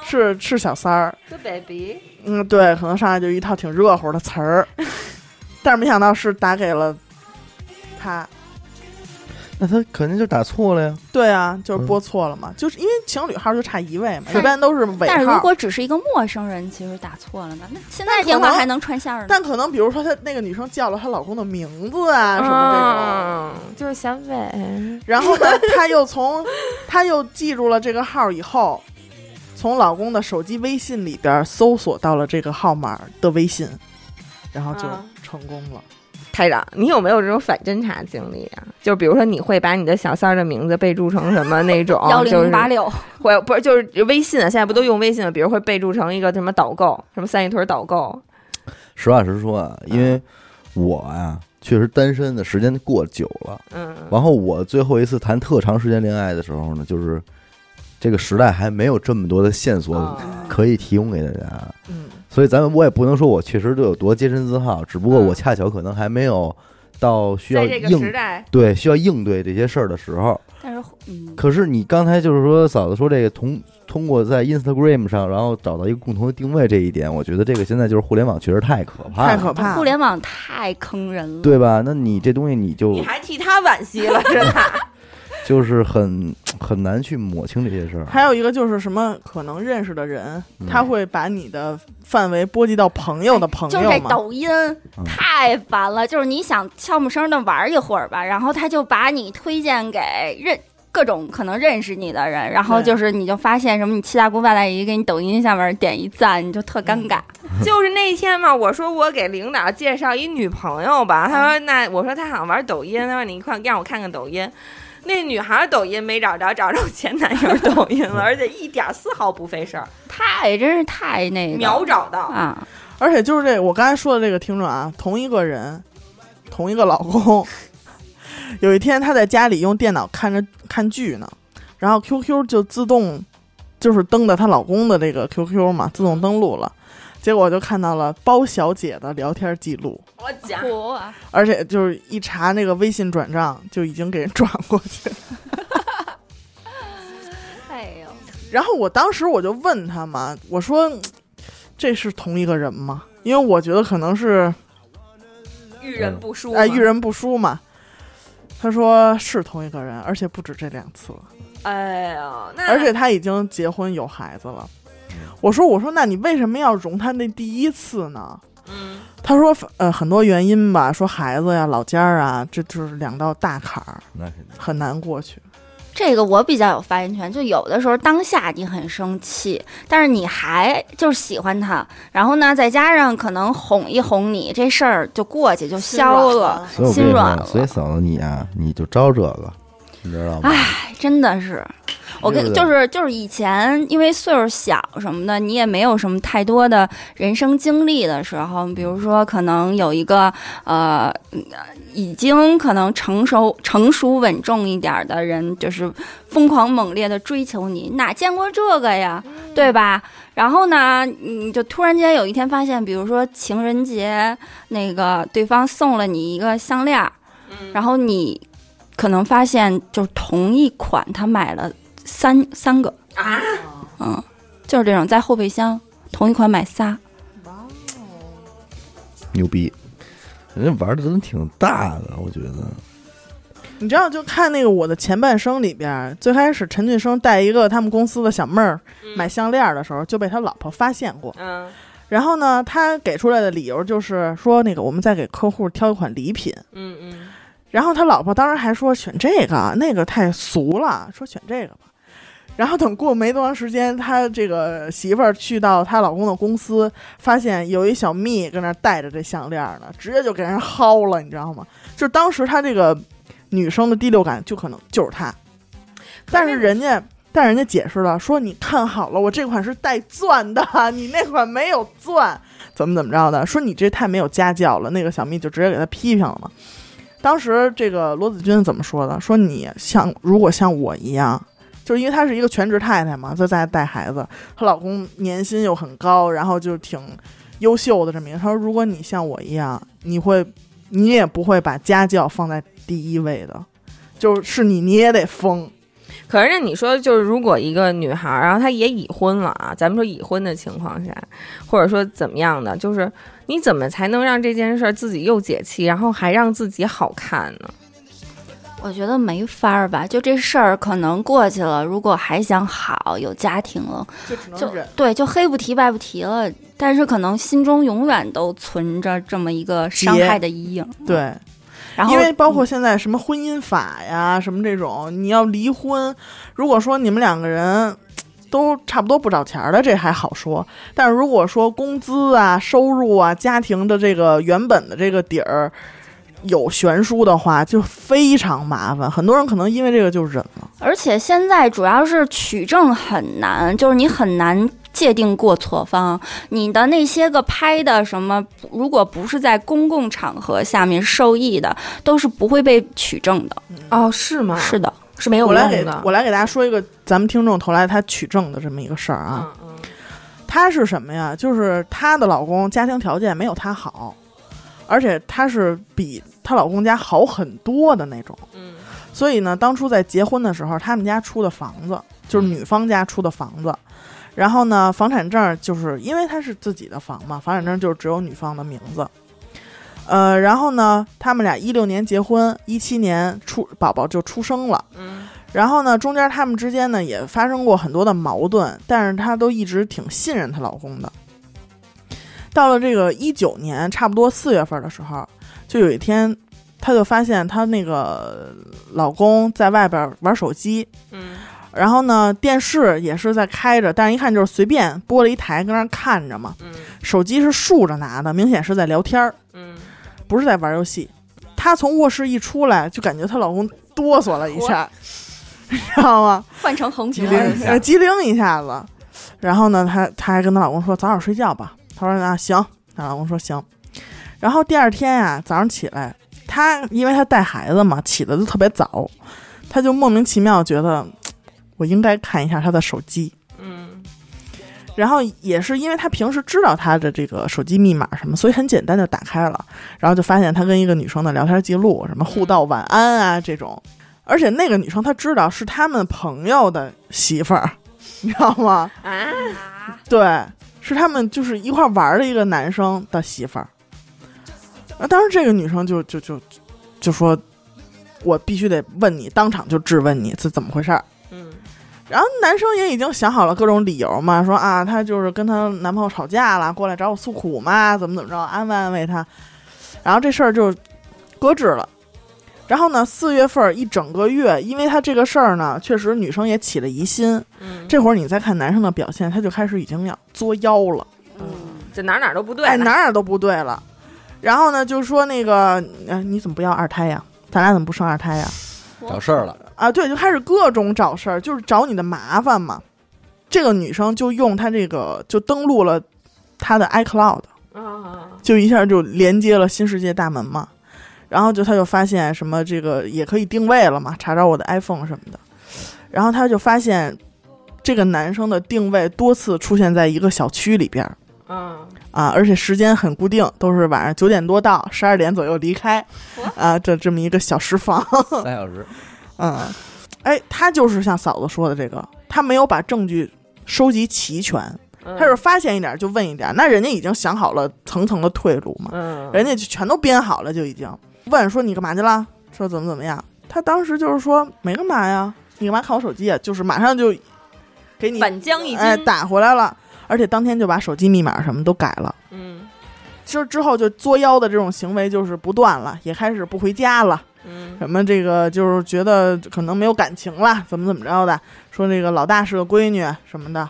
[SPEAKER 1] 是是小三儿，
[SPEAKER 2] 说 baby，
[SPEAKER 1] 嗯，对，可能上来就一套挺热乎的词儿，但是没想到是打给了他。
[SPEAKER 4] 那他肯定就打错了呀。
[SPEAKER 1] 对啊，就是
[SPEAKER 4] 嗯
[SPEAKER 1] 拨错了嘛，就是因为情侣号就差一位嘛，
[SPEAKER 3] 但
[SPEAKER 1] 一般都是尾
[SPEAKER 3] 但是如
[SPEAKER 1] 号。
[SPEAKER 3] 果只是一个陌生人，其实打错了呢，那现在
[SPEAKER 1] 可
[SPEAKER 3] 电话
[SPEAKER 1] 能
[SPEAKER 3] 还能串线儿呢。？
[SPEAKER 1] 但可能比如说，她那个女生叫了她老公的名字啊什么这种，
[SPEAKER 2] 嗯，就是小伟，
[SPEAKER 1] 然后呢，她又从她又记住了这个号以后，从老公的手机微信里边搜索到了这个号码的微信，然后就
[SPEAKER 2] 啊
[SPEAKER 1] 成功了。
[SPEAKER 5] 台长，你有没有这种反侦查经历啊？就比如说，你会把你的小三儿的名字备注成什么那种
[SPEAKER 2] 哦
[SPEAKER 3] 幺
[SPEAKER 5] 就
[SPEAKER 3] 零
[SPEAKER 5] 是
[SPEAKER 3] 八六，
[SPEAKER 5] 会不是就是微信啊？现在不都用微信了？比如会备注成一个什么导购，什么三里屯导购，
[SPEAKER 4] 实话实说啊，因为我啊，确实单身的时间过久了。
[SPEAKER 5] 嗯，
[SPEAKER 4] 然后我最后一次谈特长时间恋爱的时候呢，就是这个时代还没有这么多的线索
[SPEAKER 5] 啊
[SPEAKER 4] 可以提供给大家，
[SPEAKER 1] 嗯，
[SPEAKER 4] 所以咱们我也不能说我确实就有多洁身自好，只不过
[SPEAKER 5] 嗯
[SPEAKER 4] 我恰巧可能还没有到需要
[SPEAKER 2] 在这个时
[SPEAKER 4] 应
[SPEAKER 2] 代，
[SPEAKER 4] 对需要应对这些事儿的时候。
[SPEAKER 3] 但是嗯，
[SPEAKER 4] 可是你刚才就是说嫂子说这个同通过在 Instagram 上，然后找到一个共同的定位这一点，我觉得这个现在就是互联网确实太可怕
[SPEAKER 1] 太
[SPEAKER 4] 了，
[SPEAKER 1] 可怕
[SPEAKER 3] 互
[SPEAKER 1] 了。
[SPEAKER 3] 联网太坑人了。
[SPEAKER 4] 对吧？那你这东西你就
[SPEAKER 2] 你还替她惋惜 了是吧？
[SPEAKER 4] 就是很很难去抹清这些事儿。
[SPEAKER 1] 还有一个就是什么可能认识的人，
[SPEAKER 4] 嗯
[SPEAKER 1] 他会把你的范围波及到朋友的朋
[SPEAKER 3] 哎就是
[SPEAKER 1] 友
[SPEAKER 3] 这
[SPEAKER 1] 嘛？
[SPEAKER 3] 抖音太烦了，就是你想悄没声的玩一会儿吧，然后他就把你推荐给认各种可能认识你的人，然后
[SPEAKER 1] 对
[SPEAKER 3] 就是你就发现什么，你七大姑八大姨给你抖音下面点一赞，你就特尴尬。
[SPEAKER 2] 就是那天嘛，我说我给领导介绍一女朋友吧，
[SPEAKER 1] 嗯
[SPEAKER 2] 他说那我说他好像玩抖音，他说你快让我看看抖音。那女孩抖音没找着，找着前男友抖 音了，而且一点儿丝毫不费事儿，
[SPEAKER 3] 太真是太
[SPEAKER 1] 嗯
[SPEAKER 3] 那个
[SPEAKER 2] 秒找到。
[SPEAKER 3] 啊！
[SPEAKER 1] 而且就是这个我刚才说的这个听众啊，同一个人，同一个老公， 有一天他在家里用电脑看着看剧呢，然后 QQ 就自动就是登的她老公的这个 QQ 嘛，自动登录了，结果就看到了包小姐的聊天记录，
[SPEAKER 2] 我讲，
[SPEAKER 1] 嗯
[SPEAKER 3] 我
[SPEAKER 1] 而且就是一查那个微信转账就已经给人 转过去了。
[SPEAKER 3] 哎呦，
[SPEAKER 1] 然后我当时我就问他嘛，我说嗯这是同一个人吗？因为我觉得可能是
[SPEAKER 2] 遇人不淑嘛，
[SPEAKER 1] 哎，遇人不淑嘛。他说是同一个人，而且不止这两次，
[SPEAKER 2] 哎呀，那
[SPEAKER 1] 而且他已经结婚有
[SPEAKER 4] 嗯
[SPEAKER 1] 孩子了。我说我说，那你为什么要容他那第一次呢？
[SPEAKER 2] 嗯，
[SPEAKER 1] 他说呃很多原因吧，说孩子呀、老家儿啊，这就是两道大坎儿，
[SPEAKER 4] 那肯定
[SPEAKER 1] 很难过去。
[SPEAKER 3] 这个我比较有发言权，就有的时候当下你很生气，但是你还就是喜欢他，然后呢，再加上可能哄一哄你，这事儿就过去就消了。
[SPEAKER 4] 所以我
[SPEAKER 3] 心
[SPEAKER 4] 跟你
[SPEAKER 3] 软
[SPEAKER 4] 说，
[SPEAKER 3] 了
[SPEAKER 4] 所以嫂子你啊，你就招这个，你知道吗？
[SPEAKER 3] 哎，真的是，我
[SPEAKER 4] 对
[SPEAKER 3] 跟
[SPEAKER 4] 不对
[SPEAKER 3] 就是就是以前因为岁数小什么的，你也没有什么太多的人生经历的时候，比
[SPEAKER 4] 嗯
[SPEAKER 3] 如说可能有一个呃，嗯已经可能成熟、成熟稳重一点的人，就是疯狂猛烈的追求你，哪见过这个呀，
[SPEAKER 4] 嗯
[SPEAKER 3] 对吧？然后呢，你就突然间有一天发现，比如说情人节，那个对方送了你一个项链儿，
[SPEAKER 4] 嗯
[SPEAKER 3] 然后你可能发现就是同一款，他买了三三个啊，嗯，就是这种在后备箱同一款买仨，
[SPEAKER 4] 牛逼，人家玩的真的挺大的，我觉得。
[SPEAKER 1] 你知道，就看那个《我的前半生》里边儿，最开始陈俊生带一个他们公司的小妹儿
[SPEAKER 3] 嗯
[SPEAKER 1] 买项链儿的时候，就被他老婆发现过。
[SPEAKER 2] 嗯
[SPEAKER 1] 然后呢，他给出来的理由就是说，那个我们在给客户挑一款礼品。
[SPEAKER 2] 嗯嗯，
[SPEAKER 1] 然后他老婆当时还说选这个，那个太俗了，说选这个吧。然后等过没多长时间，他这个媳妇儿去到她老公的公司，发现有一小蜜跟那儿戴着这项链儿呢，直接就给人薅了，你知道吗？就是当时她这个女生的第六感就可能就是她，但是人家。但人家解释了，说你看好了，我这款是带钻的，你那款没有钻，怎么怎么着的？说你这太没有家教了。那个小蜜就直接给他批评了嘛。当时这个罗子君怎么说的？说你像如果像我一样，就是因为她是一个全职太太嘛，在家带孩子，她老公年薪又很高，然后就挺优秀的这么一个。她说，如果你像我一样，你会，你也不会把家教放在第一位的，就是你你也得疯。
[SPEAKER 2] 可是你说，就是如果一个女孩儿，然后她也已婚了啊，咱们说已婚的情况下，或者说怎么样的，就是你怎么才能让这件事儿自己又解气，然后还让自己好看呢？
[SPEAKER 3] 我觉得没法儿吧，就这事儿可能过去了，如果还想好有家庭了，
[SPEAKER 1] 就只
[SPEAKER 3] 就。对，就黑不提白不提了，但是可能心中永远都存着这么一个伤
[SPEAKER 1] 结
[SPEAKER 3] 害的阴影，
[SPEAKER 1] 对，
[SPEAKER 3] 然后嗯
[SPEAKER 1] 因为包括现在什么婚姻法呀，什么这种，你要离婚，如果说你们两个人都差不多不找钱儿的，这还好说。但是如果说工资啊、收入啊、家庭的这个原本的这个底儿有悬殊的话，就非常麻烦。很多人可能因为这个就忍了。
[SPEAKER 3] 而且现在主要是取证很难，就是你很难界定过错方。你的那些个拍的什么，如果不是在公共场合下面受益的，都是不会被取证的。
[SPEAKER 2] 哦，是吗
[SPEAKER 3] 是的，
[SPEAKER 2] 是没有
[SPEAKER 1] 我
[SPEAKER 2] 用
[SPEAKER 1] 来给
[SPEAKER 2] 的。
[SPEAKER 1] 我来给大家说一个咱们听众投来他取证的这么一个事儿啊。
[SPEAKER 2] 嗯嗯
[SPEAKER 1] 她是什么呀？就是她的老公家庭条件没有她好，而且她是比她老公家好很多的那种。
[SPEAKER 2] 嗯
[SPEAKER 1] 所以呢，当初在结婚的时候，他们家出的房子就是女方家出的房子，然后呢，房产证就是因为她是自己的房嘛，房产证就只有女方的名字。呃，然后呢，他们俩一六年结婚，一七年出宝宝就出生了。
[SPEAKER 2] 嗯
[SPEAKER 1] 然后呢，中间他们之间呢也发生过很多的矛盾，但是她都一直挺信任她老公的。到了这个一九年，差不多四月份的时候，就有一天，她就发现她那个老公在外边玩手机，
[SPEAKER 2] 嗯
[SPEAKER 1] 然后呢电视也是在开着，但是一看就是随便播了一台，跟那儿看着嘛。
[SPEAKER 2] 嗯
[SPEAKER 1] 手机是竖着拿的，明显是在聊天儿，
[SPEAKER 2] 嗯，
[SPEAKER 1] 不是在玩游戏。她从卧室一出来，就感觉她老公哆嗦了一下，你知道吗？
[SPEAKER 3] 换成横
[SPEAKER 1] 机
[SPEAKER 3] 屏
[SPEAKER 1] 灵
[SPEAKER 3] 了。
[SPEAKER 1] 呃机灵一下子。然后呢，她她还跟她老公说早点睡觉吧。她说啊行，她老公说行。然后第二天呀、早上起来，她因为她带孩子嘛，起的就特别早，她就莫名其妙觉得我应该看一下她的手机。
[SPEAKER 2] 嗯
[SPEAKER 1] 然后也是因为她平时知道她的这个手机密码什么，所以很简单就打开了，然后就发现她跟一个女生的聊天记录，什么互道晚安啊这种，而且那个女生她知道是他们朋友的媳妇儿，你知道吗？
[SPEAKER 2] 啊，
[SPEAKER 1] 对，是他们就是一块儿玩儿的一个男生的媳妇儿。啊，当时这个女生就就就就说，我必须得问你，当场就质问你是怎么回事儿。
[SPEAKER 2] 嗯
[SPEAKER 1] 然后男生也已经想好了各种理由嘛，说啊，她就是跟她男朋友吵架了，过来找我诉苦嘛，怎么怎么着，安慰安慰她。然后这事儿就搁置了。然后呢，四月份一整个月，因为她这个事儿呢，确实女生也起了疑心。
[SPEAKER 2] 嗯，
[SPEAKER 1] 这会儿你再看男生的表现，他就开始已经要作妖了。
[SPEAKER 2] 这哪儿哪儿都不对
[SPEAKER 1] 哎，
[SPEAKER 2] 了
[SPEAKER 1] 哪儿哪儿都不对了。然后呢，就说那个，呃，你怎么不要二胎呀？咱俩怎么不生二胎呀？
[SPEAKER 4] 找事儿了，
[SPEAKER 1] 啊，对，就开始各种找事儿，就是找你的麻烦嘛。这个女生就用她这个就登录了她的 iCloud，
[SPEAKER 2] 啊，
[SPEAKER 1] 就一下就连接了新世界大门嘛。然后就她就发现什么这个也可以定位了嘛，查找我的 iPhone 什么的。然后她就发现这个男生的定位多次出现在一个小区里边儿
[SPEAKER 2] 嗯，
[SPEAKER 1] 啊，而且时间很固定，都是晚上九点多到，十二点左右离开啊，这这么一个小时房。
[SPEAKER 4] 三小时，
[SPEAKER 1] 嗯，哎，他就是像嫂子说的这个，他没有把证据收集齐全，
[SPEAKER 2] 嗯
[SPEAKER 1] 他就是发现一点就问一点，那人家已经想好了层层的退路嘛，
[SPEAKER 2] 嗯，
[SPEAKER 1] 人家就全都编好了，就已经问说你干嘛去了，说怎么怎么样，他当时就是说没干嘛呀，你干嘛看我手机啊？就是马上就给你
[SPEAKER 2] 反将一
[SPEAKER 3] 呃
[SPEAKER 1] 哎
[SPEAKER 2] 军，
[SPEAKER 1] 打回来了，而且当天就把手机密码什么都改了。
[SPEAKER 2] 嗯
[SPEAKER 1] 其实之后就作妖的这种行为就是不断了，也开始不回家了，
[SPEAKER 2] 嗯
[SPEAKER 1] 什么这个就是觉得可能没有感情了，怎么怎么着的，说这个老大是个闺女什么的，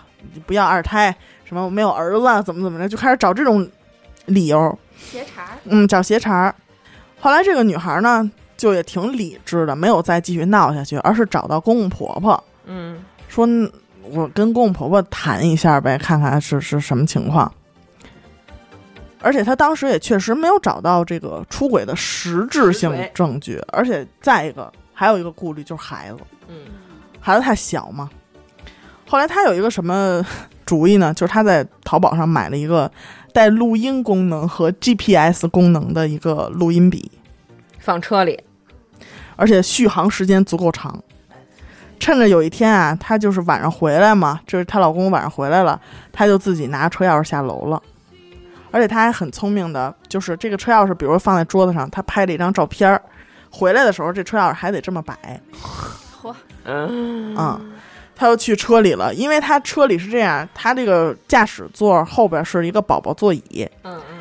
[SPEAKER 1] 不要二胎，什么没有儿子，啊怎么怎么着，就开始找这种理由，
[SPEAKER 3] 斜茬，
[SPEAKER 1] 嗯，找邪茬儿。后来这个女孩呢，就也挺理智的，没有再继续闹下去，而是找到公公婆婆
[SPEAKER 2] 嗯
[SPEAKER 1] 说，嗯我跟公公婆婆谈一下呗，看看是是什么情况。而且她当时也确实没有找到这个出轨的实质性
[SPEAKER 2] 实锤
[SPEAKER 1] 证据，而且再一个还有一个顾虑就是孩子，
[SPEAKER 2] 嗯
[SPEAKER 1] 孩子太小嘛。后来她有一个什么主意呢？就是她在淘宝上买了一个带录音功能和 GPS 功能的一个录音笔，
[SPEAKER 2] 放车里，
[SPEAKER 1] 而且续航时间足够长。趁着有一天啊，她就是晚上回来嘛，就是她老公晚上回来了，她就自己拿车钥匙下楼了。而且她还很聪明的，就是这个车钥匙，比如放在桌子上，她拍了一张照片儿，回来的时候这车钥匙还得这么摆。
[SPEAKER 2] 嗯
[SPEAKER 1] 嗯，他又去车里了，因为他车里是这样，他这个驾驶座后边是一个宝宝座椅，
[SPEAKER 2] 嗯嗯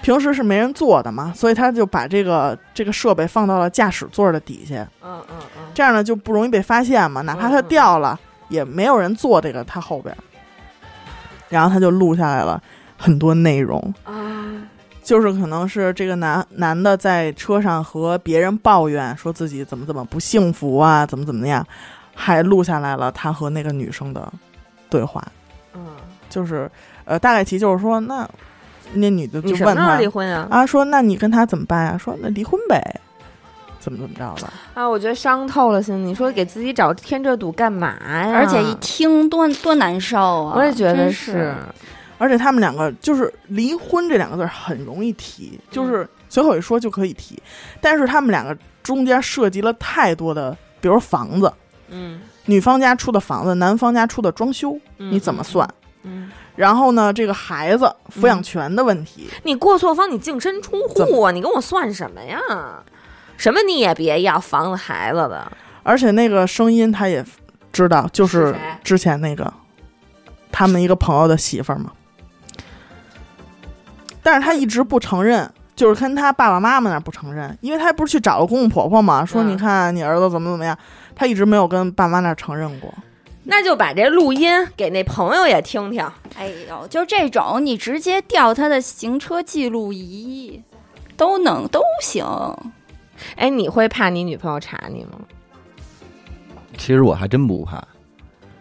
[SPEAKER 1] 平时是没人坐的嘛，所以他就把这个这个设备放到了驾驶座的底下，
[SPEAKER 2] 嗯嗯嗯，
[SPEAKER 1] 这样呢就不容易被发现嘛，哪怕它掉了，也没有人坐这个他后边。然后他就录下来了很多内容，
[SPEAKER 2] 啊，
[SPEAKER 1] 就是可能是这个男男的在车上和别人抱怨说自己怎么怎么不幸福啊，怎么怎么样，还录下来了他和那个女生的对话，
[SPEAKER 2] 嗯，
[SPEAKER 1] 就是呃大概其就是说那那女的就
[SPEAKER 2] 你什么
[SPEAKER 1] 问
[SPEAKER 2] 时候
[SPEAKER 1] 他
[SPEAKER 2] 离婚呀？
[SPEAKER 1] 啊说那你跟他怎么办呀、说那离婚呗，怎么怎么着了？
[SPEAKER 2] 啊，我觉得伤透了心。你说给自己找添这堵干嘛呀？
[SPEAKER 3] 而且一听多多难受
[SPEAKER 2] 嗯
[SPEAKER 3] 啊！
[SPEAKER 2] 我也觉得
[SPEAKER 3] 真
[SPEAKER 2] 是
[SPEAKER 3] 是，，
[SPEAKER 1] 而且他们两个就是离婚这两个字儿很容易提，就是随口一说就可以提，但是他们两个中间涉及了太多的，比如房子。
[SPEAKER 2] 嗯，
[SPEAKER 1] 女方家出的房子，男方家出的装修，
[SPEAKER 2] 嗯
[SPEAKER 1] 你怎么算？？
[SPEAKER 2] 嗯，
[SPEAKER 1] 然后呢，这个孩子抚养权的问题，
[SPEAKER 2] 你过错方你净身出户啊！你跟我算什么呀？什么你也别要房子孩子的，
[SPEAKER 1] 而且那个声音他也知道，就是
[SPEAKER 2] 是谁
[SPEAKER 1] 之前那个他们一个朋友的媳妇儿嘛。但是他一直不承认，就是跟他爸爸妈妈那儿不承认，因为他不是去找了公公婆婆嘛，说
[SPEAKER 2] 嗯
[SPEAKER 1] 你看你儿子怎么怎么样，他一直没有跟爸妈那儿承认过。
[SPEAKER 2] 那就把这录音给那朋友也听听。
[SPEAKER 3] 哎呦，就这种，你直接调他的行车记录仪，都能都行。
[SPEAKER 2] 哎，你会怕你女朋友查你吗？
[SPEAKER 4] 其实我还真不怕，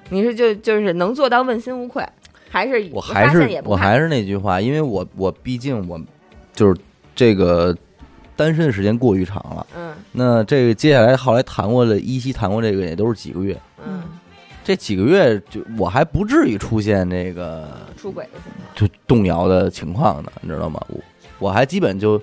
[SPEAKER 2] 你是就就是能做到问心无愧，还是
[SPEAKER 4] 我
[SPEAKER 2] 发
[SPEAKER 4] 还
[SPEAKER 2] 现也
[SPEAKER 4] 是
[SPEAKER 2] 不
[SPEAKER 4] 我
[SPEAKER 2] 怕
[SPEAKER 4] 还是那句话，因为我我毕竟我就是这个单身的时间过于长了。
[SPEAKER 2] 嗯
[SPEAKER 4] 那这个接下来后来谈过的依稀谈过这个也都是几个月，
[SPEAKER 2] 嗯
[SPEAKER 4] 这几个月就我还不至于出现这个
[SPEAKER 2] 出轨的情况。
[SPEAKER 4] 就动摇的情况呢，你知道吗？我我还基本就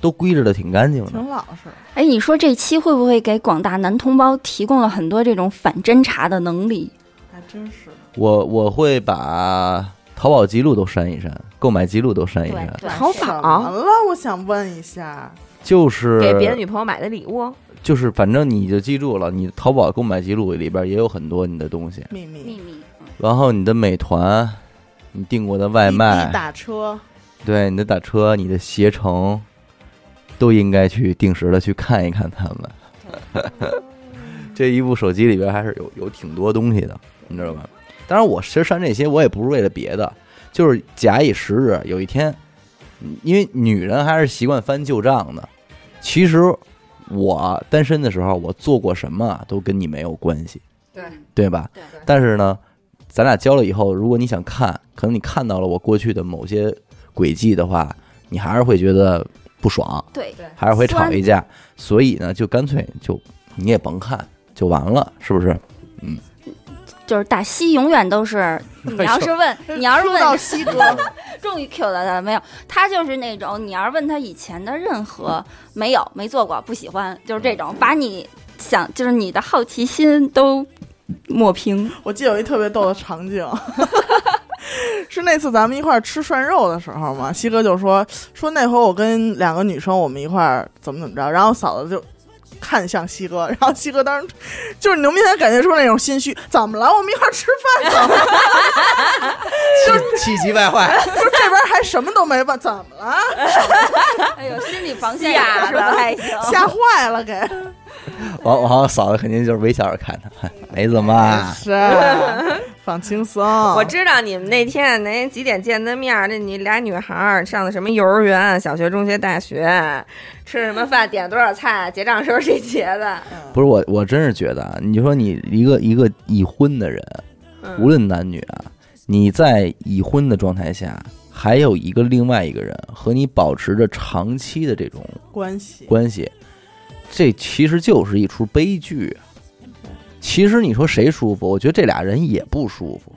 [SPEAKER 4] 都归置的挺干净的
[SPEAKER 1] 挺。老实，
[SPEAKER 3] 哎，你说这期会不会给广大男同胞提供了很多这种反侦查的能力？
[SPEAKER 1] 还真是。
[SPEAKER 4] 我我会把淘宝记录都删一删，购买记录都删一删，
[SPEAKER 3] 对
[SPEAKER 2] 淘
[SPEAKER 1] 怎
[SPEAKER 2] 宝
[SPEAKER 1] 么了？我想问一下，
[SPEAKER 4] 就是
[SPEAKER 2] 给别的女朋友买的礼物，哦
[SPEAKER 4] 就是反正你就记住了，你淘宝购买记录里边也有很多你的东西，
[SPEAKER 1] 秘
[SPEAKER 3] 秘
[SPEAKER 1] 密
[SPEAKER 3] 密，嗯
[SPEAKER 4] 然后你的美团，你订过的外
[SPEAKER 1] 滴滴
[SPEAKER 4] 卖，
[SPEAKER 1] 打车，
[SPEAKER 4] 对你的打车、你的携程，都应该去定时的去看一看他们。 这一部手机里边还是有有挺多东西的，你知道吧？当然，我其实删这些我也不是为了别的，就是假以时日，有一天，嗯因为女人还是习惯翻旧账的。其实我单身的时候，我做过什么啊都跟你没有关系，
[SPEAKER 5] 对
[SPEAKER 4] 对吧？
[SPEAKER 3] 对
[SPEAKER 4] 但是呢，咱俩交了以后，如果你想看，可能你看到了我过去的某些轨迹的话，你还是会觉得不爽，
[SPEAKER 3] 对
[SPEAKER 5] 对
[SPEAKER 4] 还是会吵一架。所以呢，就干脆就你也甭看，就完了，是不是？
[SPEAKER 3] 就是大西永远都 是，你要是问，你要是
[SPEAKER 1] 说哎到
[SPEAKER 3] 问，
[SPEAKER 1] 西哥，
[SPEAKER 3] 终于 Q 到他了没有？他就是那种，你要是问他以前的任何没有没做过，不喜欢，就是这
[SPEAKER 4] 嗯
[SPEAKER 3] 种，把你想就是你的好奇心都抹平。
[SPEAKER 1] 我记得有一特别逗的场景， 是那次咱们一块儿吃涮肉的时候嘛，西哥就说说那回我跟两个女生我们一块儿怎么怎么着，然后嫂子就。看向西哥， 然后西哥当时就是你能明显感觉出那种心虚，怎么了？我们一块儿吃饭，怎么了
[SPEAKER 4] 气急败 坏，
[SPEAKER 1] 就是这边还什么都没问，怎么了？
[SPEAKER 3] 哎呦，心理 防线也是不太行。
[SPEAKER 1] 吓坏了给，
[SPEAKER 4] 王王嫂子肯定就是微笑着看他，哎没怎么啊，
[SPEAKER 1] 是放轻松。
[SPEAKER 2] 我知道你们那天那几点见的面儿？那你俩女孩儿上的什么幼儿园、小学、中学、大学，吃什么饭，点多少菜，结账时候谁结的？
[SPEAKER 4] 不是我，我真是觉得啊，你说你一个一个已婚的人，
[SPEAKER 2] 嗯
[SPEAKER 4] 无论男女啊，你在已婚的状态下，还有一个另外一个人和你保持着长期的这种
[SPEAKER 1] 关系，
[SPEAKER 4] 关系，这其实就是一出悲剧啊。其实你说谁舒服？我觉得这俩人也不舒服。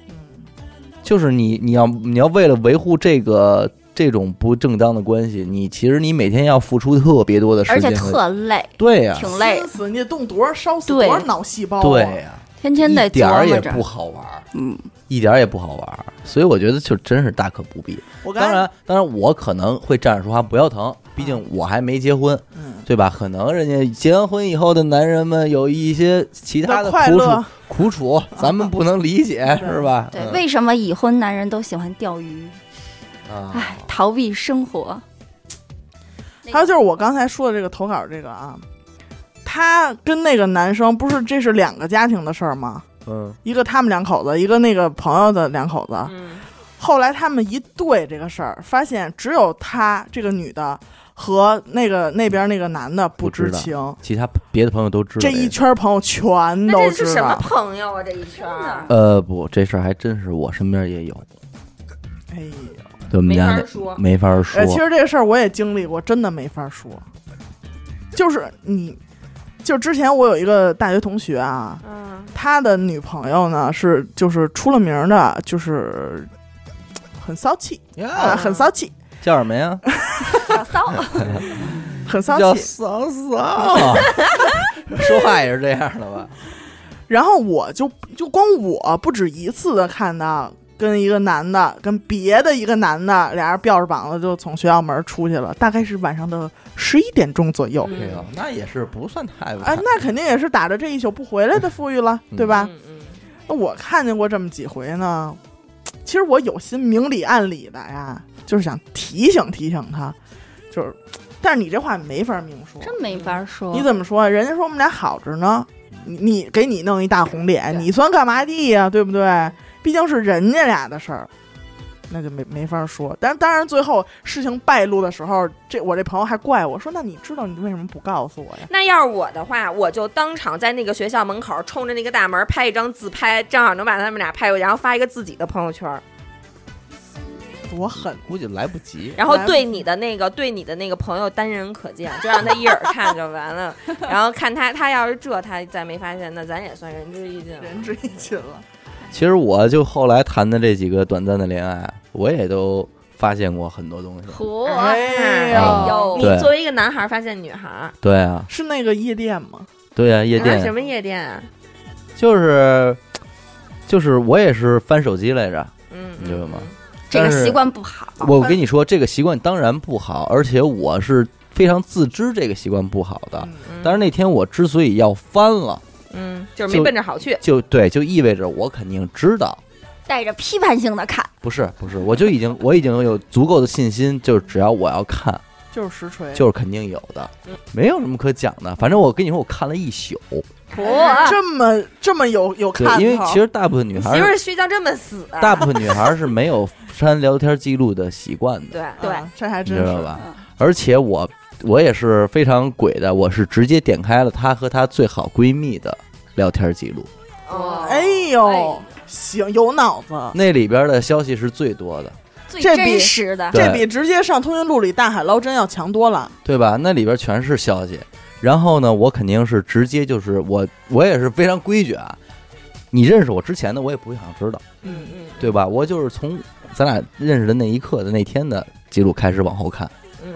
[SPEAKER 4] 就是你你要你要为了维护这个这种不正当的关系，你其实你每天要付出特别多的时
[SPEAKER 3] 而且
[SPEAKER 4] 间和，
[SPEAKER 3] 特累，
[SPEAKER 4] 对呀、
[SPEAKER 3] 挺累
[SPEAKER 1] 心，死你得动多少烧死多少
[SPEAKER 3] 对
[SPEAKER 1] 脑细胞、啊？
[SPEAKER 4] 对呀、
[SPEAKER 3] 天天得
[SPEAKER 4] 一点
[SPEAKER 3] 琢
[SPEAKER 4] 儿也
[SPEAKER 3] 磨着
[SPEAKER 4] 不。好玩儿，
[SPEAKER 3] 嗯，
[SPEAKER 4] 一点儿也不好玩儿。所以我觉得就真是大可不必。
[SPEAKER 1] 我刚
[SPEAKER 4] 当
[SPEAKER 1] 才
[SPEAKER 4] 然，当然我可能会站着说话不腰疼，毕竟我还没结婚，
[SPEAKER 1] 嗯，
[SPEAKER 4] 对吧？可能人家结完婚以后的男人们有一些其他的
[SPEAKER 1] 快
[SPEAKER 4] 苦
[SPEAKER 1] 乐
[SPEAKER 4] 楚，苦楚咱们不能理解，
[SPEAKER 1] 对
[SPEAKER 4] 是吧？
[SPEAKER 3] 对，
[SPEAKER 4] 嗯
[SPEAKER 3] 为什么已婚男人都喜欢钓鱼？
[SPEAKER 4] 啊
[SPEAKER 3] 哎，逃避生活。
[SPEAKER 1] 还有就是我刚才说的这个投稿这个啊，她跟那个男生不是这是两个家庭的事儿吗？
[SPEAKER 4] 嗯，
[SPEAKER 1] 一个他们两口子，一个那个朋友的两口子。
[SPEAKER 2] 嗯，
[SPEAKER 1] 后来他们一对这个事儿，发现只有她这个女的和那个那边那个男的不知情，
[SPEAKER 4] 其他别的朋友都知道
[SPEAKER 1] 这一圈朋友全
[SPEAKER 2] 那
[SPEAKER 1] 都
[SPEAKER 2] 这是
[SPEAKER 1] 知
[SPEAKER 2] 什么
[SPEAKER 1] 道。
[SPEAKER 2] 朋友啊？这一圈儿
[SPEAKER 4] 呃，不，这事儿还真是我身边也有，
[SPEAKER 1] 哎呦，
[SPEAKER 4] 对我
[SPEAKER 2] 嗯
[SPEAKER 4] 们
[SPEAKER 2] 没
[SPEAKER 4] 家
[SPEAKER 2] 法
[SPEAKER 4] 那
[SPEAKER 2] 说。
[SPEAKER 4] 没法说
[SPEAKER 1] 呃，，其实这个事儿我也经历过，真的没法说。就是你，就之前我有一个大学同学啊，
[SPEAKER 2] 嗯，
[SPEAKER 1] 他的女朋友呢是就是出了名儿的，就是很骚气啊、
[SPEAKER 4] 呀
[SPEAKER 1] 很骚气，
[SPEAKER 4] 叫什么呀？
[SPEAKER 3] 小骚，
[SPEAKER 1] 很
[SPEAKER 4] 叫
[SPEAKER 1] 骚气。
[SPEAKER 4] 嫂 嫂， 说话也是这样的吧？
[SPEAKER 1] 然后我就就光我不止一次的看到跟一个男的跟别的一个男的俩人吊着膀子就从学校门儿出去了，大概是晚上的十一点钟左右。
[SPEAKER 2] 嗯
[SPEAKER 4] 这个哎那也是不算太晚
[SPEAKER 1] 啊，那肯定也是打着这一宿不回来的富裕了，
[SPEAKER 4] 嗯
[SPEAKER 1] 对吧？
[SPEAKER 2] 嗯嗯
[SPEAKER 1] 那我看见过这么几回呢。其实我有心明里暗里的呀，就是想提醒提醒他，就是，但是你这话没法明说，
[SPEAKER 3] 真没法说。
[SPEAKER 1] 你怎么说？人家说我们俩好着呢，你你给你弄一大红脸，
[SPEAKER 5] 对
[SPEAKER 1] 你算干嘛地呀、对不对？毕竟是人家俩的事儿，那就没没法说。但当然，最后事情败露的时候，这我这朋友还怪我说，那你知道你为什么不告诉我呀？
[SPEAKER 2] 那要是我的话，我就当场在那个学校门口冲着那个大门拍一张自拍，正好能把他们俩拍过去，然后发一个自己的朋友圈儿，
[SPEAKER 1] 多狠！
[SPEAKER 4] 估计来不及。
[SPEAKER 2] 然后对你的那个对你的那个朋友单人可见，就让他一眼儿看就完了。然后看他，他要是这他再没发现，那咱也算仁至义尽了。
[SPEAKER 1] 仁至义尽了，
[SPEAKER 4] 其实我就后来谈的这几个短暂的恋爱，我也都发现过很多东西。
[SPEAKER 3] 嚯
[SPEAKER 1] 哎呦
[SPEAKER 4] 哎
[SPEAKER 3] 呦
[SPEAKER 2] 你
[SPEAKER 4] 对
[SPEAKER 2] 作为一个男孩儿发现女孩儿，
[SPEAKER 4] 对啊，
[SPEAKER 1] 是那个夜店吗？
[SPEAKER 4] 对啊，夜
[SPEAKER 2] 啊什
[SPEAKER 4] 店
[SPEAKER 2] 么夜店啊？
[SPEAKER 4] 就是就是我也是翻手机来着。
[SPEAKER 2] 嗯，
[SPEAKER 4] 你知道吗
[SPEAKER 3] 这个
[SPEAKER 4] 但是
[SPEAKER 3] 习惯不好。
[SPEAKER 4] 我跟你说，这个习惯当然不好，而且我是非常自知这个习惯不好的。
[SPEAKER 2] 嗯
[SPEAKER 4] 但是那天我之所以要翻了，
[SPEAKER 5] 嗯，就是没奔着好去，
[SPEAKER 4] 就对，就意味着我肯定知道，
[SPEAKER 3] 带着批判性的看，
[SPEAKER 4] 不是不是，我就 已经我已经有足够的信心，就是只要我要看，
[SPEAKER 1] 就是实锤，
[SPEAKER 4] 就是肯定有的，
[SPEAKER 2] 嗯
[SPEAKER 4] 没有什么可讲的。反正我跟你说，我看了一宿，
[SPEAKER 5] 哇，
[SPEAKER 1] 这么这么有有看
[SPEAKER 4] 对，
[SPEAKER 1] 头，
[SPEAKER 4] 因为其实大部分女孩
[SPEAKER 5] 媳妇
[SPEAKER 4] 儿，
[SPEAKER 5] 儿睡觉这么死啊，
[SPEAKER 4] 大部分女孩儿是没有删聊天记录的习惯的。
[SPEAKER 5] 对嗯
[SPEAKER 1] 啊
[SPEAKER 3] 对
[SPEAKER 1] 这还
[SPEAKER 4] 你
[SPEAKER 1] 真
[SPEAKER 4] 知道
[SPEAKER 1] 是
[SPEAKER 4] 吧
[SPEAKER 3] 嗯？
[SPEAKER 4] 而且我我也是非常鬼的，我是直接点开了她和她最好闺蜜的聊天记录，
[SPEAKER 5] 哦
[SPEAKER 1] 哎呦，行，有脑子，
[SPEAKER 4] 那里边的消息是最多的，
[SPEAKER 3] 最
[SPEAKER 1] 这比
[SPEAKER 3] 真实的，
[SPEAKER 4] 对
[SPEAKER 1] 这比直接上通讯录里大海捞针要强多了。
[SPEAKER 4] 对吧？那里边全是消息。然后呢，我肯定是直接就是我我也是非常规矩啊。你认识我之前的，我也不会想知道，
[SPEAKER 1] 嗯
[SPEAKER 5] 嗯
[SPEAKER 4] 对吧？我就是从咱俩认识的那一刻的那天的记录开始往后看，
[SPEAKER 5] 嗯，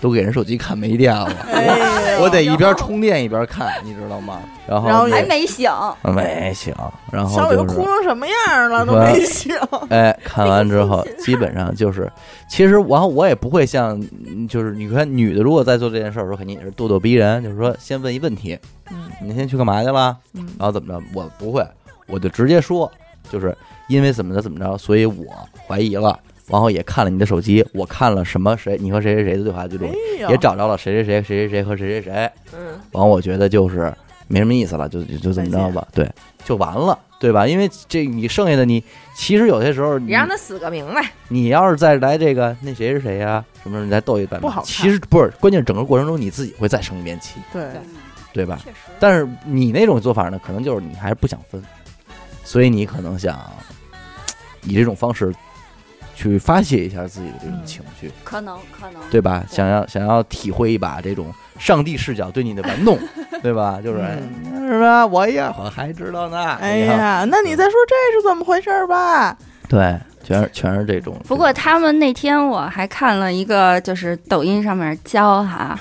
[SPEAKER 4] 都给人手机看没电了，
[SPEAKER 1] 哎
[SPEAKER 4] 我
[SPEAKER 1] 呦，
[SPEAKER 4] 我得一边充电一边看，你知道吗？然后
[SPEAKER 1] 然后
[SPEAKER 4] 那
[SPEAKER 3] 还没醒，
[SPEAKER 4] 没行，然后
[SPEAKER 1] 小伟
[SPEAKER 4] 就
[SPEAKER 1] 都
[SPEAKER 4] 是
[SPEAKER 1] 哭成什么样了，都没醒。
[SPEAKER 4] 哎，看完之后
[SPEAKER 5] 那个心情啊
[SPEAKER 4] 基本上就是，其实然后我也不会像，嗯就是你看女的如果在做这件事儿的时候，肯定也是咄咄逼人，就是说先问一问题，
[SPEAKER 1] 嗯
[SPEAKER 4] 你那天去干嘛去了，
[SPEAKER 1] 嗯
[SPEAKER 4] 然后怎么着，我不会，我就直接说，就是因为怎么着怎么着，所以我怀疑了，然后也看了你的手机，我看了什么谁你和谁谁谁的对话记录，
[SPEAKER 1] 哎呦，
[SPEAKER 4] 也找着了谁谁谁谁谁谁和谁谁谁，
[SPEAKER 5] 嗯，
[SPEAKER 4] 完我觉得就是没什么意思了，就就就这么着吧，对，就完了，对吧？因为这你剩下的你，其实有些时候
[SPEAKER 5] 你
[SPEAKER 4] 你
[SPEAKER 5] 让他死个明白，
[SPEAKER 4] 你要是再来这个那谁是谁呀、什么时候你再斗一段
[SPEAKER 1] 不
[SPEAKER 4] 吧，
[SPEAKER 1] 好看
[SPEAKER 4] 其实不是，关键是整个过程中你自己会再生变气，
[SPEAKER 1] 对，
[SPEAKER 4] 对吧？
[SPEAKER 3] 确实，
[SPEAKER 4] 但是你那种做法呢，可能就是你还是不想分，所以你可能想以这种方式去发泄一下自己的这种
[SPEAKER 1] 嗯
[SPEAKER 4] 情绪，
[SPEAKER 3] 可能可能，
[SPEAKER 4] 对吧？
[SPEAKER 3] 对
[SPEAKER 4] 想要想要体会一把这种上帝视角对你的 玩弄，对吧？就是、
[SPEAKER 1] 嗯
[SPEAKER 4] 哎是吧？我呀，我还知道呢。
[SPEAKER 1] 哎
[SPEAKER 4] 你看，
[SPEAKER 1] 呀，那你再说这是怎么回事儿吧？
[SPEAKER 4] 对，全是全是这种。
[SPEAKER 3] 不过他们那天我还看了一个，就是抖音上面教哈，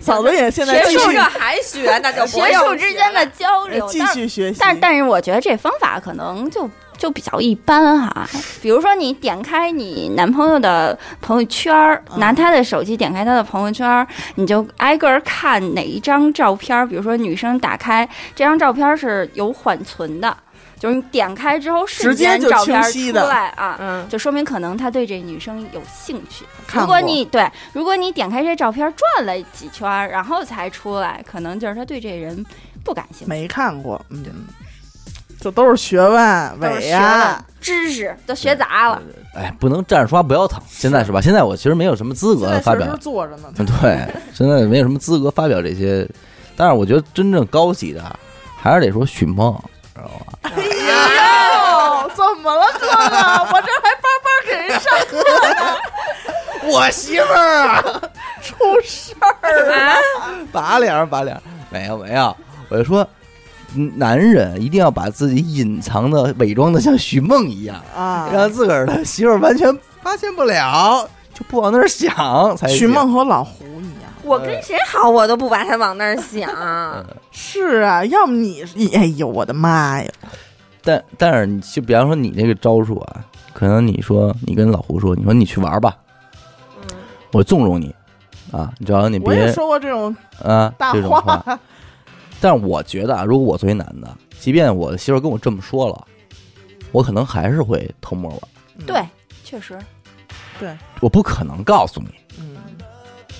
[SPEAKER 1] 嫂子也现在继
[SPEAKER 5] 学术
[SPEAKER 1] 续
[SPEAKER 5] 这
[SPEAKER 2] 啊
[SPEAKER 5] 还学，那就
[SPEAKER 3] 学
[SPEAKER 5] 不要
[SPEAKER 3] 术之间的交
[SPEAKER 1] 呃
[SPEAKER 3] 流，
[SPEAKER 1] 继续学习，
[SPEAKER 3] 但但是我觉得这方法可能就就比较一般哈。比如说你点开你男朋友的朋友圈儿，
[SPEAKER 1] 嗯
[SPEAKER 3] 拿他的手机点开他的朋友圈儿，你就挨个儿看哪一张照片儿。比如说女生打开这张照片儿是有缓存的，就是你点开之后瞬间
[SPEAKER 1] 直接就
[SPEAKER 3] 照片儿
[SPEAKER 1] 清晰
[SPEAKER 3] 出
[SPEAKER 1] 的
[SPEAKER 3] 来啊。
[SPEAKER 5] 嗯，
[SPEAKER 3] 就说明可能他对这女生有兴趣。
[SPEAKER 1] 看
[SPEAKER 3] 如果
[SPEAKER 1] 过
[SPEAKER 3] 你对，如果你点开这照片儿转了几圈儿，然后才出来，可能就是他对这人不感兴趣。
[SPEAKER 1] 没看过，嗯，这都是学问，
[SPEAKER 3] 都是
[SPEAKER 1] 伟
[SPEAKER 3] 学
[SPEAKER 1] 呀
[SPEAKER 3] 问，知识都学杂了。
[SPEAKER 4] 哎，不能站着说话不腰疼，现在是吧？现在我其实没有什么资
[SPEAKER 1] 现
[SPEAKER 4] 格
[SPEAKER 1] 在
[SPEAKER 4] 发
[SPEAKER 1] 确
[SPEAKER 4] 表
[SPEAKER 1] 实，坐着呢，
[SPEAKER 4] 嗯对，现在没有什么资格发表这些。但是我觉得真正高级的啊，还是得说许梦，知道吧？
[SPEAKER 1] 哎呦，怎么了，哥哥？我这还巴巴给人上课呢。我媳妇儿啊，出事儿了。
[SPEAKER 5] 啊
[SPEAKER 4] 拔凉儿拔凉儿，没有没有，我就说，嗯男人一定要把自己隐藏的伪装的像许梦一样，
[SPEAKER 1] 啊！
[SPEAKER 4] 让自个儿的媳妇儿完全发现不了，就不往那儿想才行
[SPEAKER 1] 许，梦和老胡一样，
[SPEAKER 5] 我跟谁好我都不把他往那儿想，
[SPEAKER 4] 嗯
[SPEAKER 1] 是啊，要么你，哎呦，我的妈呀！
[SPEAKER 4] 但但是你就比方说你这个招数啊，可能你说你跟老胡说，你说你去玩儿吧，我纵容你啊，只要你
[SPEAKER 1] 嗯我也
[SPEAKER 4] 别
[SPEAKER 1] 说过这种
[SPEAKER 4] 啊
[SPEAKER 1] 大
[SPEAKER 4] 这种话。
[SPEAKER 1] 话，
[SPEAKER 4] 但是我觉得啊，如果我作为男的，即便我的媳妇儿跟我这么说了，我可能还是会偷摸玩儿，
[SPEAKER 3] 对，确实，
[SPEAKER 4] 我不可能告诉你，
[SPEAKER 1] 嗯，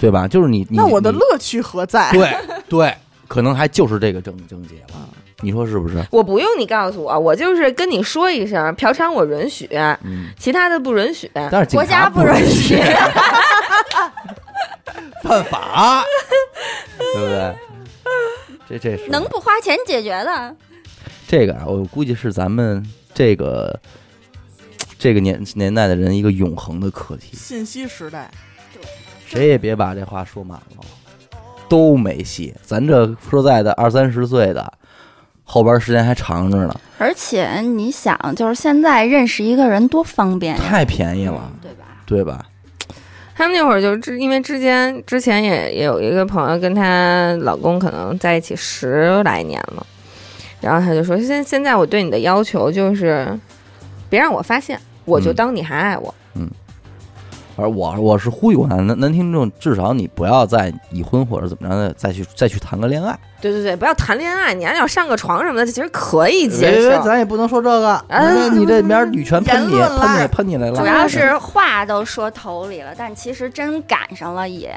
[SPEAKER 4] 对吧？就是你你
[SPEAKER 1] 那我的
[SPEAKER 4] 你
[SPEAKER 1] 乐趣何在？
[SPEAKER 4] 对对，可能还就是这个症症结了，
[SPEAKER 1] 啊
[SPEAKER 4] 你说是不是？
[SPEAKER 5] 我不用你告诉我，我就是跟你说一声，嫖娼我允许，
[SPEAKER 4] 嗯，
[SPEAKER 5] 其他的不允许。
[SPEAKER 4] 但是警
[SPEAKER 3] 国
[SPEAKER 4] 察
[SPEAKER 3] 家
[SPEAKER 4] 不
[SPEAKER 3] 不允
[SPEAKER 4] 许
[SPEAKER 3] 许，
[SPEAKER 4] 犯 法，对不对？这这是
[SPEAKER 3] 能不花钱解决的，
[SPEAKER 4] 这个啊，我估计是咱们这个这个年年代的人一个永恒的课题，
[SPEAKER 1] 信息时代，
[SPEAKER 4] 谁也别把这话说满了，都没戏。咱这说在的二三十岁的，后边时间还长着呢，
[SPEAKER 3] 而且你想，就是现在认识一个人多方便哎呀，
[SPEAKER 4] 太便宜了，
[SPEAKER 3] 对吧？
[SPEAKER 4] 对吧？
[SPEAKER 5] 他们那会儿就之因为之间之前也也有一个朋友跟她老公可能在一起十来年了，然后她就说现现在我对你的要求就是别让我发现，我就
[SPEAKER 4] 嗯
[SPEAKER 5] 当你还爱我。
[SPEAKER 4] 反正我我是呼吁过男男听众，至少你不要再已婚或者怎么着的再去再去谈个恋爱，
[SPEAKER 5] 对对对，不要谈恋爱，你还要上个床什么的，其实可以
[SPEAKER 4] 别
[SPEAKER 5] 接
[SPEAKER 4] 别
[SPEAKER 5] 受。啊
[SPEAKER 4] 咱也不能说这个，
[SPEAKER 1] 嗯哎
[SPEAKER 4] 那你这边女权喷你
[SPEAKER 1] 言论
[SPEAKER 4] 喷
[SPEAKER 1] 啦
[SPEAKER 4] 你喷你来了，
[SPEAKER 3] 主要是话都说头里了，但其实真赶上了也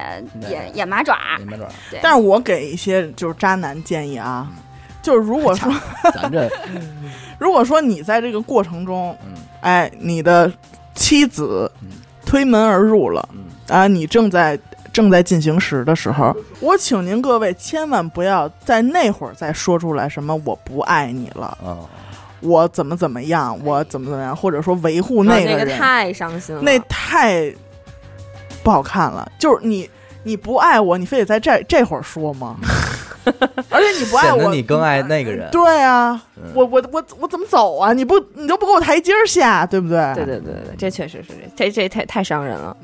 [SPEAKER 3] 也也麻爪。
[SPEAKER 4] 你嗯没准儿，
[SPEAKER 3] 对，
[SPEAKER 1] 但是我给一些就是渣男建议啊，
[SPEAKER 4] 嗯
[SPEAKER 1] 就是如果说
[SPEAKER 4] 咱这
[SPEAKER 1] 如果说你在这个过程中，
[SPEAKER 4] 嗯
[SPEAKER 1] 哎，你的妻子
[SPEAKER 4] 嗯
[SPEAKER 1] 推门而入了
[SPEAKER 4] 嗯，
[SPEAKER 1] 啊，你正在正在进行时的时候，我请您各位千万不要在那会儿再说出来什么我不爱你了，
[SPEAKER 4] 啊，
[SPEAKER 1] 我怎么怎么样，我怎么怎么样，或者说维护那
[SPEAKER 2] 啊那
[SPEAKER 1] 个
[SPEAKER 2] 个
[SPEAKER 1] 人，
[SPEAKER 2] 太伤心了。
[SPEAKER 1] 那太不好看了。就是你你不爱我，你非得在这这会儿说 吗？而且你不爱
[SPEAKER 4] 显得
[SPEAKER 1] 我，
[SPEAKER 4] 你更爱那个人，
[SPEAKER 1] 对啊，
[SPEAKER 4] 嗯
[SPEAKER 1] 我我我我怎么走啊？你不你都不给我台阶儿下，对不对？
[SPEAKER 2] 对对对对对，这确实是这这这太太伤人了。？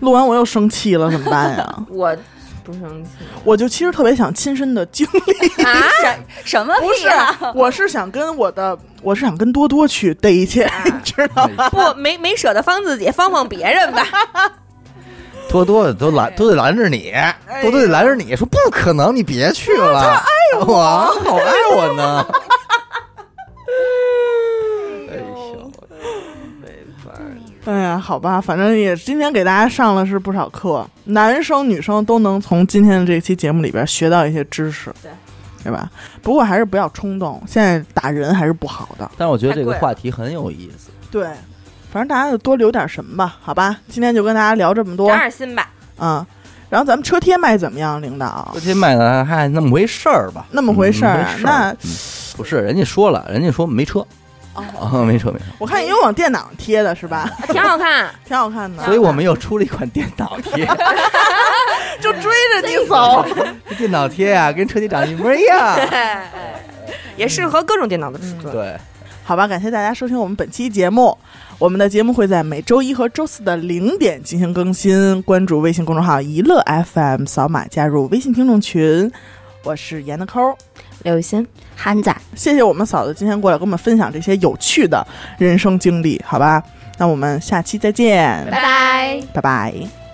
[SPEAKER 1] 录完我又生气了，怎么办呀
[SPEAKER 2] 我不生气，
[SPEAKER 1] 我就其实特别想亲身的经历，
[SPEAKER 3] 什什么
[SPEAKER 1] 不
[SPEAKER 3] 屁
[SPEAKER 1] 是
[SPEAKER 3] 啊？，
[SPEAKER 1] 我是想跟我的，我是想跟多多去对一切， 你知道吗？
[SPEAKER 5] 不，没没舍得帮自己，帮帮别人吧。
[SPEAKER 4] 多多的都拦都得拦着你，多多得拦着你说不可能，你别去了，爱我，好爱我呢。哎呦，
[SPEAKER 1] 哎呀，好吧，反正也今天给大家上了是不少课，男生女生都能从今天的这期节目里边学到一些知识，
[SPEAKER 2] 对，
[SPEAKER 1] 对吧？不过还是不要冲动，现在打人还是不好的。
[SPEAKER 4] 但是我觉得这个
[SPEAKER 2] 太贵了
[SPEAKER 4] 话题很有意思，
[SPEAKER 1] 对，反正大家就多留点神吧，好吧？今天就跟大家聊这么多
[SPEAKER 5] 长点心吧，
[SPEAKER 1] 嗯，然后咱们车贴卖怎么样，领导
[SPEAKER 4] 昨？天卖的还那么回事儿吧？
[SPEAKER 1] 那么回事儿
[SPEAKER 4] 嗯
[SPEAKER 1] 啊
[SPEAKER 4] 没
[SPEAKER 1] 那
[SPEAKER 4] 嗯不是人家说了，人家说没车啊，没车没车，
[SPEAKER 1] 我看也有往电脑上贴的是吧？
[SPEAKER 2] 嗯
[SPEAKER 5] 挺好看。
[SPEAKER 1] 挺好看的，
[SPEAKER 4] 所以我们又出了一款电脑贴，
[SPEAKER 1] 就追着你走。
[SPEAKER 4] 这 电脑贴呀、跟车贴长得一模一样。
[SPEAKER 5] 也适合各种电脑的尺寸。
[SPEAKER 4] 嗯对，
[SPEAKER 1] 好吧，感谢大家收听我们本期节目。我们的节目会在每周一和周四的零点进行更新，关注微信公众号“一乐 FM”，扫码加入微信听众群。我是严的抠儿，
[SPEAKER 5] 刘雨欣，
[SPEAKER 3] 憨仔，
[SPEAKER 1] 谢谢我们嫂子今天过来跟我们分享这些有趣的人生经历，好吧？那我们下期再见，
[SPEAKER 3] 拜拜。
[SPEAKER 1] 拜拜